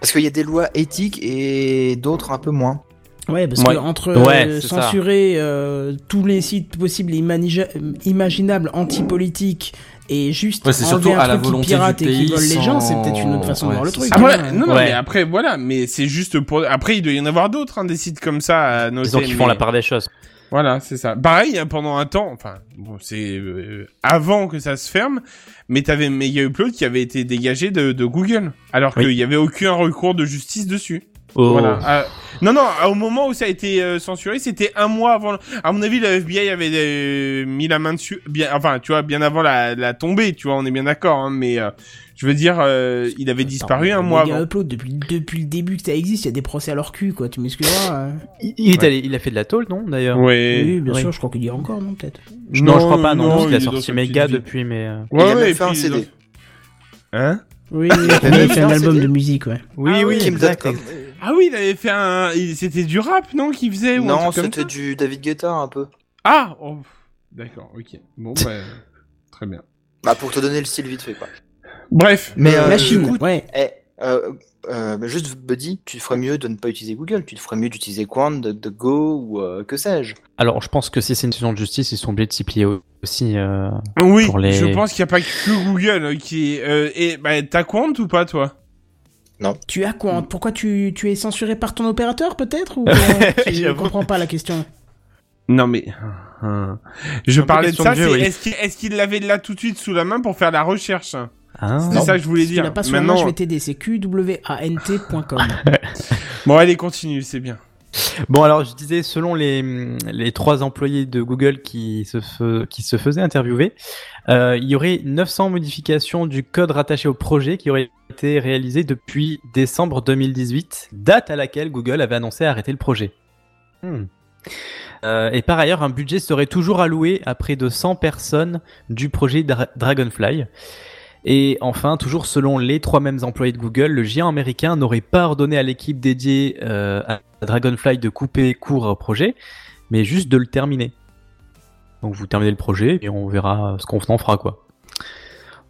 Parce qu'il y a des lois éthiques et d'autres un peu moins.
Ouais, parce
Ouais.
que entre
Ouais,
euh,
c'est ça.
censurer euh, tous les sites possibles et imagina- imaginables anti-politiques et juste
Ouais, c'est
enlever
surtout
un
à la
truc qui
volonté
pirate
du
et qui
pays
vole les
sans-
gens, c'est peut-être une autre façon de
Ouais,
voir le
c'est
truc.
ça.
Après,
hein.
Ah, non, non,
Ouais.
mais après, voilà. Mais c'est juste pour. Après, il doit y en avoir d'autres, hein, des sites comme ça à noter.
Disons qu'ils font
mais-
la part des choses.
Voilà, c'est ça. Pareil, hein, pendant un temps, enfin, bon, c'est euh, avant que ça se ferme, mais t'avais Mega Upload qui avait été dégagé de, de Google, alors
Oui.
qu'il n'y avait aucun recours de justice dessus.
Oh.
Voilà. Ah, non, non, ah, au moment où ça a été euh, censuré, c'était un mois avant. le- À mon avis, le FBI avait euh, mis la main dessus, bien, enfin, tu vois, bien avant la, la tombée, tu vois, on est bien d'accord, hein, mais euh, je veux dire, euh, il avait disparu un mois
Mega
avant.
Upload, depuis, depuis le début que ça existe, il y a des procès à leur cul, quoi. Tu m'excuseras. hein.
Il, il est
Ouais.
allé- il a fait de la tôle, non, d'ailleurs
Ouais.
Oui, bien
Oui.
sûr, je crois qu'il y a encore, non, peut-être.
Je- Non, je crois pas, non, parce qu'il a
il est dans
sorti
sa
Mega
petite vie.
depuis, mais, euh,
Ouais,
Il a
ouais,
même
et
fait un
puis il est
CD.
dans- Hein
Oui, il a fait
même
un
fait un
album
CD.
de musique, ouais.
Oui,
Ah
oui,
oui,
exact.
d'accord.
exact.
Ah oui, il avait fait un. il- C'était du rap, non, qu'il faisait ou un
Non,
truc comme
c'était
ça
du David Guetta un peu.
Ah oh, D'accord, ok. Bon, bah, très bien.
Bah pour te donner le style vite fait quoi.
Bref.
Mais euh,
La Chine,
écoute,
ouais.
eh, euh, euh, bah, juste Buddy, tu ferais mieux de ne pas utiliser Google, tu te ferais mieux d'utiliser Quant, de, de Go ou euh, que sais-je.
Alors, je pense que si c'est une décision de justice, ils sont obligés de s'y plier au- aussi. euh,
Oui,
pour les...
je pense qu'il n'y a pas que Google euh, qui. est- euh, et bah, t'as Quant ou pas, toi
Tu as quoi Pourquoi tu, tu es censuré par ton opérateur, peut-être Ou euh, tu ne
J'avoue.
comprends pas la question
Non, mais. Je
Un peu
parlais de
question
ça,
de jeu,
c'est
oui.
est-ce qu'il est-ce qu'il l'avait là tout de suite sous la main pour faire la recherche hein
Ah.
C'est ça que je voulais
Si tu
dire.
l'as pas sur la main,
Maintenant.
je vais t'aider. C'est qwant.com.
Bon, allez, continue, c'est bien.
Bon, alors je disais, selon les, hum, les trois employés de Google qui se, fe- qui se faisaient interviewer, euh, il y aurait 900 modifications du code rattaché au projet qui auraient été réalisées depuis décembre 2018, date à laquelle Google avait annoncé arrêter le projet. Hmm. Euh, et par ailleurs, un budget serait toujours alloué à près de 100 personnes du projet Dra- Dragonfly. Et enfin, toujours selon les trois mêmes employés de Google, le géant américain n'aurait pas ordonné à l'équipe dédiée euh, à Dragonfly de couper court au projet, mais juste de le terminer. Donc vous terminez le projet et on verra ce qu'on en fera quoi.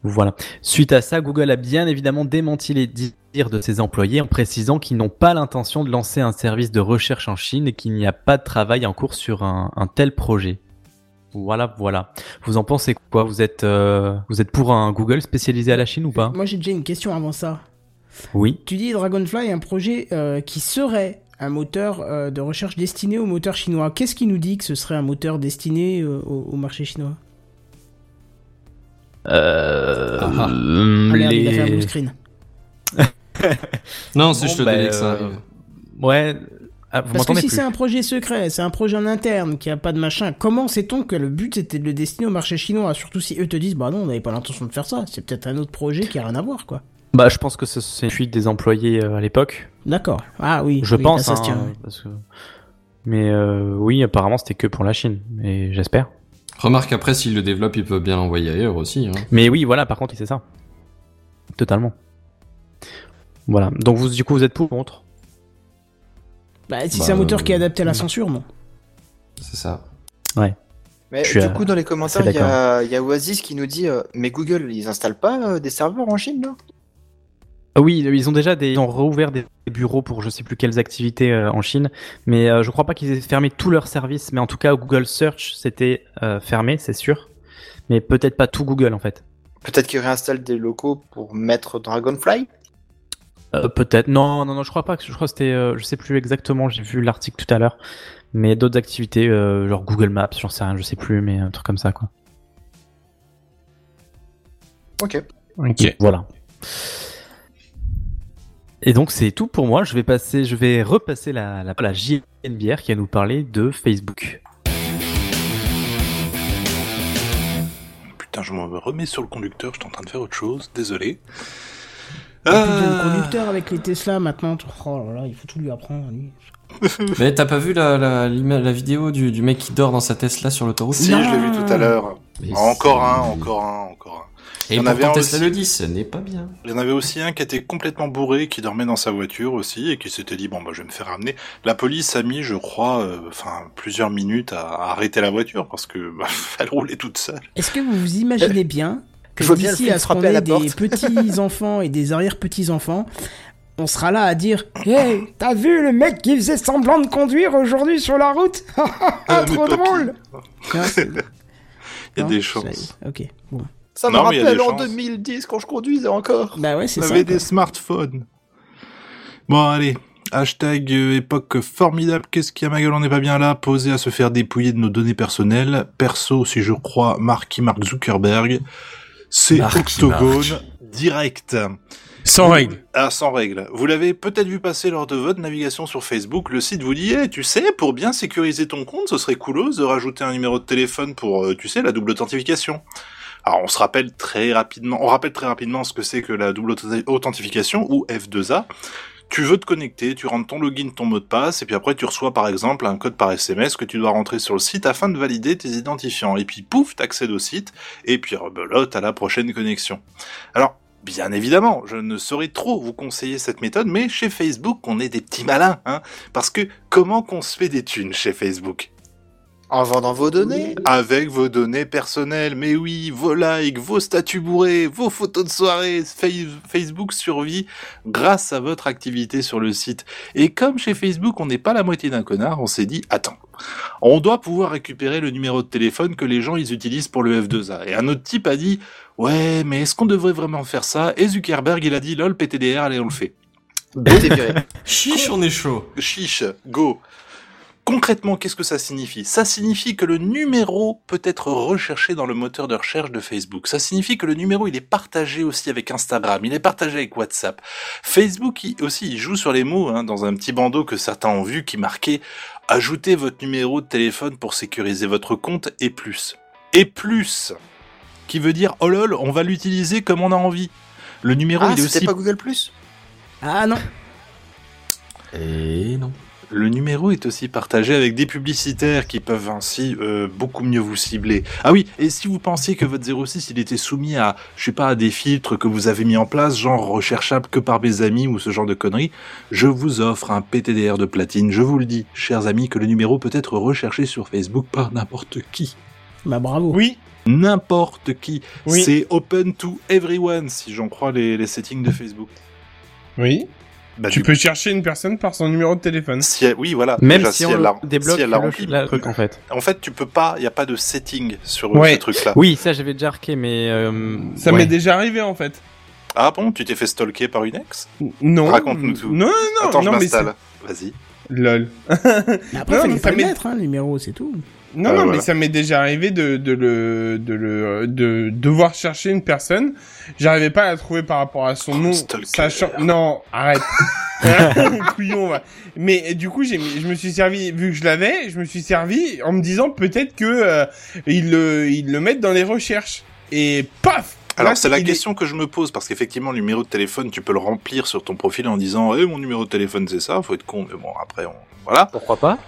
Voilà. Suite à ça, Google a bien évidemment démenti les dires de ses employés en précisant qu'ils n'ont pas l'intention de lancer un service de recherche en Chine et qu'il n'y a pas de travail en cours sur un, un tel projet. Voilà, voilà. Vous en pensez quoi Vous êtes, euh, vous êtes pour un Google spécialisé à la Chine ou pas
Moi, j'ai déjà une question avant ça.
Oui.
Tu dis Dragonfly est un projet euh, qui serait un moteur euh, de recherche destiné au moteur chinois. Qu'est-ce qui nous dit que ce serait un moteur destiné euh, au, au marché chinois
Euh,
Ah merde, il a fait un
les-
blue screen.
Non, si
Bon,
je te
bah,
ben,
donnais que ça
euh,
arrive.
Ouais. Ah,
Parce
vous
que
m'entendez
si
plus
c'est un projet secret, c'est un projet en interne qui a pas de machin, comment sait-on que le but c'était de le destiner au marché chinois Surtout si eux te disent bah non, on n'avait pas l'intention de faire ça, c'est peut-être un autre projet qui a rien à voir quoi.
Bah, je pense que ce- c'est une fuite des employés euh, à l'époque.
D'accord. Ah oui.
Je
oui,
pense.
ça se
hein,
tient, oui.
parce que- Mais euh, oui, apparemment, c'était que pour la Chine. Et j'espère.
Remarque après, s'il le développe, il peut bien l'envoyer ailleurs aussi. hein.
Mais oui, voilà, par contre, c'est ça. Totalement. Voilà. Donc, vous, du coup, vous êtes pour ou contre
Bah, si
Bah,
c'est un moteur qui est
euh,
adapté à la censure, non
C'est ça.
Ouais.
Mais
Je suis,
du
euh,
coup, dans les
assez
commentaires, il y,
d'accord.
a- il y a Oasis qui nous dit euh, Mais Google, ils installent pas euh, des serveurs en Chine, là
Ah Oui, ils ont déjà des, ils ont rouvert des bureaux pour je sais plus quelles activités euh, en Chine, mais euh, je crois pas qu'ils aient fermé tous leurs services. Mais en tout cas, Google Search c'était euh, fermé, c'est sûr, mais peut-être pas tout Google en fait.
Peut-être qu'ils réinstallent des locaux pour mettre Dragonfly
Euh, peut-être. Non, non, non, je crois pas. que- Je crois que c'était, euh, je sais plus exactement. J'ai vu l'article tout à l'heure, mais d'autres activités, euh, genre Google Maps, j'en sais rien, je sais plus, mais un truc comme ça quoi.
Ok.
Ok. Voilà. Et donc c'est tout pour moi. Je vais passer, je vais repasser la la, la JNBR qui va nous parler de Facebook.
Putain, je me remets sur le conducteur, je suis en train de faire autre chose, désolé.
Le
Euh,
conducteur avec les Tesla maintenant. Oh là là, il faut tout lui apprendre. lui.
Mais t'as pas vu la, la, l'ima- la vidéo du, du mec qui dort dans sa Tesla sur l'autoroute
Si, je l'ai vu tout à l'heure.
Mais
Encore
c'est-
un, encore un, encore un.
Et
Il y en
pourtant,
avait un
Tesla
aussi-
le dit, ce n'est pas bien.
Il y en avait aussi un qui était complètement bourré, qui dormait dans sa voiture aussi, et qui s'était dit bon bah je vais me faire ramener. La police a mis, je crois, euh, enfin plusieurs minutes à, à arrêter la voiture parce que bah, elle roulait toute seule.
Est-ce que vous vous imaginez Euh, bien que
Je vois bien le
d'ici
flic
à ce qu'on
frapper à
ait
la
des
porte.
petits-enfants et des arrière-petits-enfants, on sera là à dire « Hey, t'as vu le mec qui faisait semblant de conduire aujourd'hui sur la route
Ah,
Trop
mais papy.
drôle !»
Il y a
Non,
des chances.
Ok, bon.
Ça me
Non, mais il y a
rappelle
des
en
chances.
2010 quand je conduisais encore.
Bah ouais,
On avait des smartphones. Bon, allez. Hashtag euh, époque formidable. Qu'est-ce qu'il y a, ma gueule On n'est pas bien là. Posé à se faire dépouiller de nos données personnelles. Perso, si je crois, Marky Mark Zuckerberg. C'est
Marky
Octogone
Mark.
direct.
Sans règle.
Ah, sans règle. Vous l'avez peut-être vu passer lors de votre navigation sur Facebook. Le site vous dit, Eh, tu sais, pour bien sécuriser ton compte, ce serait coolos de rajouter un numéro de téléphone pour, euh, tu sais, la double authentification. Alors, on se rappelle très rapidement, on rappelle très rapidement ce que c'est que la double authenti- authentification ou F2A. Tu veux te connecter, tu rentres ton login, ton mot de passe, et puis après tu reçois par exemple un code par SMS que tu dois rentrer sur le site afin de valider tes identifiants. Et puis pouf, t'accèdes au site, et puis rebelote à la prochaine connexion. Alors, bien évidemment, je ne saurais trop vous conseiller cette méthode, mais chez Facebook, on est des petits malins, hein. Parce que comment qu'on se fait des thunes chez Facebook
En vendant vos données
avec vos données personnelles, mais oui, vos likes, vos statuts bourrés, vos photos de soirée, Face- Facebook survit grâce à votre activité sur le site. Et comme chez Facebook, on n'est pas la moitié d'un connard, on s'est dit, attends, on doit pouvoir récupérer le numéro de téléphone que les gens ils utilisent pour le F2A. Et un autre type a dit, ouais, mais est-ce qu'on devrait vraiment faire ça Et Zuckerberg, il a dit, lol, PTDR, allez, on le fait.
Chiche, on est chaud.
Chiche, go. Concrètement, qu'est-ce que ça signifie Ça signifie que le numéro peut être recherché dans le moteur de recherche de Facebook. Ça signifie que le numéro, il est partagé aussi avec Instagram, il est partagé avec WhatsApp. Facebook il- aussi, il joue sur les mots, hein, dans un petit bandeau que certains ont vu qui marquait « Ajoutez votre numéro de téléphone pour sécuriser votre compte et plus ». Et plus qui veut dire « Oh lol, on va l'utiliser comme on a envie ». Le numéro,
Ah,
il est
c'était
aussi
pas Google Plus
Ah non
Et non.
Le numéro est aussi partagé avec des publicitaires qui peuvent ainsi euh, beaucoup mieux vous cibler. Ah oui, et si vous pensiez que votre 06 il était soumis à, je sais pas, à des filtres que vous avez mis en place, genre recherchable que par mes amis ou ce genre de conneries, je vous offre un PTDR de platine. Je vous le dis, chers amis, que le numéro peut être recherché sur Facebook par n'importe qui.
Bah bravo.
Oui.
N'importe qui.
Oui.
C'est open to everyone, si j'en crois les, les settings de Facebook.
Oui.
Bah,
tu
du-
peux chercher une personne par son numéro de téléphone.
Si elle- oui, voilà.
Même
Déjà,
si on
elle l'a-
le débloque
si elle l'a
le-
rempli.
la- le truc, en fait.
En fait, tu peux pas, il n'y a pas de setting sur
Ouais.
ce truc-là.
Oui, ça j'avais déjà arqué, mais euh,
Ça
ouais.
m'est déjà arrivé en fait.
Ah bon, tu t'es fait stalker par une ex
Non.
Raconte-nous tout.
Non, non, non,
Attends,
non,
je
mais
m'installe. Vas-y.
Lol.
Mais après, fallait
Non, mais
pas
ça
le
m'est-
mettre, hein, le numéro, c'est tout.
Non,
Euh,
non, mais
voilà.
ça m'est déjà arrivé de, de le, de le, de devoir chercher une personne. J'arrivais pas à la trouver par rapport à son nom, sachant, non, arrête. Couillon, va. Mais euh, du coup, j'ai, mis- je me suis servi, vu que je l'avais, je me suis servi en me disant peut-être que, euh, ils le, ils le mettent dans les recherches. Et paf!
Alors
Là,
c'est la
il est-
question que je me pose parce qu'effectivement le numéro de téléphone tu peux le remplir sur ton profil en disant eh mon numéro de téléphone c'est ça faut être con mais bon après on voilà
pourquoi pas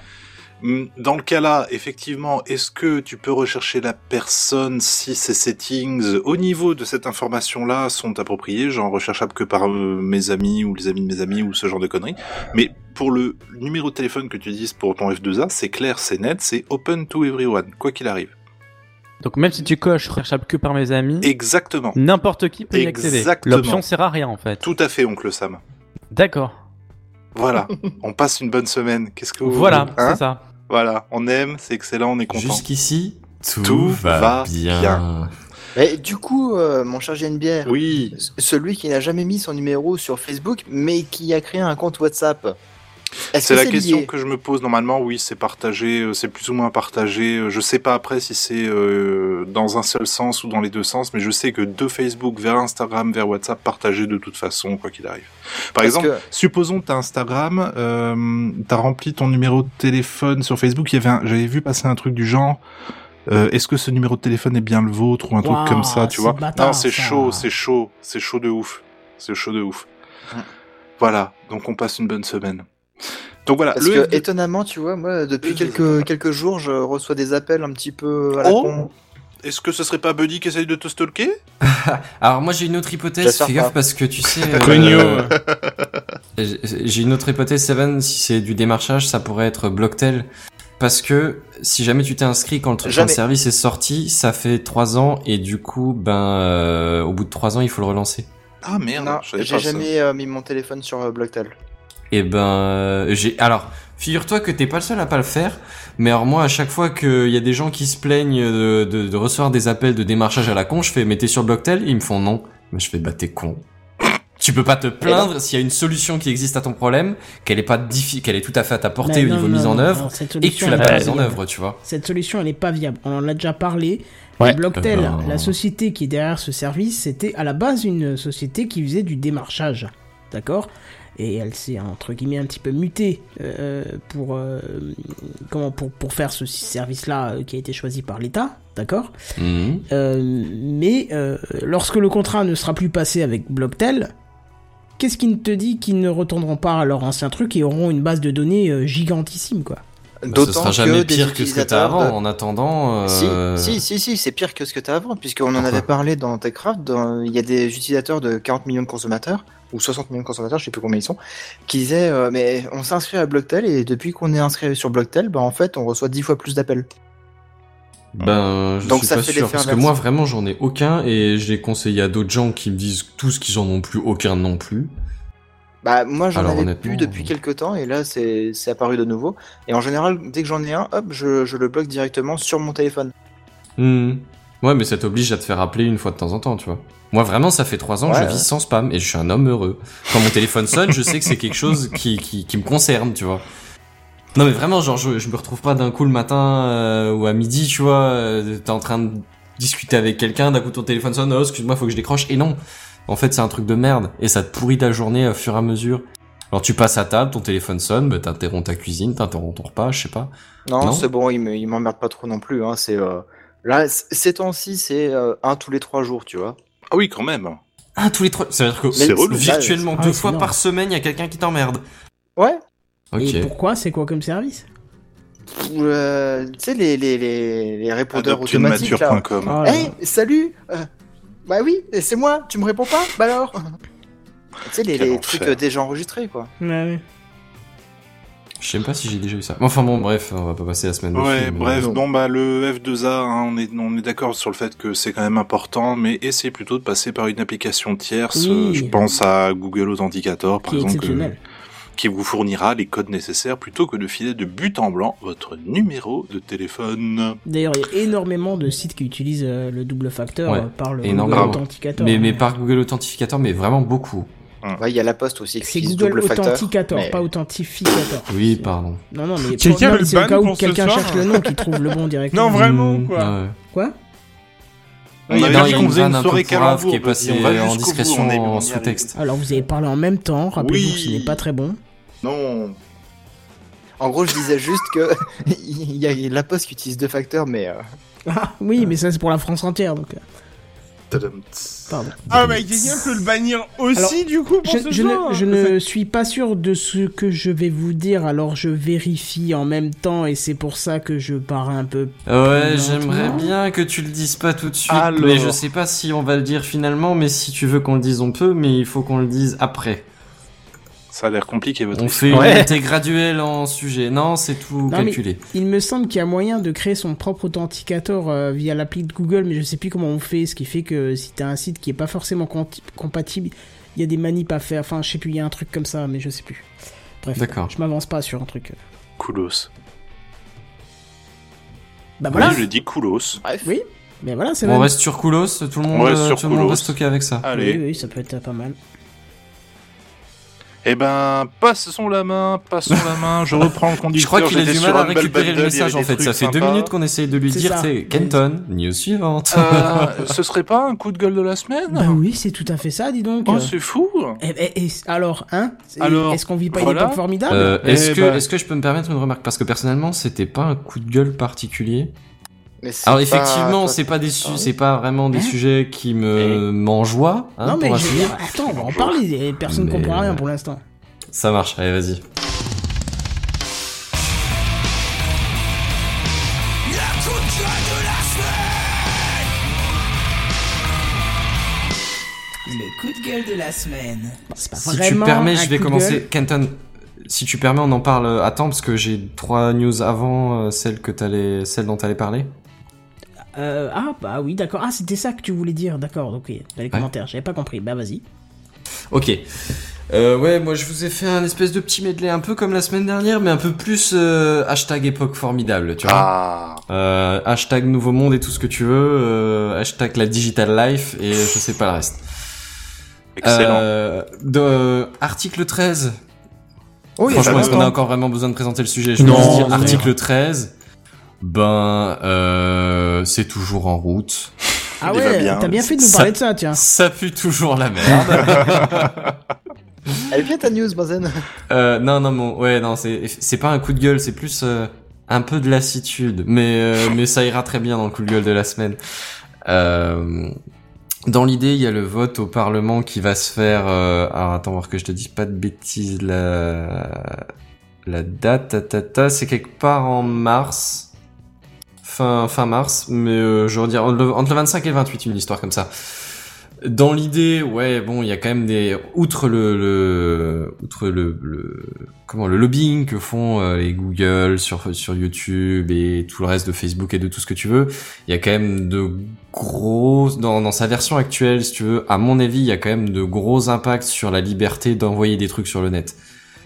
Hmm, dans le cas là effectivement est-ce que tu peux rechercher la personne si ces settings au niveau de cette information là sont appropriés genre recherchables que par euh, mes amis ou les amis de mes amis ou ce genre de conneries mais pour le numéro de téléphone que tu utilises pour ton F2A c'est clair c'est net c'est open to everyone quoi qu'il arrive
Donc même si tu coches recherchable que par mes amis,
exactement
n'importe qui peut y accéder.
Exactement.
L'option sert à rien en fait.
Tout à fait, oncle Sam.
D'accord.
Voilà, on passe une bonne semaine. Qu'est-ce que vous
Voilà,
hein
c'est ça.
Voilà, on aime, c'est excellent, on est content.
Jusqu'ici, tout,
Tout
va,
va
bien.
bien.
Et du coup, euh, mon cher JNBR,
oui.
celui qui n'a jamais mis son numéro sur Facebook, mais qui a créé un compte WhatsApp. Est-ce
C'est
que
la question
lié
que je me pose normalement. Oui, c'est partagé, euh, c'est plus ou moins partagé. Euh, Je sais pas après si c'est euh, dans un seul sens ou dans les deux sens, mais je sais que de Facebook vers Instagram vers WhatsApp partagé de toute façon quoi qu'il arrive. Par
Parce
exemple, bah,
que-
supposons que t'as Instagram, euh, t'as rempli ton numéro de téléphone sur Facebook. Il y avait, un- j'avais vu passer un truc du genre. euh, Est-ce que ce numéro de téléphone est bien le vôtre ou un
Ouah,
truc comme ça, tu
c'est
vois
bâtard,
Non, c'est
ça.
chaud, c'est chaud, c'est chaud de ouf, c'est chaud de ouf. Voilà, donc on passe une bonne semaine. Donc voilà,
Parce
le
que étonnamment, tu vois, moi, depuis quelques, quelques jours, je reçois des appels un petit peu à la
Oh
con.
Est-ce que ce serait pas Buddy qui essaye de te stalker
Alors moi j'ai une autre hypothèse,
J'espère
fais gaffe
pas.
parce que tu sais...
Cogno.
j'ai- j'ai une autre hypothèse, Seven, si c'est du démarchage, ça pourrait être Blocktel. Parce que si jamais tu t'es inscrit quand le truc- quand le
Jamais.
service est sorti, ça fait 3 ans et du coup, ben, euh, au bout de 3 ans, il faut le relancer.
Ah merde,
Non,
je savais
j'ai
pas ça.
jamais euh, mis mon téléphone sur euh, Blocktel.
Et ben, euh, j'ai. Alors, figure-toi que t'es pas le seul à pas le faire. Mais alors moi, à chaque fois qu'il y a des gens qui se plaignent de, de- de recevoir des appels de démarchage à la con, je fais mettez sur Blocktel. Ils me font non. Mais je fais bah t'es con. Tu peux pas
Eh ben.
te plaindre s'il y a une solution qui existe à ton problème, qu'elle est pas diffi- qu'elle est tout à fait à ta portée
Mais Bah non,
au niveau
non,
mise en
non,
œuvre
non, cette
et que
solution,
tu
Bah,
l'as
elle
pas
est
mise en
viable.
œuvre, tu vois.
Cette solution, elle n'est pas viable. On en a déjà parlé.
Ouais.
Et Blocktel,
Euh,
la société qui est derrière ce service, c'était à la base une société qui faisait du démarchage. D'accord Et elle s'est, entre guillemets, un petit peu mutée euh, pour, euh, comment, pour, pour faire ce service-là euh, qui a été choisi par l'État. D'accord
Mhm.
Euh, Mais euh, lorsque le contrat ne sera plus passé avec Blocktel, qu'est-ce qui ne te dit qu'ils ne retourneront pas à leur ancien truc et auront une base de données euh, gigantissime, quoi
Bah, ce sera jamais pire que ce que t'as avant. En attendant,
Si,
euh,
si, si, si, c'est pire que ce que t'as avant, puisqu'on en avait parlé dans TechCraft. dans- Il y a des utilisateurs de 40 millions de consommateurs, ou 60 millions de consommateurs, je sais plus combien ils sont, qui disaient euh, Mais on s'inscrit à Blocktel, et depuis qu'on est inscrit sur Blocktel, bah, en fait, on reçoit 10 fois plus d'appels.
Ben, je
Donc
suis
ça
pas
fait
sûr
l'effet
parce que
inverse.
moi vraiment j'en ai aucun et je l'ai conseillé à d'autres gens qui me disent tous qu'ils en ont plus aucun non plus.
Bah, moi, j'en
Alors,
avais
honnêtement, euh,
plus depuis quelques temps, et là, c'est c'est apparu de nouveau. Et en général, dès que j'en ai un, hop, je, je le bloque directement sur mon téléphone.
Hmm. Ouais, mais ça t'oblige à te faire appeler une fois de temps en temps, tu vois. Moi vraiment ça fait trois ans que
Ouais,
je vis
ouais.
sans spam et je suis un homme heureux. Quand mon téléphone sonne, je sais que c'est quelque chose qui, qui, qui me concerne, tu vois. Non mais vraiment genre je, je me retrouve pas d'un coup le matin euh, ou à midi, tu vois, euh, t'es en train de discuter avec quelqu'un, d'un coup ton téléphone sonne, oh, excuse-moi, faut que je décroche et non. En fait, c'est un truc de merde et ça te pourrit ta journée au fur et à mesure. Alors tu passes à table, ton téléphone sonne, bah, t'interromps ta cuisine, t'interromps ton repas, je sais pas.
Non,
Non.
c'est bon, il me- il m'emmerde pas trop non plus. Hein, c'est euh, Là, c- ces temps-ci, c'est euh, un tous les trois jours, tu vois.
Ah oui, quand même.
Ah, tous les trois. Ça veut dire que
Mais c'est relou.
Oh, virtuellement
Ah,
deux
c'est
fois
énorme.
par semaine, il y a quelqu'un qui t'emmerde.
Ouais.
Ok.
Et pourquoi C'est quoi comme service
Ou, euh, tu sais, les, les, les, les répondeurs automatiques. là.
Adoptunenature.com.
Ah,
Eh, salut euh, Bah oui, et c'est moi, tu me réponds pas Bah alors Tu sais, les,
Quel
les
enfer.
trucs euh, déjà enregistrés, quoi.
Je sais même pas si j'ai déjà eu ça. Enfin bon, bref, on va pas passer la semaine dessus.
Ouais,
mais-
bref, bon bah le F2A, hein, on est, on est d'accord sur le fait que c'est quand même important, mais essayez plutôt de passer par une application tierce.
Oui.
euh, Je pense à Google Authenticator, par
Qui est
exemple, euh, que-
exceptionnel.
qui vous fournira les codes nécessaires plutôt que de filer de but en blanc votre numéro de téléphone.
D'ailleurs, il y a énormément de sites qui utilisent euh, le double facteur
Ouais,
euh, par le
énorme.
Google
Bravo.
Authenticator.
Mais, mais par Google Authenticator, mais vraiment beaucoup.
Ouais, il y a la poste aussi qui
C'est
utilise
Google
double facteur.
Authenticator,
mais-
pas Authentificator.
Oui, pardon.
Non, non, mais
Quelqu'un
non,
veut le
c'est au
ban
cas où
pour ce
quelqu'un
soir
cherche le nom qui trouve le bon directement.
Non, vraiment, quoi.
Mm, Ouais.
Quoi
On avait
Non, il
dit
y a
qu'on
une
faisait
vanne
une
un peu
soirée
pourrave qui est
calembour,
passée euh,
vas-y, on va
en
jusqu'au bout,
discrétion
on est- on
en
y
sous-texte.
Alors, vous avez parlé en même temps, rappelez-vous que ce n'est pas très bon.
Non
En gros, je disais juste que il y a la poste qui utilise deux facteurs, mais. euh,
Ah, oui, mais ça, c'est pour la France entière, donc. euh. Pardon.
Ah bah quelqu'un peut le bannir aussi
Alors,
du coup pour
je,
ce
je
genre
ne, je ne suis pas sûr de ce que je vais vous dire, alors je vérifie en même temps et c'est pour ça que je pars un peu.
Ouais,
plus
j'aimerais
lentement.
bien que tu le dises pas tout de suite,
Alors.
mais je sais pas si on va le dire finalement, mais si tu veux qu'on le dise, on peut, mais il faut qu'on le dise après.
Ça a l'air compliqué votre
On fait une
histoire.
montée graduelle en sujet. Non, c'est
Non,
tout
mais
calculé.
il me semble qu'il y a moyen de créer son propre authenticator euh, via l'appli de Google, mais je sais plus comment on fait, ce qui fait que si t'as un site qui est pas forcément conti- compatible, il y a des manips à faire. Enfin, je sais plus, il y a un truc comme ça, mais je sais plus. Bref,
D'accord.
je m'avance pas sur un truc. euh.
Koulos.
Ah
Bah voilà.
Oui, je dis Koulos.
Oui, mais voilà, c'est
On
vrai.
reste sur Koulos, tout le monde, euh,
On reste sur
tout le monde
Koulos.
reste OK avec ça.
Allez.
Oui, oui, ça peut être euh, pas mal.
Eh ben, passons la main, passons la main, je reprends le
Je
conducteur.
crois qu'il a
j'étais
du
sur
mal à
Humble
récupérer le
Bundle, il y avait
message en
des
fait. Ça
trucs
fait deux
sympas.
minutes qu'on essaye de lui
C'est
dire,
ça.
c'est Kenton, news suivante.
Euh, ce serait pas un coup de gueule de la semaine
Bah oui, c'est tout à fait ça, dis donc. Euh,
Oh, c'est fou
Eh, eh, eh, alors, hein C'est-
Alors,
Est-ce qu'on vit pas
voilà.
une époque formidable
Euh, est-ce
Eh
que,
ben.
est-ce que je peux me permettre une remarque Parce que personnellement, c'était pas un coup de gueule particulier.
Mais c'est
Alors
pas-
effectivement,
toi,
c'est pas des
Ah
su-
oui.
c'est pas vraiment des sujets qui me m'enjoient. hein,
Non, mais
pour
je-
ainsi dire.
attends, on va en parler, et personne ne
Mais- euh,
comprend rien pour l'instant.
Ça marche. Allez, vas-y.
Le coup de gueule de la semaine. c'est pas
Si tu
vraiment
permets,
un
je vais
coup de
commencer.
gueule.
Kenton, si tu permets, on en parle. euh, Attends, parce que j'ai trois news avant euh, celle que t'allais, celle dont t'allais parler.
Euh, ah, bah oui, d'accord. Ah, c'était ça que tu voulais dire, d'accord, ok. Dans les commentaires, j'avais pas compris. Bah vas-y.
Ok. Euh, ouais, moi je vous ai fait un espèce de petit medley un peu comme la semaine dernière, mais un peu plus euh, hashtag époque formidable, tu vois.
Ah.
Euh, hashtag nouveau monde et tout ce que tu veux, euh, hashtag la digital life et je sais pas le reste.
Excellent.
Euh, de, euh, article 13.
Oh, il y a
Franchement,
pas
est-ce qu'on a
longtemps.
encore vraiment besoin de présenter le sujet Je
Non,
peux juste dire
non.
article 13. Ben, euh, c'est toujours en route.
Ah ouais, t'as bien fait de nous
Ça-
parler de ça, tiens.
Ça pue toujours la merde.
Elle est bien ta news, Bazen.
Euh, non, non, bon, ouais, non, c'est, c'est pas un coup de gueule, c'est plus euh, un peu de lassitude, mais euh, mais ça ira très bien dans le coup de gueule de la semaine. Euh, dans l'idée, il y a le vote au Parlement qui va se faire. euh, alors attends, voir que je te dise pas de bêtises. La la date, ta, ta, ta, c'est quelque part en mars, fin fin mars, mais euh, je veux dire entre le, entre le 25 et le 28, une histoire comme ça. Dans l'idée, ouais, bon, il y a quand même des outre le, le outre le, le comment le lobbying que font euh, les Google sur sur YouTube et tout le reste de Facebook et de tout ce que tu veux, il y a quand même de gros dans dans sa version actuelle, si tu veux, à mon avis, il y a quand même de gros impacts sur la liberté d'envoyer des trucs sur le net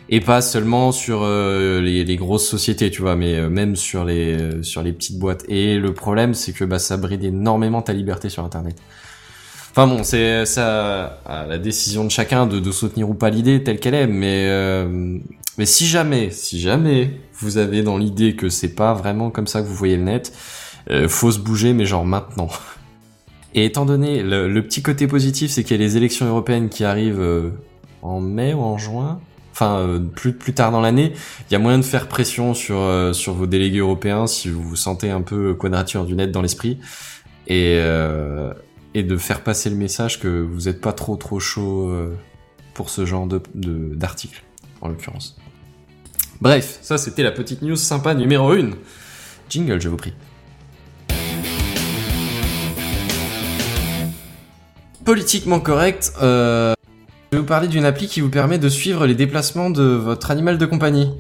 et pas seulement sur euh, les, les grosses sociétés, tu vois, mais euh, même sur les euh, sur les petites boîtes. Et le problème, c'est que bah ça bride énormément ta liberté sur Internet. Enfin bon, c'est ça à la décision de chacun de, de soutenir ou pas l'idée telle qu'elle est, mais euh, mais si jamais, si jamais vous avez dans l'idée que c'est pas vraiment comme ça que vous voyez le net, euh, faut se bouger, mais genre maintenant. Et étant donné le, le petit côté positif, c'est qu'il y a les élections européennes qui arrivent euh, en mai ou en juin, enfin euh, plus plus tard dans l'année, il y a moyen de faire pression sur euh, sur vos délégués européens si vous vous sentez un peu quadrature du net dans l'esprit et euh, et de faire passer le message que vous êtes pas trop trop chaud euh, pour ce genre de de- d'article en l'occurrence. Bref, ça c'était la petite news sympa numéro 1. Jingle, je vous prie. Politiquement correct, euh, je vais vous parler d'une appli qui vous permet de suivre les déplacements de votre animal de compagnie.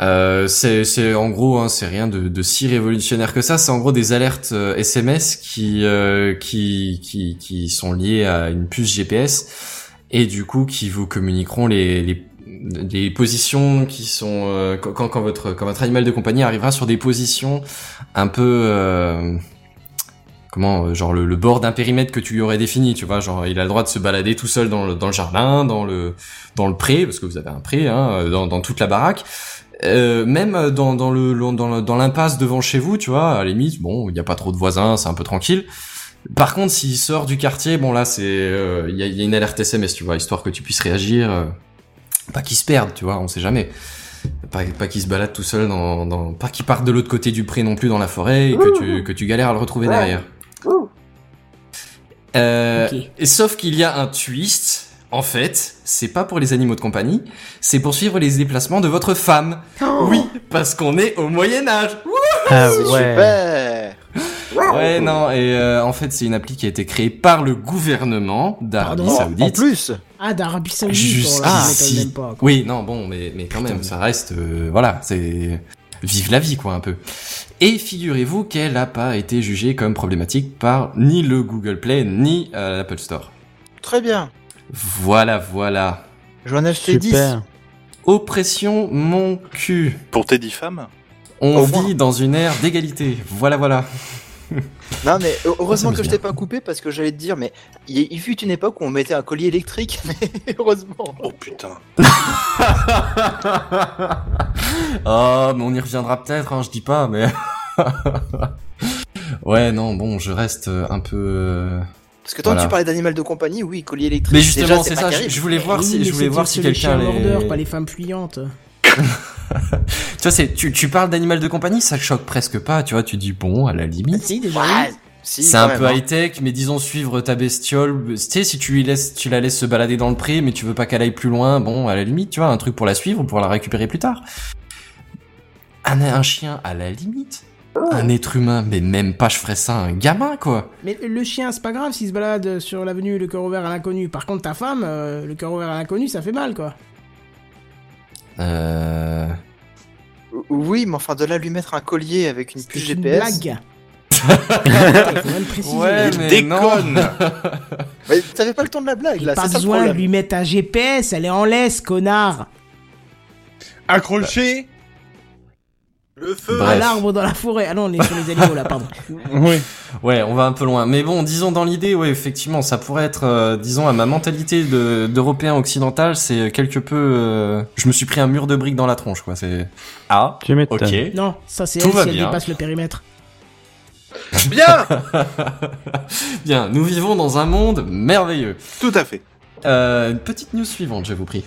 Euh, c'est c'est- en gros, hein, c'est rien de, de si révolutionnaire que ça. C'est en gros des alertes euh, SMS qui, euh, qui qui qui sont liées à une puce GPS et du coup qui vous communiqueront les les, les positions qui sont euh, quand- quand quand votre quand votre animal de compagnie arrivera sur des positions un peu euh, comment euh, genre le, le bord d'un périmètre que tu lui aurais défini tu vois genre il a le droit de se balader tout seul dans le, dans le jardin dans le dans le pré parce que vous avez un pré hein, euh, dans, dans toute la baraque Euh, même euh, dans, dans le le- dans le- dans l'impasse devant chez vous tu vois à la limite bon il n'y a pas trop de voisins c'est un peu tranquille par contre s'il sort du quartier bon là c'est euh, il y, a, il y a une alerte SMS tu vois histoire que tu puisses réagir euh, pas qu'il se perde tu vois on sait jamais pas, pas qu'il se balade tout seul dans, dans pas qu'il parte de l'autre côté du pré non plus dans la forêt et que tu que tu galères à le retrouver derrière Euh, et Sauf qu'il y a un twist. En fait, c'est pas pour les animaux de compagnie, c'est pour suivre les déplacements de votre femme.
Oh.
Oui, parce qu'on est au Moyen Âge.
Ah
Wouhou
ouais.
Super
Ouais, non, et euh, en fait, c'est une appli qui a été créée par le gouvernement d'Arabie
Pardon
Saoudite.
En
plus
Ah, d'Arabie Saoudite.
Jusqu'ici.
oh là, je m'étonne même pas, quoi.
Oui, non, bon, mais, mais quand même, ça reste. euh, voilà, c'est. Vive la vie, quoi, un peu. Et figurez-vous qu'elle n'a pas été jugée comme problématique par ni le Google Play, ni euh, l'Apple Store.
Très bien.
Voilà, voilà.
J'en ai acheté Super. 10.
Oppression, mon cul.
Pour tes dix femmes
On
Au
vit
moins.
dans une ère d'égalité. Voilà, voilà.
Non, mais heureusement
Ah, Ça
que je
me
t'ai pas coupé parce que j'allais te dire, mais il, il fut une époque où on mettait un collier électrique, mais heureusement.
Oh putain.
Oh, mais on y reviendra peut-être, hein, je dis pas, mais... ouais, non, bon, je reste euh, un peu... euh,
Parce que tant
voilà.
que tu parlais d'animal de compagnie, oui, collier électrique.
Mais justement,
déjà,
c'est
pas
ça, je-
terrible.
je voulais voir
Oui,
si-
mais
je voulais
c'est
voir
pour
si
ceux les chiens
quelqu'un les-
mordeurs, pas les femmes pliantes.
Tu vois, c'est, tu, tu parles d'animal de compagnie, ça te choque presque pas, tu vois, tu dis bon, à la limite.
Si, déjà. oui.
c'est un
hein.
peu high-tech, mais disons suivre ta bestiole. Tu sais, si tu lui laisses, tu la laisses se balader dans le pré, mais tu veux pas qu'elle aille plus loin, bon, à la limite, tu vois, un truc pour la suivre ou pour la récupérer plus tard. Un, un chien, à la limite. Un être humain, mais même pas, je ferais ça à un gamin, quoi.
Mais le chien, c'est pas grave s'il se balade sur l'avenue le cœur ouvert à l'inconnu. Par contre, ta femme, euh, le cœur ouvert à l'inconnu, ça fait mal, quoi.
Euh...
Oui, mais enfin, de là, lui mettre un collier avec une puce
une
GPS.
blague.
Faut
même préciser.
Ouais, Eh,
bah,
mais Déconne. non.
Mais t'avais pas le temps de la blague, là,
pas
c'est ça le
besoin de
problème.
lui mettre un GPS, elle est en laisse, connard.
Accroché
Le feu
À
Bref.
l'arbre dans la forêt. Ah non, on est sur les animaux, là, pardon.
Oui.
Ouais, on va un peu loin. Mais bon, disons dans l'idée, ouais, effectivement, ça pourrait être, euh, disons, à ma mentalité de- d'Européen occidental, c'est quelque peu. euh, je me suis pris un mur de briques dans la tronche, quoi. C'est. Ah.
Tu m'étonnes.
Ok.
Non, ça c'est
Tout
elle
va
si elle
bien.
dépasse le périmètre.
Bien
Bien, nous vivons dans un monde merveilleux.
Tout à fait.
Euh, une petite news suivante, je vous prie.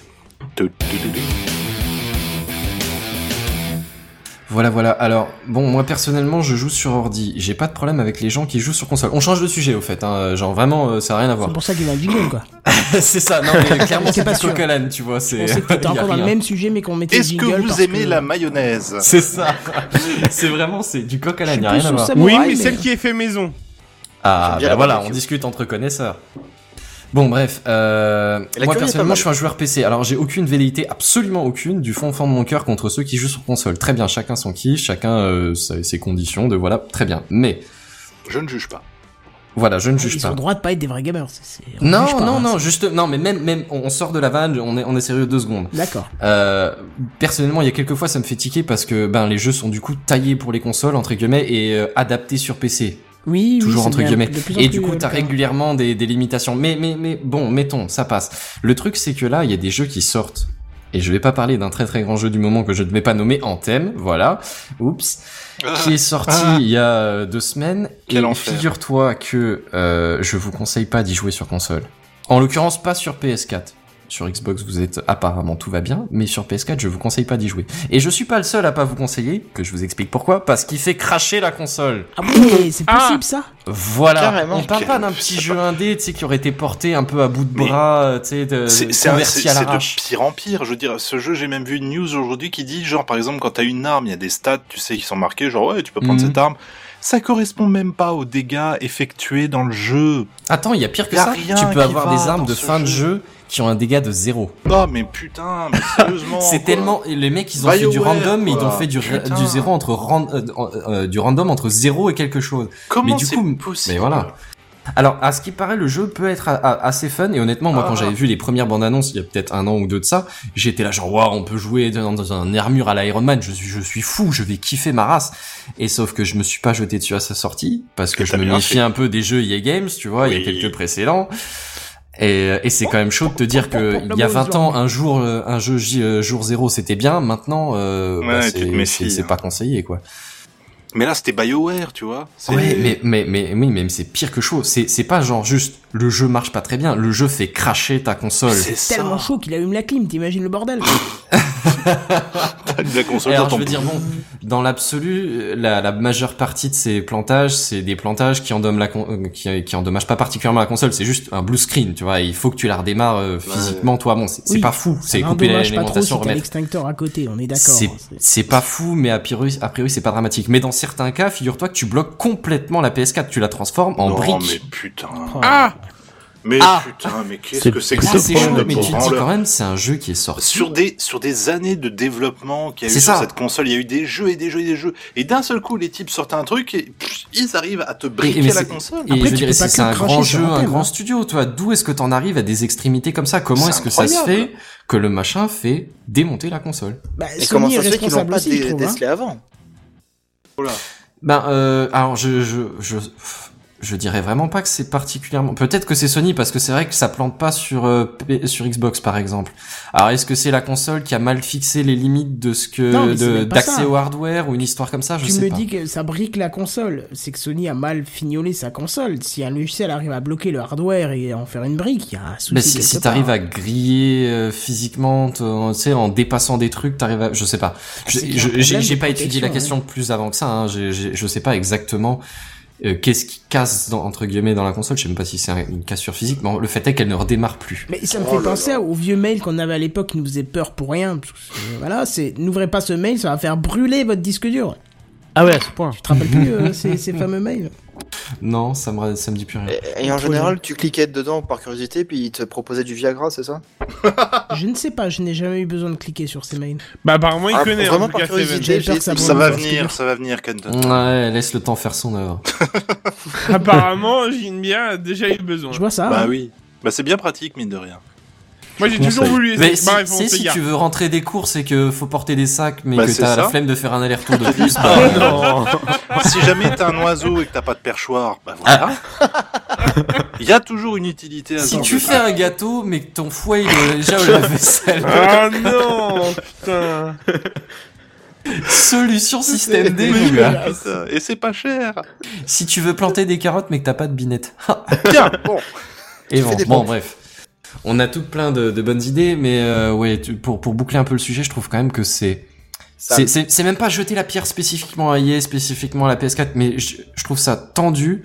Voilà, voilà. Alors, bon, moi personnellement, je joue sur ordi. J'ai pas de problème avec les gens qui jouent sur console. On change de sujet, au fait. Hein. Genre, vraiment, euh, ça a rien à voir.
C'est pour ça qu'il a le jingle, quoi.
c'est ça, non, mais clairement,
C'est
c'est
pas
pas
sûr.
coq à l'âne, tu vois.
On
C'est.
sait que t'étais
y a
encore dans le
rien.
même sujet, mais qu'on mettait le
Est-ce
jingle.
que vous
parce
aimez la mayonnaise
C'est ça. c'est vraiment, c'est du coq à l'âne, y a rien à voir.
Oui, mais celle qui est fait maison.
Ah,
bien
bah
la
voilà, on
barbecue.
discute entre connaisseurs. Bon, bref, euh,
La
moi
curieuse
personnellement,
pas mal.
je suis un joueur PC, alors j'ai aucune velléité, absolument aucune, du fond fond de mon cœur contre ceux qui jouent sur console. Très bien, chacun son kiff, chacun euh, sa- ses conditions, de voilà, très bien. Mais
Je ne juge pas.
voilà, je ne
Ils
juge
ont
pas.
le droit de pas être des vrais gamers. c'est- c'est- on
Non,
juge pas,
non,
hein.
non, juste, non, mais même, même, on on sort de la vanne, on est, on est sérieux deux secondes.
D'accord.
Euh, personnellement, il y a quelques fois, ça me fait tiquer parce que ben les jeux sont du coup taillés pour les consoles entre guillemets et euh, adaptés sur PC.
Oui, oui,
toujours
c'est
entre
bien,
guillemets.
de plus en
Et du
plus,
coup,
euh,
t'as
le cas.
régulièrement des, des limitations. Mais mais mais bon, mettons, ça passe. Le truc, c'est que là, il y a des jeux qui sortent. Et je vais pas parler d'un très très grand jeu du moment que je ne vais pas nommer en thème, voilà. Oups. Qui est sorti
Ah.
il y a euh, deux semaines.
Quel
et
enfer.
figure-toi que euh, je vous conseille pas d'y jouer sur console. En l'occurrence, pas sur PS4. Sur Xbox, vous êtes apparemment tout va bien, mais sur PS4, je vous conseille pas d'y jouer. Et je suis pas le seul à pas vous conseiller, que je vous explique pourquoi, parce qu'il fait cracher la console.
Ah bon, mais c'est possible ça
Voilà,
Carrément.
on parle pas d'un petit jeu indé, tu sais, qui aurait été porté un peu à bout de bras, euh, tu sais, de,
C'est c'est un-
converti
c'est-
à
c'est
l'arrache.
de pire en pire. Je veux dire, ce jeu, j'ai même vu une news aujourd'hui qui dit, genre, par exemple, quand t'as une arme, il y a des stats, tu sais, qui sont marqués, genre, ouais, tu peux prendre
Mhm.
cette arme. Ça correspond même pas aux dégâts effectués dans le jeu.
Attends, il y a pire que
Y a
ça,
rien
tu
qui
peux avoir
va
des armes
dans
de
ce
fin de jeu qui ont un dégât de zéro.
Oh, mais putain, mais sérieusement.
C'est
Oh, quoi.
tellement les mecs ils ont fait du
BioWare,
random mais ils ont
quoi.
fait du, ra-
Putain.
du zéro entre ran- euh, euh, du random entre zéro et quelque chose.
Comment
mais du
c'est
coup, mais voilà. Alors à ce qui paraît le jeu peut être a- a- assez fun et honnêtement moi quand
Ah.
j'avais vu les premières bandes annonces il y a peut-être un an ou deux de ça j'étais là genre waouh on peut jouer dans, dans un armure à l'Iron Man je suis je suis fou je vais kiffer ma race et sauf que je me suis pas jeté dessus à sa sortie parce que je me
bien
méfie
fait.
un peu des jeux EA Games tu vois il y a quelques précédents et, et c'est quand même chaud de te dire que il y a 20 ans, un jour, euh, un jeu J- euh, jour zéro, c'était bien. Maintenant, euh,
Ouais,
bah,
tu te
c'est-
méfies,
c'est c'est
hein.
pas conseillé, quoi.
Mais là, c'était BioWare, tu vois. C'est-
Ouais, mais mais mais oui, mais c'est pire que chaud. C'est c'est pas genre juste le jeu marche pas très bien. Le jeu fait cracher ta console.
C'est tellement chaud qu'il allume la clim, t'imagines le bordel
de la console
Alors,
dans ton
je veux dire,
pouce.
bon, dans l'absolu, la, la majeure partie de ces plantages, c'est des plantages qui endommagent, la con- euh, qui, qui endommagent pas particulièrement la console. C'est juste un blue screen, tu vois. et il faut que tu la redémarres euh, physiquement, toi. Bon, c'est c'est
Oui,
pas fou.
ça
C'est couper
n'endommage pas trop si
l'alimentation,
t'as
remettre.
l'extincteur à côté, on est d'accord.
C'est c'est pas fou, mais a priori, a priori, c'est pas dramatique. Mais dans certains cas, figure-toi que tu bloques complètement la PS4, tu la transformes en
Non,
brique.
mais putain.
Ah
Mais
Ah
putain, mais qu'est-ce que c'est que
Ah,
ce
c'est
bande
chaud,
de
Mais tu te dis
branleurs
quand même, c'est un jeu qui est sorti.
sur des sur des années de développement qu'il y a eu
C'est
sur
ça.
cette console, il y a eu des jeux et des jeux et des jeux. Et d'un seul coup, les types sortent un truc et pff, ils arrivent à te briquer
mais
la
c'est-
console.
Et je veux dire, c'est c'est un grand jeu, un grand studio, toi. D'où est-ce que t'en arrives à des extrémités comme ça Comment
C'est
est-ce que ça se
incroyable.
fait que le machin fait démonter la console
Bah,
Et comment ça se fait qu'ils n'ont pas dé-
hein.
décelé
hein.
avant
Ben, euh, alors je je je je dirais vraiment pas que c'est particulièrement. Peut-être que c'est Sony parce que c'est vrai que ça plante pas sur euh, P- sur Xbox par exemple. Alors est-ce que c'est la console qui a mal fixé les limites de ce
Non, mais
que
c'est
de-
même pas ça.
d'accès au hardware ou une histoire comme ça Je
Tu
sais
me
pas.
dis que ça brique la console. C'est que Sony a mal fignolé sa console. Si un logiciel arrive à bloquer le hardware et à en faire une brique, il y a un souci.
Mais Bah, si,
quelque
si
part.
t'arrives à griller euh, physiquement, t- euh, tu sais, en dépassant des trucs, t'arrives à, je sais pas. Je-
c'est qu'il y a un
je-
problème
J'ai j'ai
de
pas étudié la
protection,
question plus avant que ça. Hein. J'ai- j'ai- je sais pas exactement euh, qu'est-ce qui casse dans- entre guillemets dans la console. Je sais même pas si c'est un- une cassure physique, mais le fait est qu'elle ne redémarre plus.
Mais ça me
Oh
fait penser au vieux mail qu'on avait à l'époque qui nous faisait peur pour rien. Parce que, euh, voilà, c'est n'ouvrez pas ce mail, ça va faire brûler votre disque dur.
Ah ouais, à ce point.
Tu te rappelles plus euh, ces, ces fameux mails
Non, ça me ça me dit plus rien.
Et en
Trop
général, tu cliquais dedans par curiosité, puis ils te proposaient du Viagra, c'est ça
Je ne sais pas, je n'ai jamais eu besoin de cliquer sur ces mails.
Bah apparemment
il Ah, connaît, vraiment en tout par cas, curiosité, Steven. j'ai
J'espère que
essayé.
brûle
Ça va
parce que-
venir, ça va venir, Kenton.
Ouais, laisse le temps faire son œuvre.
Apparemment, Jinbia a déjà eu besoin.
Je vois
Ah.
ça.
Bah
hein.
oui. Bah c'est bien pratique mine de rien.
Moi, j'ai
Bon, ça
toujours
y est.
voulu
Mais
essayer.
si,
Bref, on
si- si
s'égare.
tu veux rentrer des courses et que faut porter des sacs, mais
Bah,
que
c'est
t'as la
ça.
flemme de faire un aller-retour de plus, bah,
Ah, si jamais t'es un oiseau et que t'as pas de perchoir, bah voilà. Il y a toujours une utilité à ce
Ah. Si
genre
tu
de
fais un gâteau, mais que ton foie il est déjà au lave-vaisselle.
Ah non, putain.
Solution système D,
Oui,
mon gars.
putain, Et c'est pas cher.
Si tu veux planter des carottes mais que t'as pas de binette.
Tiens, bon.
Et
Tu
bon,
fais des
bon,
pompes.
bref. On a tout plein de, de bonnes idées, mais euh, ouais, tu- pour, pour boucler un peu le sujet, je trouve quand même que c'est...
Ça-
C'est c'est- c'est même pas jeter la pierre spécifiquement à EA, spécifiquement à la PS4, mais je, je trouve ça tendu,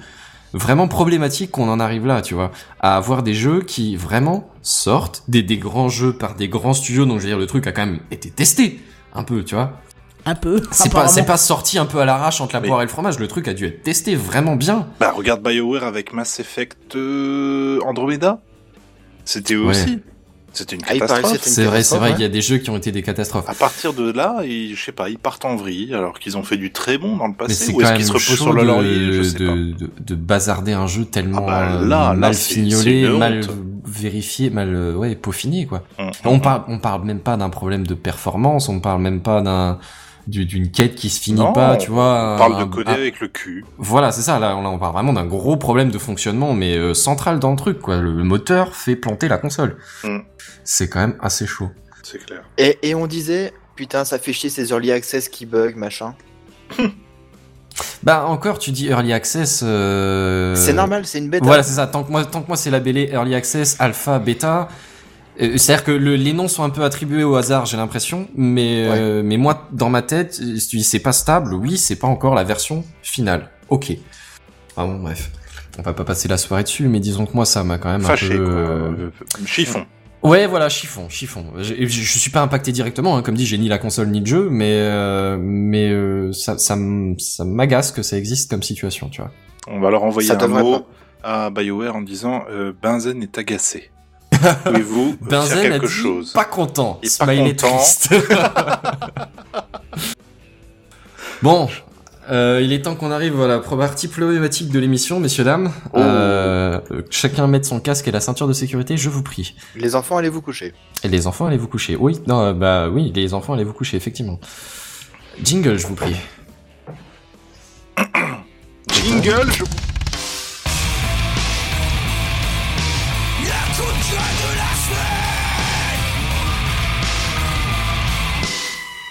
vraiment problématique qu'on en arrive là, tu vois, à avoir des jeux qui vraiment sortent, des, des grands jeux par des grands studios, donc je veux dire, le truc a quand même été testé, un peu, tu vois.
Un peu.
C'est pas,
apparemment.
c'est pas sorti un peu à l'arrache entre la poire et le fromage, le truc a dû être testé vraiment bien.
Bah regarde BioWare avec Mass Effect euh, Andromeda. C'était eux
Ouais.
aussi. C'était une
Ah, il paraît que
catastrophe.
c'était une
C'est vrai, c'est vrai
catastrophe,
qu'il y a des jeux qui ont été des catastrophes.
À partir de là, ils, je sais pas, ils partent en vrille alors qu'ils ont fait du très bon dans le
Mais
passé.
c'est
bah Ou
quand
est-ce
même
qu'ils se reposent
chaud
sur le
de-
laurier Je sais
de,
pas.
de- de bazarder un jeu tellement
Ah bah
euh,
là, là,
mal
c'est- c'est
fignolé,
une
mal
honte.
vérifié, mal euh, ouais peaufiné quoi.
Hum,
On parle, on parle même pas d'un problème de performance, on parle même pas d'un du- d'une quête qui se finit
Non,
pas, tu vois.
on
un-
parle de
un-
coder
un-
avec le cul.
Voilà, c'est ça. Là, on, là, on parle vraiment d'un gros problème de fonctionnement, mais euh, central dans le truc quoi. Le, le moteur fait planter la console.
Mm.
Hum.
C'est quand même assez chaud.
C'est clair.
et, et on disait, putain, ça fait chier ces early access qui bug, machin.
Bah encore, tu dis early access. euh,
C'est normal, c'est une hein. bêta.
Voilà, c'est ça. Tant que moi, tant que moi, c'est labellé early access, alpha, bêta. euh, C'est-à-dire que le- les noms sont un peu attribués au hasard, j'ai l'impression. Mais euh, mais moi, dans ma tête, euh, si tu dis c'est pas stable, oui, c'est pas encore la version finale. Ok. Ah bon, bref. On va pas passer la soirée dessus, mais disons que moi, ça m'a quand même
Fâché,
un peu.
quoi.
euh,
Chiffon.
Ouais, voilà, chiffon, chiffon. Je, je, je suis pas impacté directement, hein. comme dit, j'ai ni la console ni le jeu, mais euh, mais euh, ça ça m- ça m'agace que ça existe comme situation, tu vois.
On va leur envoyer
Ça
un
devrait
mot à BioWare en disant euh, Benzen est agacé. Pouvez-vous
Benzen
faire
a
quelque
dit
chose
pas content.
Il est pas
Smiley
content.
triste. bon, euh, il est temps qu'on arrive à la partie problématique de l'émission, messieurs dames.
Oh.
Euh, que chacun mette son casque et la ceinture de sécurité, je vous prie.
Les enfants, allez vous coucher.
Et les enfants, allez vous coucher. Oui, non, euh, bah oui, les enfants, allez vous coucher, effectivement. Jingle, je vous prie.
Jingle, je...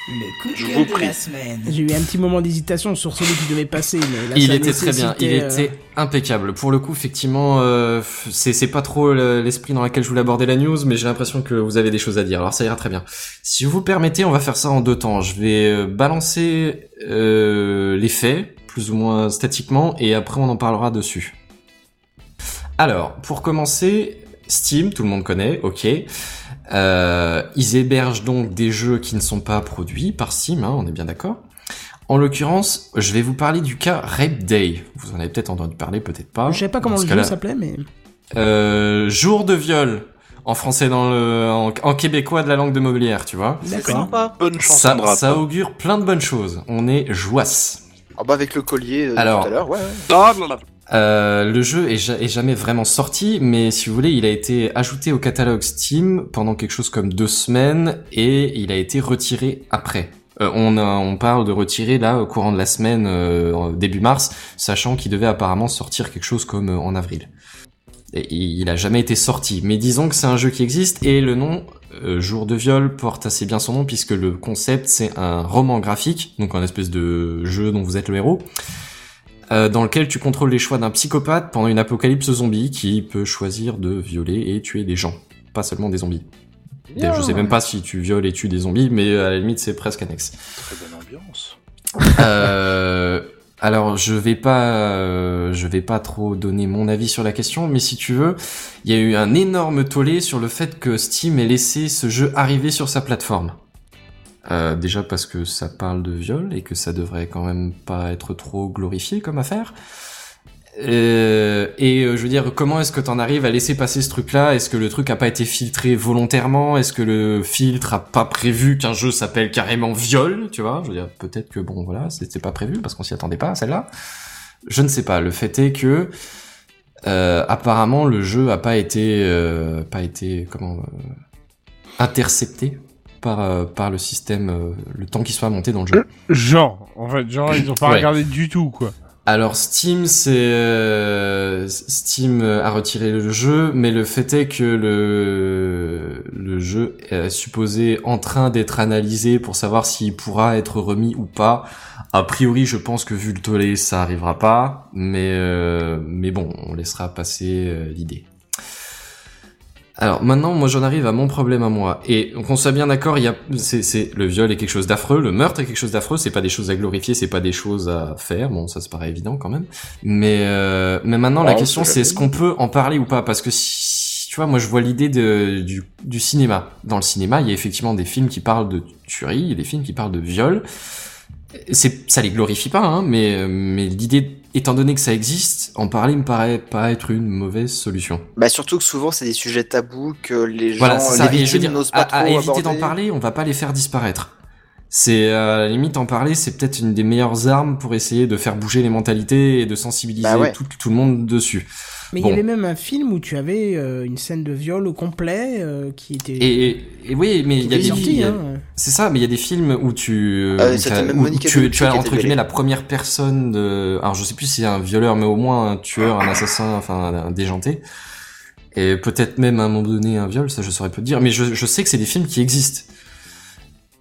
Le coup de
Je
cœur
vous
de
prie.
la semaine. J'ai eu un petit moment d'hésitation sur celui qui devait passer, mais là,
il
ça
était très bien, il
nécessitait, euh,
était impeccable. Pour le coup, effectivement, euh, f- c'est c'est pas trop le- l'esprit dans lequel je voulais aborder la news, mais j'ai l'impression que vous avez des choses à dire. Alors ça ira très bien. Si vous permettez, on va faire ça en deux temps. Je vais euh, balancer euh, les faits, plus ou moins statiquement, et après on en parlera dessus. Alors, pour commencer, Steam, tout le monde connaît, ok. Euh, ils hébergent donc des jeux qui ne sont pas produits par Steam, hein, on est bien d'accord. En l'occurrence, je vais vous parler du cas Rape Day. Vous en avez peut-être entendu parler, peut-être pas.
Je savais pas comment
Dans ce
le jeu
cas-là-
s'appelait, mais.
euh, jour de viol en français dans le en, en québécois de la langue de Mobilière, tu vois.
D'accord. Sympa.
Bonne
chanson
ça,
de rap.
ça augure plein de bonnes choses. On est joisse.
Ah bah avec le collier euh,
Alors.
tout à l'heure, ouais. ouais.
Euh, le jeu est, ja- est jamais vraiment sorti, mais si vous voulez, il a été ajouté au catalogue Steam pendant quelque chose comme deux semaines et il a été retiré après. Euh, on, a- on parle de retirer là au courant de la semaine, euh, en début mars, sachant qu'il devait apparemment sortir quelque chose comme euh, en avril. Et il il a jamais été sorti, mais disons que c'est un jeu qui existe et le nom euh, Jour de viol porte assez bien son nom puisque le concept c'est un roman graphique, donc un espèce de jeu dont vous êtes le héros euh, dans lequel tu contrôles les choix d'un psychopathe pendant une apocalypse zombie qui peut choisir de violer et tuer des gens, pas seulement des zombies.
Bien.
Je sais même pas si tu violes et tues des zombies, mais à la limite c'est presque annexe.
Très bonne ambiance.
Euh, alors je vais pas, euh, je vais pas trop donner mon avis sur la question, mais si tu veux, il y a eu un énorme tollé sur le fait que Steam ait laissé ce jeu arriver sur sa plateforme. Euh, déjà parce que ça parle de viol et que ça devrait quand même pas être trop glorifié comme affaire. Euh, et euh, je veux dire, comment est-ce que t'en arrives à laisser passer ce truc-là Est-ce que le truc a pas été filtré volontairement Est-ce que le filtre a pas prévu qu'un jeu s'appelle carrément viol Tu vois, je veux dire, peut-être que bon, voilà, c'était pas prévu parce qu'on s'y attendait pas à celle-là. Je ne sais pas. Le fait est que euh, apparemment le jeu a pas été, euh, pas été comment euh, intercepté par euh, par le système euh, le temps qu'il soit monté dans le jeu.
Genre, en fait, genre, ils ont pas
Ouais.
regardé du tout, quoi.
Alors Steam, c'est euh, Steam a retiré le jeu, mais le fait est que le le jeu est supposé en train d'être analysé pour savoir s'il pourra être remis ou pas. A priori, je pense que vu le tollé, ça arrivera pas, mais euh, mais bon, on laissera passer euh, l'idée. Alors maintenant, moi j'en arrive à mon problème à moi. Et donc on soit bien d'accord, il y a, c'est, c'est- le viol est quelque chose d'affreux, le meurtre est quelque chose d'affreux, c'est pas des choses à glorifier, c'est pas des choses à faire. Bon, ça se paraît évident quand même. Mais euh, mais maintenant la
Oh,
question
c'est
c'est
la
est-ce qu'on peut en parler ou pas Parce que si, tu vois, moi je vois l'idée de, du, du cinéma. Dans le cinéma, il y a effectivement des films qui parlent de tuerie, il y a des films qui parlent de viol. C'est, ça les glorifie pas, hein, mais mais l'idée, étant donné que ça existe, en parler me paraît pas être une mauvaise solution.
Bah surtout que souvent c'est des sujets tabous que les gens euh,
Voilà, c'est ça.
les
Et je veux
victimes
dire,
n'osent
à,
pas
à
trop
éviter d'en
aborder.
parler, on va pas les faire disparaître. C'est euh, à la limite en parler, c'est peut-être une des meilleures armes pour essayer de faire bouger les mentalités et de sensibiliser
Bah ouais.
tout, tout le monde dessus.
Mais
Bon.
il y avait même un film où tu avais euh, une scène de viol au complet euh, qui était.
Et, et- et oui, mais il y a
Qui est
des euh,
sorti,
films- il y a-
hein.
C'est ça, mais il y a des films où tu,
Euh,
où
c'était
t'as-
même
où
Monica
tu,
Bellucci
tu as
qui était
entre guillemets
violée.
la première personne de. Alors je sais plus si c'est un violeur, mais au moins un tueur, un assassin, enfin un déjanté. Et peut-être même à un moment donné un viol, ça je saurais pas te dire. Mais je, je sais que c'est des films qui existent.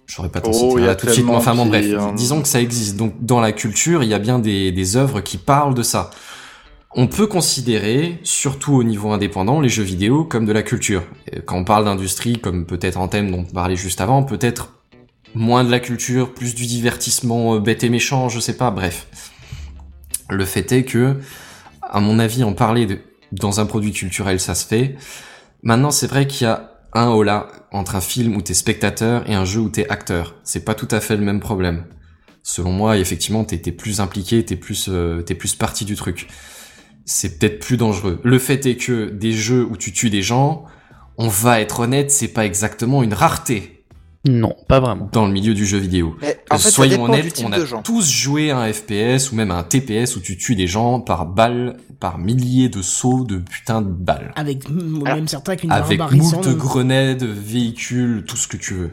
J'aurais pas t'en cité
Oh, il
un
y a
là tout de suite, mais
tellement
enfin bon
qui,
bref.
euh,
Disons que ça existe. Donc dans la culture, il y a bien des, des œuvres qui parlent de ça. On peut considérer, surtout au niveau indépendant, les jeux vidéo comme de la culture. Euh, Quand on parle d'industrie, comme peut-être en thème dont on parlait juste avant, peut-être moins de la culture, plus du divertissement euh, bête et méchant, je sais pas, bref. Le fait est que, à mon avis, en parler de- dans un produit culturel, ça se fait. Maintenant, c'est vrai qu'il y a un holà entre un film où t'es spectateur et un jeu où t'es acteur. C'est pas tout à fait le même problème. Selon moi, effectivement, t'es t'es plus impliqué, t'es plus, euh, t'es plus partie du truc. C'est peut-être plus dangereux. Le fait est que des jeux où tu tues des gens, on va être honnête, c'est pas exactement une rareté.
Non, pas vraiment.
Dans le milieu du jeu vidéo.
Mais, en fait, ça
Soyons
dépend du
honnêtes,
type
on
de
a
gens.
tous joué à un FPS ou même à un TPS où tu tues des gens par balles, par milliers de sauts de putain de balles.
Avec mm,
Ah.
même certains avec une
Avec
barbarie sans
moult
nom.
grenades, véhicules, tout ce que tu veux.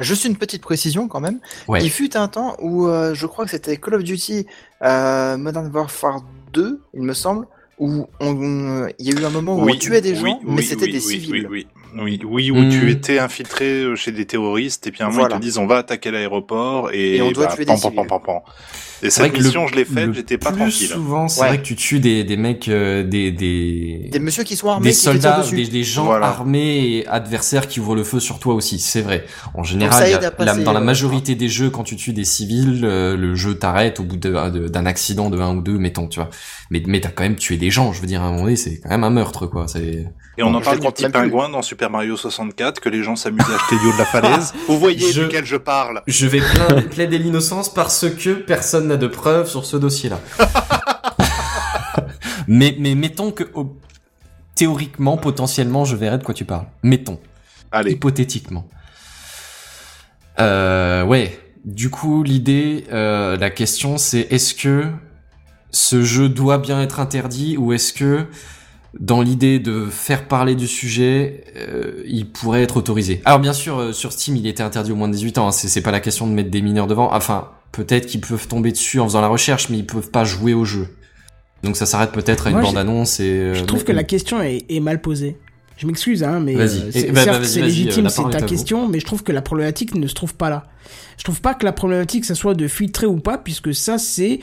Juste une petite précision quand même.
Ouais.
Il fut un temps où euh, je crois que c'était Call of Duty euh, Modern Warfare 2, il me semble, où on- il y a eu un moment où
Oui,
on tuait des
oui,
gens,
oui,
mais c'était
oui,
des
oui,
civils.
oui, oui. Oui, oui où
Hmm.
tu étais infiltré euh, chez des terroristes et puis à un moment
Voilà.
ils te disent on va attaquer l'aéroport et, bah,
Et on doit tuer des
pam, pam,
civils.
pam, pam, pam. Et
C'est vrai
cette
que le-
mission je l'ai faite,
le
j'étais pas
plus
tranquille.
souvent, c'est vrai que tu tues des, des mecs, euh, des, des...
Des messieurs qui sont armés,
Des
qui te tirent
soldats,
dessus.
des, des gens
Voilà.
armés et adversaires qui ouvrent le feu sur toi aussi, c'est vrai. En général,
ça
il y a-
aide à
la-
passer,
dans la
euh,
majorité des jeux, quand tu tues des civils, euh, le jeu t'arrête au bout de- de- d'un accident de un ou deux, mettons, tu vois. Mais, mais t'as quand même tué des gens, je veux dire, à un moment donné, c'est quand même un meurtre, quoi. c'est-
Et on en parle
je
du
compte
petit
même plus.
pingouin dans Super Mario 64 que les gens s'amusent à acheter du haut de la falaise. Vous voyez duquel je parle.
Je vais plain- plaider l'innocence parce que personne n'a de preuves sur ce dossier-là. mais, mais mettons que au- théoriquement, potentiellement, je verrai de quoi tu parles. Mettons.
Allez.
Hypothétiquement. Euh, ouais. Du coup, l'idée, euh, la question, c'est est-ce que ce jeu doit bien être interdit ou est-ce que dans l'idée de faire parler du sujet, euh, il pourrait être autorisé. Alors bien sûr, euh, sur Steam, il était interdit au moins de 18 ans. hein. C'est c'est pas la question de mettre des mineurs devant. Enfin, peut-être qu'ils peuvent tomber dessus en faisant la recherche, mais ils peuvent pas jouer au jeu. Donc ça s'arrête peut-être à une
Moi, j'ai-
bande-annonce. et euh,
Je trouve que la question est, est mal posée. Je m'excuse, hein, mais
Vas-y.
euh,
Eh,
c'est
bah, bah,
certes,
vas-y,
c'est
vas-y, euh,
légitime,
la
c'est
parole
ta
est à vous.
question, mais je trouve que la problématique ne se trouve pas là. Je trouve pas que la problématique, ça soit de filtrer ou pas, puisque ça, c'est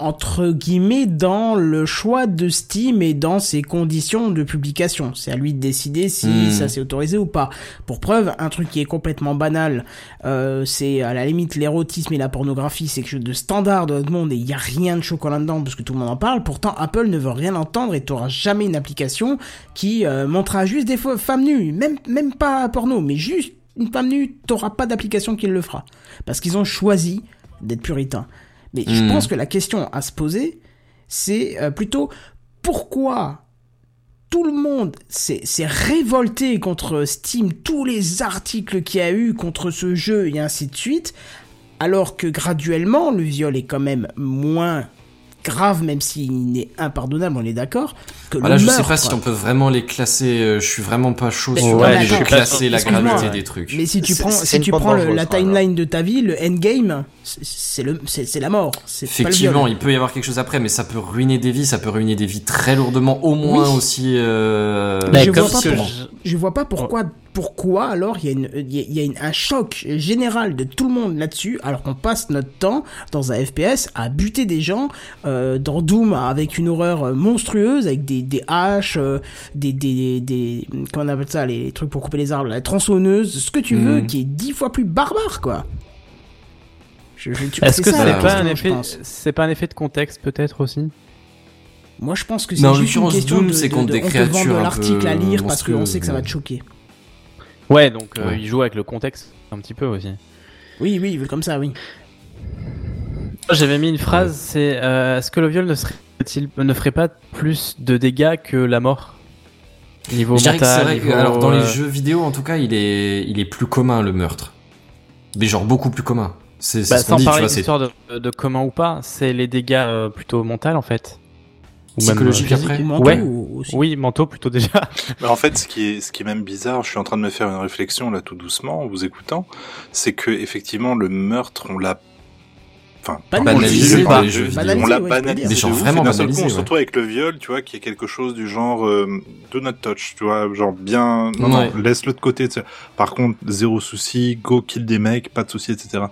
entre guillemets dans le choix de Steam et dans ses conditions de publication. C'est à lui de décider si
Hmm.
ça c'est autorisé ou pas. Pour preuve, un truc qui est complètement banal, euh, c'est à la limite l'érotisme et la pornographie, c'est quelque chose de standard dans notre monde et il n'y a rien de chocolat dedans parce que tout le monde en parle. Pourtant, Apple ne veut rien entendre et tu n'auras jamais une application qui euh, montrera juste des fo- femmes nues, même, même pas porno, mais juste une femme nue, t'auras pas d'application qui le fera. Parce qu'ils ont choisi d'être puritains. Mais je
Hmm.
pense que la question à se poser, c'est euh, plutôt pourquoi tout le monde s'est s'est révolté contre Steam, tous les articles qu'il y a eu contre ce jeu et ainsi de suite, alors que graduellement le viol est quand même moins grave, même s'il n'est impardonnable, on est d'accord, que
Voilà,
le
Ah Bah je
meurtre.
sais pas si on peut vraiment les classer. euh, je suis vraiment pas chaud
Mais-
sur
Ouais,
les
mais
jeux,
attends,
classer la
excuse-moi.
gravité des trucs.
Mais si tu
C'est-
prends,
c'est
si
une
tu
pente
prends le-
dangereuse,
la
voilà.
timeline de ta vie, le endgame, c'est- c'est le, c'est c'est la mort. c'est pas le viol.
Effectivement, il peut y avoir quelque chose après, mais ça peut ruiner des vies, ça peut ruiner des vies très lourdement, au moins
Oui.
aussi. Euh...
Bah,
je, vois pas pour- je vois pas pourquoi, pourquoi alors il y a, une, il y a- il y a une- un choc général de tout le monde là-dessus, alors qu'on passe notre temps dans un FPS à buter des gens euh, dans Doom avec une horreur euh, monstrueuse, avec des, des haches, euh, des, des, des, des- comment on appelle ça, les trucs pour couper les arbres, la tronçonneuse, ce que tu veux,
Mhm.
qui est dix fois plus barbare, quoi. Je- je- tu-
Est-ce que
ça,
c'est
la
pas
question,
un
je
effet,
pense.
c'est pas un effet de contexte peut-être aussi
Moi, je pense que
Mais en
c'est juste une
l'occurrence,
question
Doom,
de,
c'est
de-
contre
de-
des
on te vend
créatures un
l'article à
peu
lire parce qu'on
monstrueuses,
sait que ça va
mais-
te choquer.
Ouais, donc euh,
Ouais.
il joue avec le contexte un petit peu aussi.
Oui, oui, il veut comme ça, oui.
J'avais mis une phrase, c'est euh, est-ce que le viol ne serait ne ferait pas plus de dégâts que la mort niveau
Je dirais que
mental,
c'est vrai que,
niveau,
alors dans les
euh,
jeux vidéo en tout cas il est il est plus commun le meurtre mais genre beaucoup plus commun c'est c'est
bah,
ce qu'on
sans
dit tu
parler
vois c'est
d'histoire de, de commun ou pas, c'est les dégâts euh, plutôt mental en fait. Ou même,
Psychologique
euh, physique.
après
ouais.
ou-
Oui, mentaux plutôt déjà.
Mais en fait, ce qui est, ce qui est même bizarre, je suis en train de me faire une réflexion là tout doucement en vous écoutant, c'est que effectivement le meurtre, on l'a, enfin,
Banalisé
on l'a-
par les jeux vidéo.
on l'a
Banalisé, ouais,
banalisé.
des gens
de ouf,
vraiment
et d'un seul
banalisé,
coup, on se
ouais.
retrouve avec le viol, tu vois, qui est quelque chose du genre euh, do not touch, tu vois, genre bien, non,
Ouais.
non, laisse-le de côté. tu sais. Par contre, zéro souci, go kill des mecs, pas de souci, etc.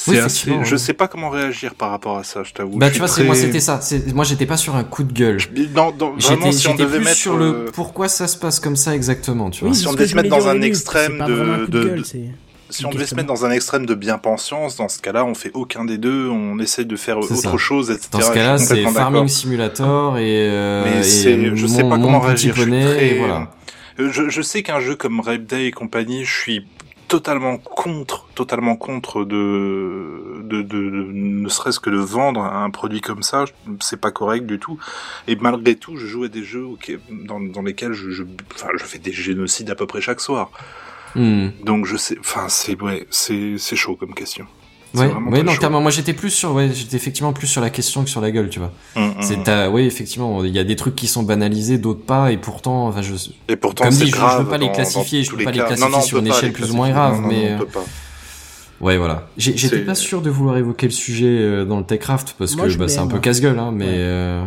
C'est assez,
effectivement,
je
ouais.
sais pas comment réagir par rapport à ça, je t'avoue.
bah
Je
tu
suis
vois c'est moi
très-
c'était ça c'est moi j'étais pas sur un coup de gueule
Non, non, vraiment,
j'étais
si on
j'étais
devait
plus
mettre,
sur le
euh,
pourquoi ça se passe comme ça exactement tu vois
si on devait se mettre dans un extrême de, de- de- si
une
on devait se
question.
mettre dans un extrême de bien-pensance, dans ce cas-là, on fait aucun des deux, on essaie de faire
C'est
autre
ça.
chose, etc.
Dans ce
Je suis
cas-là, c'est
complètement
Farming
d'accord.
Simulator et, euh,
Mais
et
c'est- je sais
mon-
pas
mon
comment
petit
réagir. Je, suis
poney,
très-
et voilà.
Euh, je, je sais qu'un jeu comme Rape Day et compagnie, je suis totalement contre, totalement contre de, de, de, de- ne serait-ce que de vendre un produit comme ça. Je- C'est pas correct du tout. Et malgré tout, je joue à des jeux auxquels- dans, dans lesquels je, je, enfin, je fais des génocides à peu près chaque soir.
Hmm.
Donc je sais, enfin c'est ouais, c'est c'est chaud comme question. C'est
Ouais,
vraiment
ouais
très
non,
chaud.
clairement, moi j'étais plus sur, ouais, j'étais effectivement plus sur la question que sur la gueule, tu vois.
Hum, hum,
C'est,
hum.
euh, ouais, effectivement, il y a des trucs qui sont banalisés, d'autres pas, et pourtant, enfin, je,
Et pourtant,
comme
c'est
dit, je- je,
grave
peux pas les
dans-
classifier,
dans
je
tous
peux
les
pas les
cas.
classifier
Non, non, on
sur
peut
une
pas
échelle
les
plus ou moins
classifier.
grave,
Non, non, non,
mais.
on
euh,
peut pas.
Ouais, voilà. J'ai- J'étais
C'est-
pas sûr de vouloir évoquer le sujet euh, dans le Techcraft parce
Moi,
que
je
bah,
voulais,
c'est un peu
moi.
casse-gueule, hein, mais euh,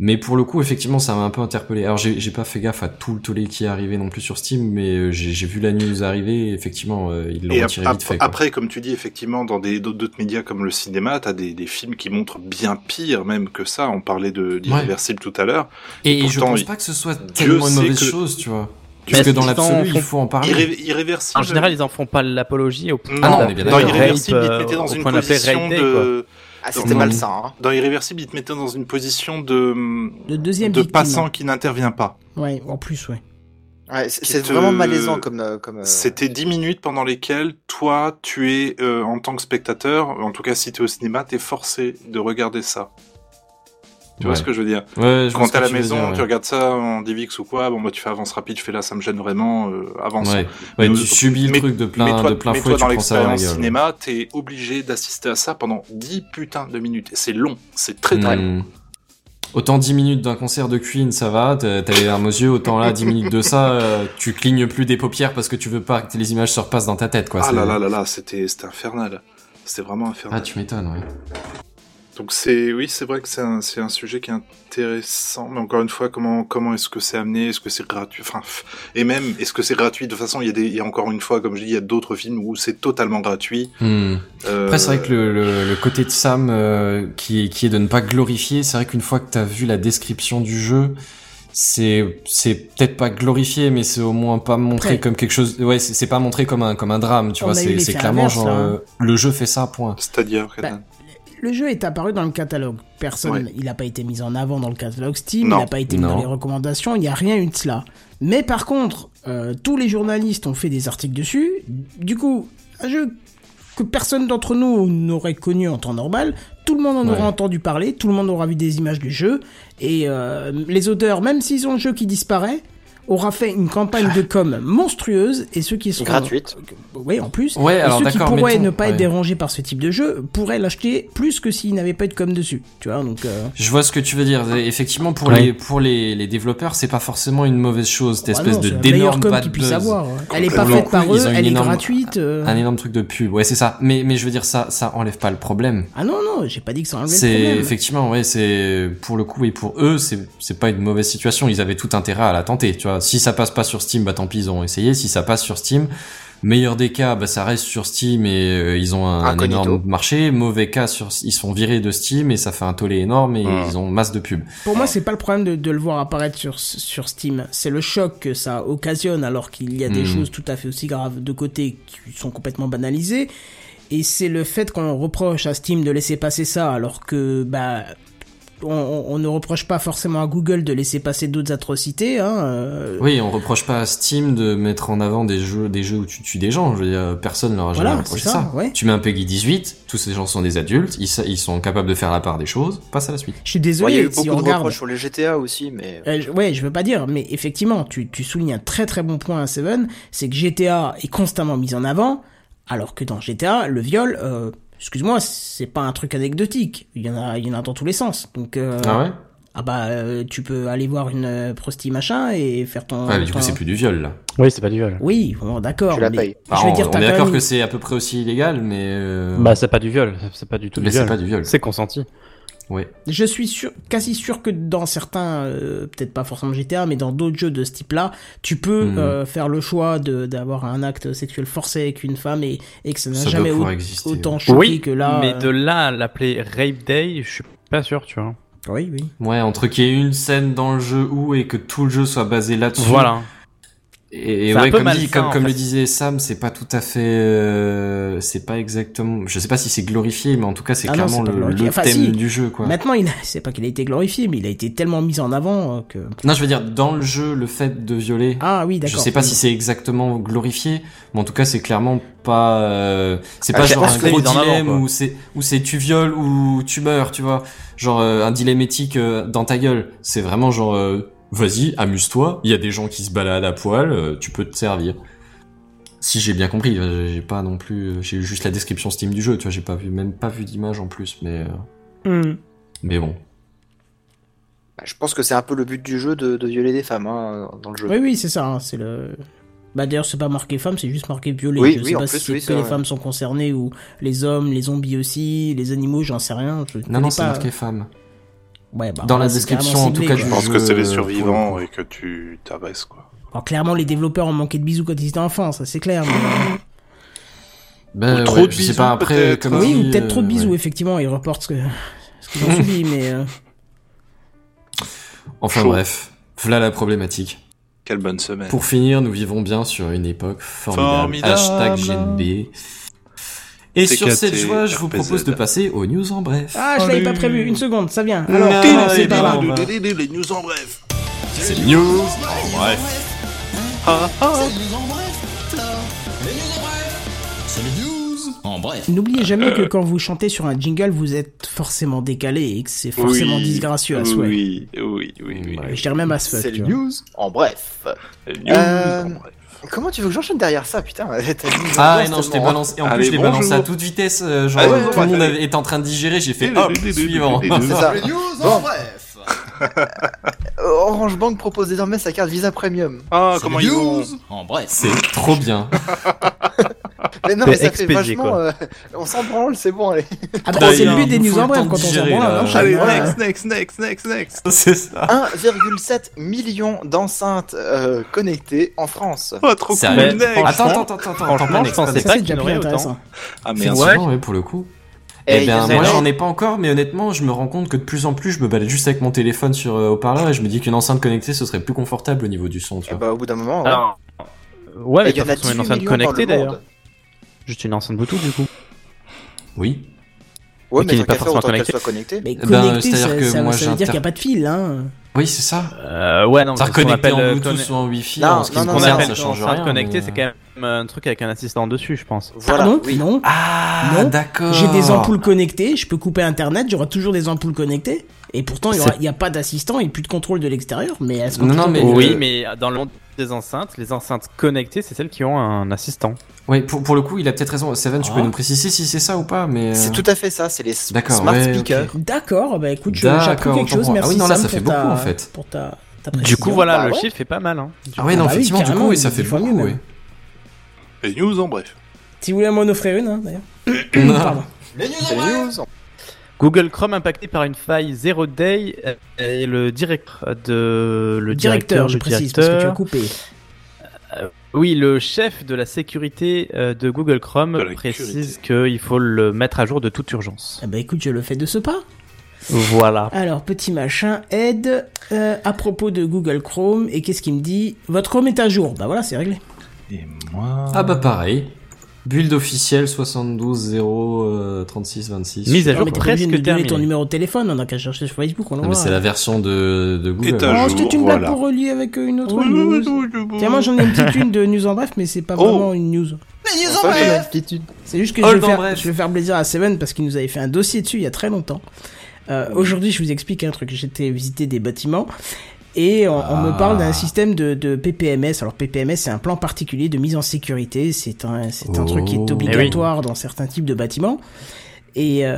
Mais pour le coup, effectivement, ça m'a un peu interpellé. Alors, j'ai j'ai pas fait gaffe à tout le tollé qui est arrivé non plus sur Steam, mais euh, j'ai j'ai vu la news arriver. Et effectivement, euh, ils l'ont
Et ap-
retiré
ap-
vite fait. quoi.
après, comme tu dis, effectivement, dans des- d'autres d'autres médias comme le cinéma, t'as des, des films qui montrent bien pire même que ça. On parlait de l'irréversible tout à l'heure.
et, je
pourtant,
pense
il-
pas que ce soit
Dieu
tellement une
sait
mauvaise
que-
chose, tu vois.
Mais
Parce que
est-ce
dans
qu'ils
l'absolu,
t'en
il faut en parler.
Irré- irréversible.
En général, ils en font pas l'apologie au point
Non,
d'appeler,
on est bien d'accord.
euh,
Dans Irréversible,
rape,
il
euh,
te mettait dans
au
une
point d'appeler
position
rape day,
de.
Ah,
quoi.
dans-
hein.
Dans Irréversible, il te mettait dans une position de.
De deuxième
De
victime. hein.
passant qui n'intervient pas.
Ouais, en plus, ouais.
Ouais, c'est
Qui
c'est
te-
vraiment malaisant comme. euh, comme euh,
C'était 10 minutes pendant lesquelles, toi, tu es, euh, en tant que spectateur, en tout cas si t'es au cinéma, t'es forcé de regarder ça. Tu vois
Ouais.
ce que je veux dire
Ouais, je vois
Quand
ce
t'es à
que
la
tu veux
maison,
dire, ouais.
tu regardes ça en DivX ou quoi, bon bah tu fais avance rapide, tu fais là, ça me gêne vraiment, euh, avance.
Ouais. Ouais,
Mais-
tu subis le
mais-
truc de plein-
mais toi-
de plein
mais
fouet,
toi,
tu
dans
prends ça dans la
l'expérience
gueule.
cinéma, t'es obligé d'assister à ça pendant 10 putains de minutes. Et c'est long, c'est très très long.
Hmm. Autant 10 minutes d'un concert de Queen, ça va, t'as t'as les larmes aux yeux, autant là, 10 minutes de ça, euh, tu clignes plus des paupières parce que tu veux pas que les images se repassent dans ta tête, quoi.
ah
c'est-
là là là là, c'était c'était infernal. C'était vraiment infernal.
Ah, tu m'étonnes, ouais.
Donc c'est oui, c'est vrai que c'est un, c'est un sujet qui est intéressant, mais encore une fois, comment comment est-ce que c'est amené, est-ce que c'est gratuit, enfin pff, et même est-ce que c'est gratuit. De toute façon, il y a des, il y a encore une fois, comme je dis, il y a d'autres films où c'est totalement gratuit.
Hmm.
Euh,
Après, c'est vrai que le, le- le côté de Sam euh, qui, est, qui est de ne pas glorifier, c'est vrai qu'une fois que t'as vu la description du jeu, c'est c'est peut-être pas glorifié, mais c'est au moins pas montré
Ouais.
comme quelque chose. Ouais, c'est c'est pas montré comme un comme un drame, tu
On
vois.
a eu
C'est
l'effet
c'est clairement
inverse,
genre
là, hein.
euh, le jeu fait ça, point.
C'est-à-dire
Bah, le jeu est apparu dans le catalogue. Personne,
Ouais.
il n'a pas été mis en avant dans le catalogue Steam,
Non.
il n'a pas été mis dans
Non.
les recommandations, il n'y a rien eu de cela. Mais par contre, euh, tous les journalistes ont fait des articles dessus. Du coup, un jeu que personne d'entre nous n'aurait connu en temps normal, tout le monde en
Ouais.
aura entendu parler, tout le monde aura vu des images du jeu, et euh, les auteurs, même s'ils ont le jeu qui disparaît, aura fait une campagne de com monstrueuse, et ceux qui sont
Gratuite.
Oui, Bah en plus.
Ouais,
Et
alors
ceux qui
d'accord,
pourraient
mettons,
ne pas être
ouais.
dérangés par ce type de jeu pourraient l'acheter plus que s'ils n'avaient pas eu de com dessus. Tu vois, donc. euh,
Je vois ce que tu veux dire. Effectivement, pour
Ouais.
les pour les, les développeurs, c'est pas forcément une mauvaise chose, cette
bah
espèce
non,
de
c'est la meilleure
d'énorme
com
bad
qu'ils puissent
buzz.
avoir. hein. Elle est pas
Pour le
faite
coup,
par
ils
eux,
ont une
elle est
énorme- Ah,
gratuite. euh.
Un énorme truc de pub. Ouais, c'est ça. Mais mais je veux dire ça ça enlève pas le problème.
Ah non, non, j'ai pas dit que ça enlevait le
C'est
problème.
effectivement ouais, c'est pour le coup et pour eux, c'est c'est pas une mauvaise situation. Ils avaient tout intérêt à la tenter. Tu vois, si ça passe pas sur Steam, bah tant pis, ils ont essayé. Si ça passe sur Steam. Meilleur des cas, bah ça reste sur Steam et euh, ils ont un, un
Incognito.
énorme marché. Mauvais cas, sur, ils sont virés de Steam et ça fait un tollé énorme et ils ont masse de pubs.
Pour moi, c'est pas le problème de, de le voir apparaître sur, sur Steam. C'est le choc que ça occasionne, alors qu'il y a des
Hmm.
Mhm.
choses tout à fait aussi graves de côté qui sont complètement banalisées. Et c'est le fait qu'on reproche à Steam de laisser passer ça, alors que, bah, on, on- on ne reproche pas forcément à Google de laisser passer d'autres atrocités. Hein. euh,
Oui, on reproche pas à Steam de mettre en avant des jeux, des jeux où tu tues des gens. Je veux dire, personne leur a jamais
Voilà,
reproché
c'est
ça.
ça, ouais.
Tu mets un Peggy 18, tous ces gens sont des adultes, ils, sa- ils sont capables de faire la part des choses. Passe à la suite.
Je suis
ouais, il y a
désolé
eu
si
beaucoup
on
de
regarde.
reproches sur les GTA aussi, mais.
Euh, je- ouais, je veux pas dire, mais effectivement, tu, tu soulignes un très très bon point à Seven, c'est que GTA est constamment mis en avant, alors que dans GTA, le viol, euh, excuse-moi, c'est pas un truc anecdotique. Il y en a, il y en a dans tous les sens. Donc, euh,
Ah ouais
Ah bah, euh, tu peux aller voir une euh, prosti machin et faire ton.
Ouais, Ah, mais du coup,
ton-
c'est plus du viol, là.
Oui, c'est pas du viol.
Oui, bon, d'accord.
Tu la
mais
payes.
Je veux
on,
dire,
on
t'as
est
quand
d'accord
même-
que c'est à peu près aussi illégal, mais. euh,
Bah, c'est pas du viol, c'est pas du tout
Mais
du
c'est
viol.
pas du viol.
C'est consenti.
Ouais.
Je suis sûr, quasi sûr que dans certains, euh, peut-être pas forcément GTA, mais dans d'autres jeux de ce type-là, tu peux
Mhm.
euh, faire le choix de- d'avoir un acte sexuel forcé avec une femme et, et que ça n'a
Ça doit
jamais au-
pouvoir exister.
autant choqué
oui,
que là.
mais
euh,
de là à l'appeler Rape Day, je suis pas sûr, tu vois.
Oui, oui.
Ouais, entre qu'il y ait une scène dans le jeu où et que tout le jeu soit basé là-dessus.
Voilà.
Et, et
C'est un
ouais,
peu
comme,
malsain,
dit- comme,
en
comme
fait.
le disait Sam, c'est pas tout à fait, euh, c'est pas exactement, je sais pas si c'est glorifié, mais en tout cas c'est
Ah non,
clairement
pas
le- le,
glorifié. Enfin,
thème
si.
du jeu, quoi.
Maintenant, il a- c'est pas qu'il a été glorifié, mais il a été tellement mis en avant euh, que.
Non, je veux dire, dans le jeu, le fait de violer.
Ah oui, d'accord.
Je sais pas
Oui.
si c'est exactement glorifié, mais en tout cas, c'est clairement pas. euh, c'est
Ah,
pas
je
genre
pense
un
que
gros
c'est mis en avant,
dilemme
quoi.
où c'est où c'est tu violes ou tu meurs, tu vois. Genre euh, un dilemme éthique euh, dans ta gueule. C'est vraiment genre, euh, vas-y, amuse-toi. Il y a des gens qui se baladent à poil, euh, tu peux te servir. Si j'ai bien compris, euh, j'ai pas non plus, j'ai eu juste la description Steam du jeu, tu vois. J'ai pas vu, même pas vu d'image en plus, mais euh,
Mm.
mais bon.
Bah, je pense que c'est un peu le but du jeu de, de violer des femmes hein, dans le jeu.
Oui, oui, c'est ça. hein, c'est le. Bah d'ailleurs, c'est pas marqué femme, c'est juste marqué violet.
Oui,
je
oui,
sais
en
pas
plus,
si
oui,
que
c'est
les
vrai.
femmes sont concernées ou les hommes, les zombies aussi, les animaux, j'en sais rien. je
Non,
connais
non, c'est
pas.
marqué femme.
Ouais, bah,
Dans la
c'est
description,
carrément
en tout
ciblé,
cas,
quoi.
du
Je pense que c'est les survivants
pour le
et que tu t'agresses, quoi.
Alors, clairement, les développeurs ont manqué de bisous quand ils étaient enfants, ça c'est clair. mais-
Ben,
Ou trop
ouais,
de
je sais
bisous,
pas après
peut-être.
comme
oui,
dit,
ou peut-être trop de
euh,
bisous, effectivement, ils reportent ce que- ce qu'ils ont subi, mais. euh,
Enfin
Chaud.
bref, voilà la problématique.
Quelle bonne semaine.
Pour finir, nous vivons bien sur une époque formidable.
Formidable.
Hashtag GNB. Et sur
TKT,
cette joie, je vous
RPZ.
propose de passer aux news en bref. Ah,
Ah, je l'avais pas prévu, une seconde, ça vient.
Non,
Alors,
il
c'est
est
par là.
pas là.
Les news en bref.
C'est les news en bref.
Ah, ah.
C'est les news en bref.
N'oubliez jamais que quand vous chantez sur un jingle, vous êtes forcément décalé et que c'est forcément
Oui,
disgracieux à souhait.
Oui, oui, oui, oui.
Je dirais même à ce fuck,
C'est
tu
les
vois.
news en bref.
Euh,
Comment tu veux que j'enchaîne derrière ça, putain t'as dit-
Ah et non, je t'ai balancé. Et en
Allez,
plus, je l'ai
bonjour. Ah
balancé à toute vitesse. euh, Genre,
Allez, bonjour,
tout le monde
allez.
est en train de digérer. J'ai fait
Les
hop,
news,
suivant.
les news,
C'est ça.
Les news
Bon.
en bref.
Orange Bank propose désormais sa carte Visa Premium.
Ah,
C'est les news en bref.
C'est trop bien.
Mais non,
T'es
mais ça fait
expédié,
vachement.
quoi.
euh, on s'en branle, c'est bon, allez.
Ah
bah,
c'est le but des
il
news
faut
en
le
bref,
temps de
quand on s'en
digérer,
branle, hein,
là.
on enchaîne.
Allez,
Voilà.
Next, next, next, next, next.
C'est ça.
1,7 million d'enceintes euh, connectées en France.
Oh, trop
Sérieux cool, next. Attends, attends, attends, attends, attends,
Franchement,
attends,
je pensais
attends,
pas
c'est
qu'il y en
déjà
aurait
plus
autant.
intéressant.
Ah
C'est
merde.
vraiment, ouais, pour le coup.
Eh,
Eh bien,
ils
moi
avaient-
j'en ai pas encore, mais honnêtement, je me rends compte que de plus en plus, je me balade juste avec mon téléphone sur euh, haut-parleur et je me dis qu'une enceinte connectée, ce serait plus confortable au niveau du son, tu
Eh
vois.
bah, au bout d'un moment. ouais.
Alors, ouais, mais
Et il y en
pas
a
forcément
18
une enceinte
millions dans le
connectée
monde.
d'ailleurs. Juste une enceinte Bluetooth du coup. ben.
Oui.
Ouais,
Et
mais
qu'il
tant
est pas
qu'à faire,
forcément
autant qu'elle
connecté.
soit connectée.
Mais
Ben,
connecté,
c'est-à-dire
ça,
que
ça-
moi,
ça veut dire
j'inter-
qu'il n'y a pas de fil, hein.
Oui, c'est ça.
Euh, ouais, non,
Ça
c'est ce qu'on
reconnecté
appelle
en
euh,
Bluetooth
conne-
ou en Wi-Fi,
Non,
en ce qui
non,
me
non,
qu'on
non,
concerne,
appelle
ça change
enceinte
rien.
connectée,
mais- euh,
c'est quand même euh, un truc avec un assistant dessus, je pense.
Voilà,
Pardon
oui.
Non
Ah,
Non.
d'accord.
J'ai des ampoules connectées, je peux couper internet, j'aurai toujours des ampoules connectées. Et pourtant, il y aura-
C'est-
il n'y a pas d'assistant et plus de contrôle de l'extérieur, mais elles sont
Non, non,
toujours
mais-
connectées.
oui,
euh,
mais dans le monde des enceintes, les enceintes connectées, c'est celles qui ont un assistant.
Oui, pour, pour le coup, il a peut-être raison. Seven, tu peux
Ah.
nous préciser si c'est ça ou pas, mais. euh,
C'est tout à fait ça, c'est les s-
D'accord,
smart
ouais, ok.
speakers.
D'accord, bah écoute, je-
D'accord,
j'apprends quelque
autant
chose,
pour moi. Ah
merci
oui, non, là,
Sam,
ça fait
pour ta-
beaucoup, en fait.
Pour ta, ta
Du
précision.
coup, voilà,
Bah
le
ouais.
chiffre est pas mal. Hein.
Ah, ouais,
Ah
non,
bah oui,
effectivement, du
carrément,
coup, oui, ça
dix
fait
fois
beaucoup,
mieux,
oui.
Les news en bref.
Si vous voulez m'en offrir une, hein, d'ailleurs.
Non.
Pardon.
Les news
C'est
en
les
bref.
news.
Google Chrome impacté par une faille zero day euh, et le directeur de le
Directeur,
directeur,
je
le
précise, parce que tu as
directeur-
coupé.
oui le chef de la sécurité euh, de Google Chrome
De la
précise qu'il faut le mettre à jour de toute urgence.
Ah bah écoute, je le fais de ce pas.
Voilà.
Alors, petit machin, aide euh, à propos de Google Chrome, et qu'est-ce qu'il me dit Votre Chrome est à jour. Bah voilà, c'est réglé.
Et moi.
Ah, bah pareil. Build officielle 72 0 euh, 36 26.
Mise à
Non,
jour
mais t'es pas obligé de
presque
nous donner
terminée.
ton numéro de téléphone, on a qu'à chercher sur Facebook, on le
Non, Ah, mais
voit.
c'est la version de, de Google. hein.
Étage.
Oh,
Un
c'était
jour,
une blague
voilà.
pour relier avec euh, une autre news. Tiens, moi j'en ai une petite une de news en bref, mais c'est pas
Oh.
vraiment une news.
Les news en
Ça, c'est
bref.
l'aptitude.
C'est juste que je
Hold
vais,
en
faire,
bref.
je vais faire plaisir à Seven parce qu'il nous avait fait un dossier dessus il y a très longtemps. Euh, Aujourd'hui, je vous explique un truc. J'étais visiter des bâtiments et on, on me parle d'un
Ah.
système de, de PPMS. Alors PPMS, c'est un plan particulier de mise en sécurité. C'est un, c'est un
Oh.
truc qui est obligatoire dans certains types de bâtiments. Et euh,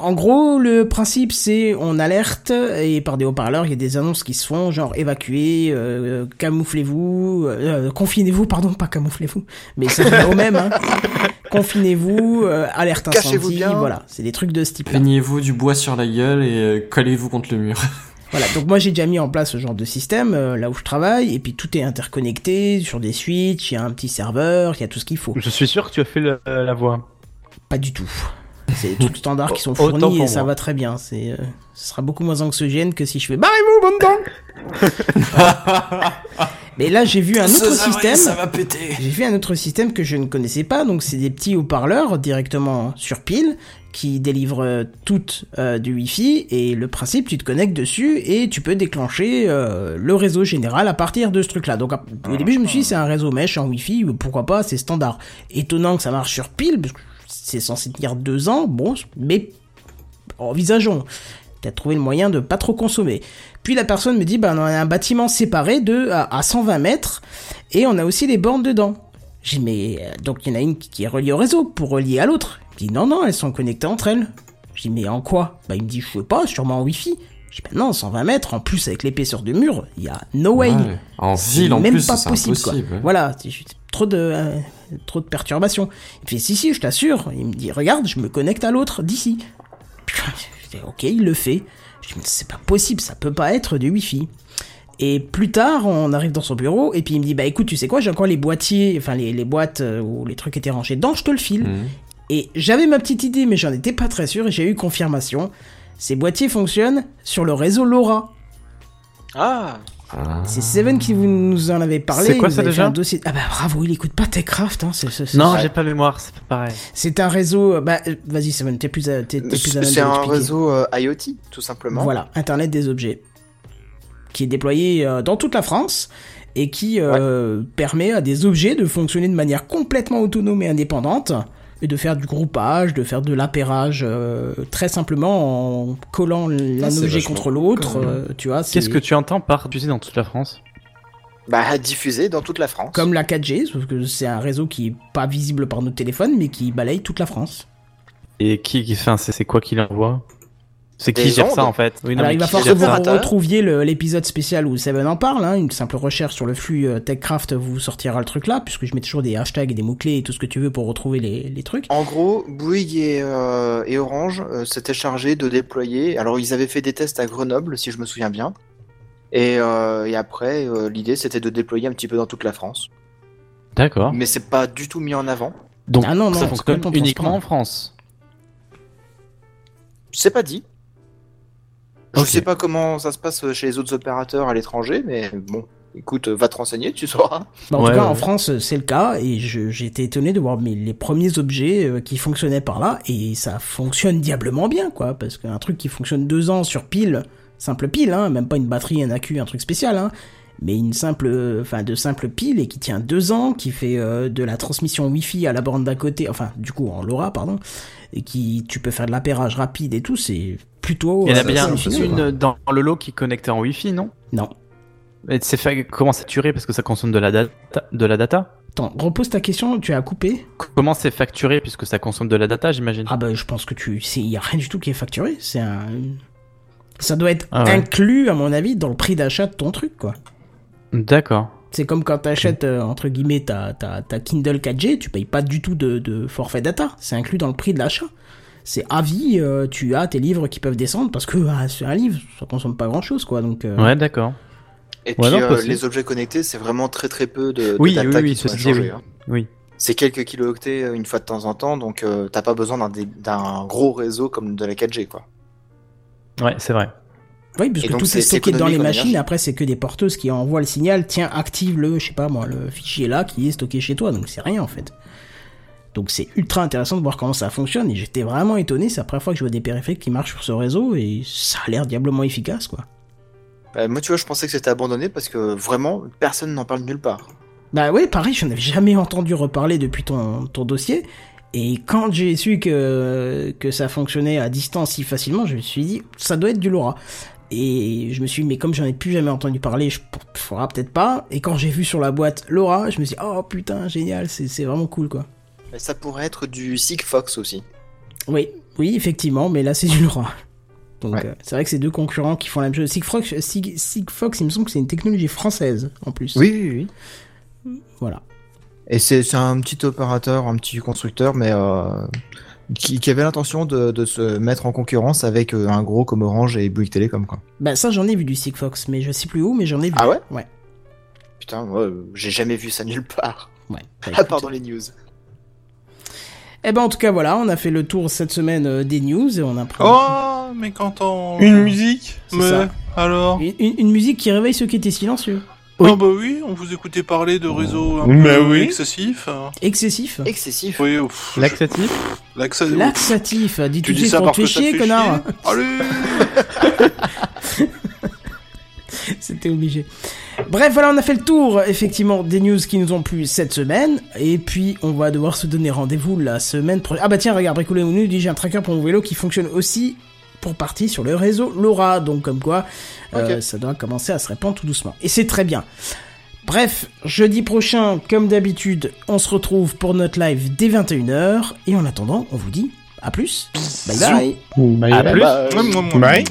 en gros, le principe, c'est on alerte et par des haut-parleurs, il y a des annonces qui se font, genre évacuez, euh, camouflez-vous, euh, confinez-vous, pardon, pas camouflez-vous, mais c'est au même. Hein. Confinez-vous, euh, alerte
Cachez-vous
incendie,
bien.
voilà, c'est des trucs de ce type-là.
Peignez-vous du bois sur la gueule et euh, collez-vous contre le mur.
Voilà, donc moi j'ai déjà mis en place ce genre de système euh, là où je travaille, et puis tout est interconnecté sur des switches, il y a un petit serveur, il y a tout ce qu'il faut.
Je suis sûr que tu as fait le- euh, la voix.
Pas du tout. C'est des trucs standards qui sont
Autant pour
fournis et ça
moi.
va très bien. C'est, euh, ce sera beaucoup moins anxiogène que si je fais barrez-vous, bonne dent. Mais là, j'ai vu un autre système.
péter.
J'ai vu un autre système que je ne connaissais pas. Donc, c'est des petits haut-parleurs directement sur pile qui délivrent euh, toutes euh, du Wi-Fi. Et le principe, tu te connectes dessus et tu peux déclencher euh, le réseau général à partir de ce truc-là. Donc, à- au début, je me suis dit, c'est un réseau mesh en Wi-Fi. Pourquoi pas C'est standard. Étonnant que ça marche sur pile. Parce que c'est censé tenir deux ans. Bon, mais oh, envisageons. Peut-être trouver le moyen de pas trop consommer. Puis la personne me dit, ben on a un bâtiment séparé de à, à 120 mètres et on a aussi les bornes dedans. J'ai dit, mais euh, donc il y en a une qui qui est reliée au réseau pour relier à l'autre. Il dit non non elles sont connectées entre elles. J'ai dit mais en quoi Bah il me dit je sais pas, sûrement en wifi. J'ai dit ben non 120 mètres en plus avec l'épaisseur du mur, il y a no way.
Ouais. En
C'est
ville, en
même
plus,
pas
c'est
possible, quoi.
impossible. ouais.
Voilà, c'est juste trop de euh, trop de perturbations. Il me fait si si, je t'assure. Il me dit regarde, je me connecte à l'autre d'ici. Putain, J'étais, ok, il le fait. Je dis, mais c'est pas possible, ça peut pas être du Wi-Fi. Et plus tard, on arrive dans son bureau, et puis il me dit, bah écoute, tu sais quoi, j'ai encore les boîtiers, enfin les, les boîtes euh, où les trucs étaient rangés dedans, je te le
hein.
file.
Mm. Mmh.
Et j'avais ma petite idée, mais j'en étais pas très sûr, et j'ai eu confirmation. Ces boîtiers fonctionnent sur le réseau LoRa.
Ah
C'est Seven qui vous, nous en avait parlé.
C'est quoi
il nous
ça
avait fait
déjà
un dossier- Ah bah bravo, il écoute pas Techcraft, hein. c'est- c'est- c'est-
Non,
c'est-
j'ai pas mémoire, c'est pas pareil.
C'est un réseau. euh, Bah, euh, vas-y, Seven, t'es plus à, t'es, t'es plus à même de
C'est un
l'expliquer.
réseau euh, IoT, tout simplement.
Voilà, Internet des objets, qui est déployé euh, dans toute la France et qui euh, permet à des objets de fonctionner de manière complètement autonome et indépendante et de faire du groupage, de faire de l'appairage euh, très simplement en collant l'un
c'est
objet
vachement
contre l'autre.
cool.
euh, tu vois, c'est
Qu'est-ce que tu entends par diffuser dans toute la France
Bah, diffusé dans toute la France.
comme la 4G, sauf que c'est un réseau qui est pas visible par nos téléphones mais qui balaye toute la France.
Et qui, qui enfin, c'est c'est quoi qui l'envoie C'est qui
Des
gère ça
ondes.
en fait Oui, non,
Alors,
mais
il va
qui
falloir que
gère
vous
ça
retrouviez le- l'épisode spécial où Seven en parle. hein. Une simple recherche sur le flux euh, TechCraft vous sortira le truc là, puisque je mets toujours des hashtags et des mots-clés et tout ce que tu veux pour retrouver les, les trucs.
En gros, Bouygues et, euh, et Orange euh, s'étaient chargés de déployer. Alors, ils avaient fait des tests à Grenoble, si je me souviens bien. Et, euh, et après, euh, l'idée c'était de déployer un petit peu dans toute la France.
D'accord.
Mais c'est pas du tout mis en avant.
Donc
Ah non, non,
ça
c'est
fonctionne
complètement
uniquement
transparent.
en France.
C'est pas dit. Je
Ok.
sais pas comment ça se passe chez les autres opérateurs à l'étranger, mais bon, écoute, va te renseigner, tu sauras.
Bah, en tout cas, en France, euh, c'est le cas, et je- j'ai été étonné de voir mes, les premiers objets euh, qui fonctionnaient par là, et ça fonctionne diablement bien, quoi, parce qu'un truc qui fonctionne deux ans sur pile, simple pile, hein, même pas une batterie, un accu, un truc spécial, hein, mais une simple, enfin, de simple pile, et qui tient deux ans, qui fait euh, de la transmission Wi-Fi à la borne d'à côté, enfin, du coup, en LoRa, pardon, et qui, tu peux faire de l'appairage rapide et tout, c'est plutôt...
Il y en a
euh,
bien
significatif, quoi.
une dans le lot qui est connectée en Wi-Fi, non
Non.
Et c'est fait comment facturer parce que ça consomme de la data, de la data
Attends, repose ta question, tu as coupé
Comment c'est facturé puisque ça consomme de la data, j'imagine
Ah bah je pense que tu sais, il y a rien du tout qui est facturé, c'est un ça doit être
Ah ouais.
inclus à mon avis dans le prix d'achat de ton truc quoi.
D'accord.
C'est comme quand t'achètes euh, entre guillemets ta, ta, ta Kindle 4G, tu payes pas du tout de, de forfait data, c'est inclus dans le prix de l'achat. C'est à vie, euh, tu as tes livres qui peuvent descendre parce que ah, c'est un livre, ça consomme pas grand chose quoi donc. euh,
Ouais, d'accord.
Et puis,
Ouais, non,
euh,
possible.
les objets connectés, c'est vraiment très très peu de, de
Oui,
data
oui,
qui
oui,
sont
ceci dit,
échangées,
oui.
hein.
Oui.
C'est quelques kilooctets euh, une fois de temps en temps, donc euh, t'as pas besoin d'un dé- d'un gros réseau comme de la 4G, quoi.
Ouais, c'est vrai.
Oui, parce
Et
que
donc,
tout
c'est-
est
c'est
stocké dans les
économique en
machines.
énergie.
Après, c'est que des porteuses qui envoient le signal. Tiens, active le, je sais pas moi, le fichier là qui est stocké chez toi. Donc c'est rien en fait. Donc c'est ultra intéressant de voir comment ça fonctionne. Et j'étais vraiment étonné. C'est la première fois que je vois des périphériques qui marchent sur ce réseau et ça a l'air diablement efficace quoi.
Euh, moi, tu vois, je pensais que c'était abandonné parce que vraiment, personne n'en parle nulle part.
Bah ouais, pareil, j'en avais jamais entendu reparler depuis ton, ton dossier. Et quand j'ai su que, que ça fonctionnait à distance si facilement, je me suis dit, ça doit être du LoRa. Et je me suis dit, mais comme j'en ai plus jamais entendu parler, je faudra peut-être pas. Et quand j'ai vu sur la boîte LoRa, je me suis dit, oh putain, génial, c'est c'est vraiment cool quoi.
Mais ça pourrait être du Sigfox aussi.
Oui, oui, effectivement, mais là c'est du LoRa. Donc euh, c'est vrai que c'est deux concurrents qui font la même chose. Sigfox, Sig- Sigfox, il me semble que c'est une technologie française en plus.
Oui,
oui.
oui,
Voilà.
Et c'est c'est un petit opérateur, un petit constructeur, mais euh, qui, qui avait l'intention de, de se mettre en concurrence avec euh, un gros comme Orange et Bouygues Télécom, quoi.
Bah ça j'en ai vu du Sigfox, mais je sais plus où, mais j'en ai vu.
Ah ouais
Ouais.
Putain, moi, euh, j'ai jamais vu ça nulle part.
Ouais.
à part dans les news.
Eh ben en tout cas voilà, on a fait le tour cette semaine euh, des news et on a pris
Oh, mais quand on...
Une
musique
C'est
Mais
ça.
alors
une, une- une musique qui réveille ceux qui étaient silencieux.
Ah bah oui, on vous écoutait parler de réseaux un
Mais
peu
oui.
excessifs.
Excessif.
Excessif.
Oui, ouf,
Laxatif
l'accès...
Laxatif, dis
Tu
tout de
dis
suite
ça
pour
parce
te
que ça te
chier,
fait
connard.
Allez
C'était obligé. Bref, voilà, on a fait le tour, effectivement, des news qui nous ont plu cette semaine. Et puis, on va devoir se donner rendez-vous la semaine prochaine. Ah bah tiens, regarde, Bricolé Mounou dit j'ai un tracker pour mon vélo qui fonctionne aussi pour partie sur le réseau LoRa. Donc, comme quoi, euh, ça doit commencer à se répandre tout doucement. Et c'est très bien. Bref, jeudi prochain, comme d'habitude, on se retrouve pour notre live dès 21h. Et en attendant, on vous dit à plus. Bye bye.
Bye.
À plus.
Bye.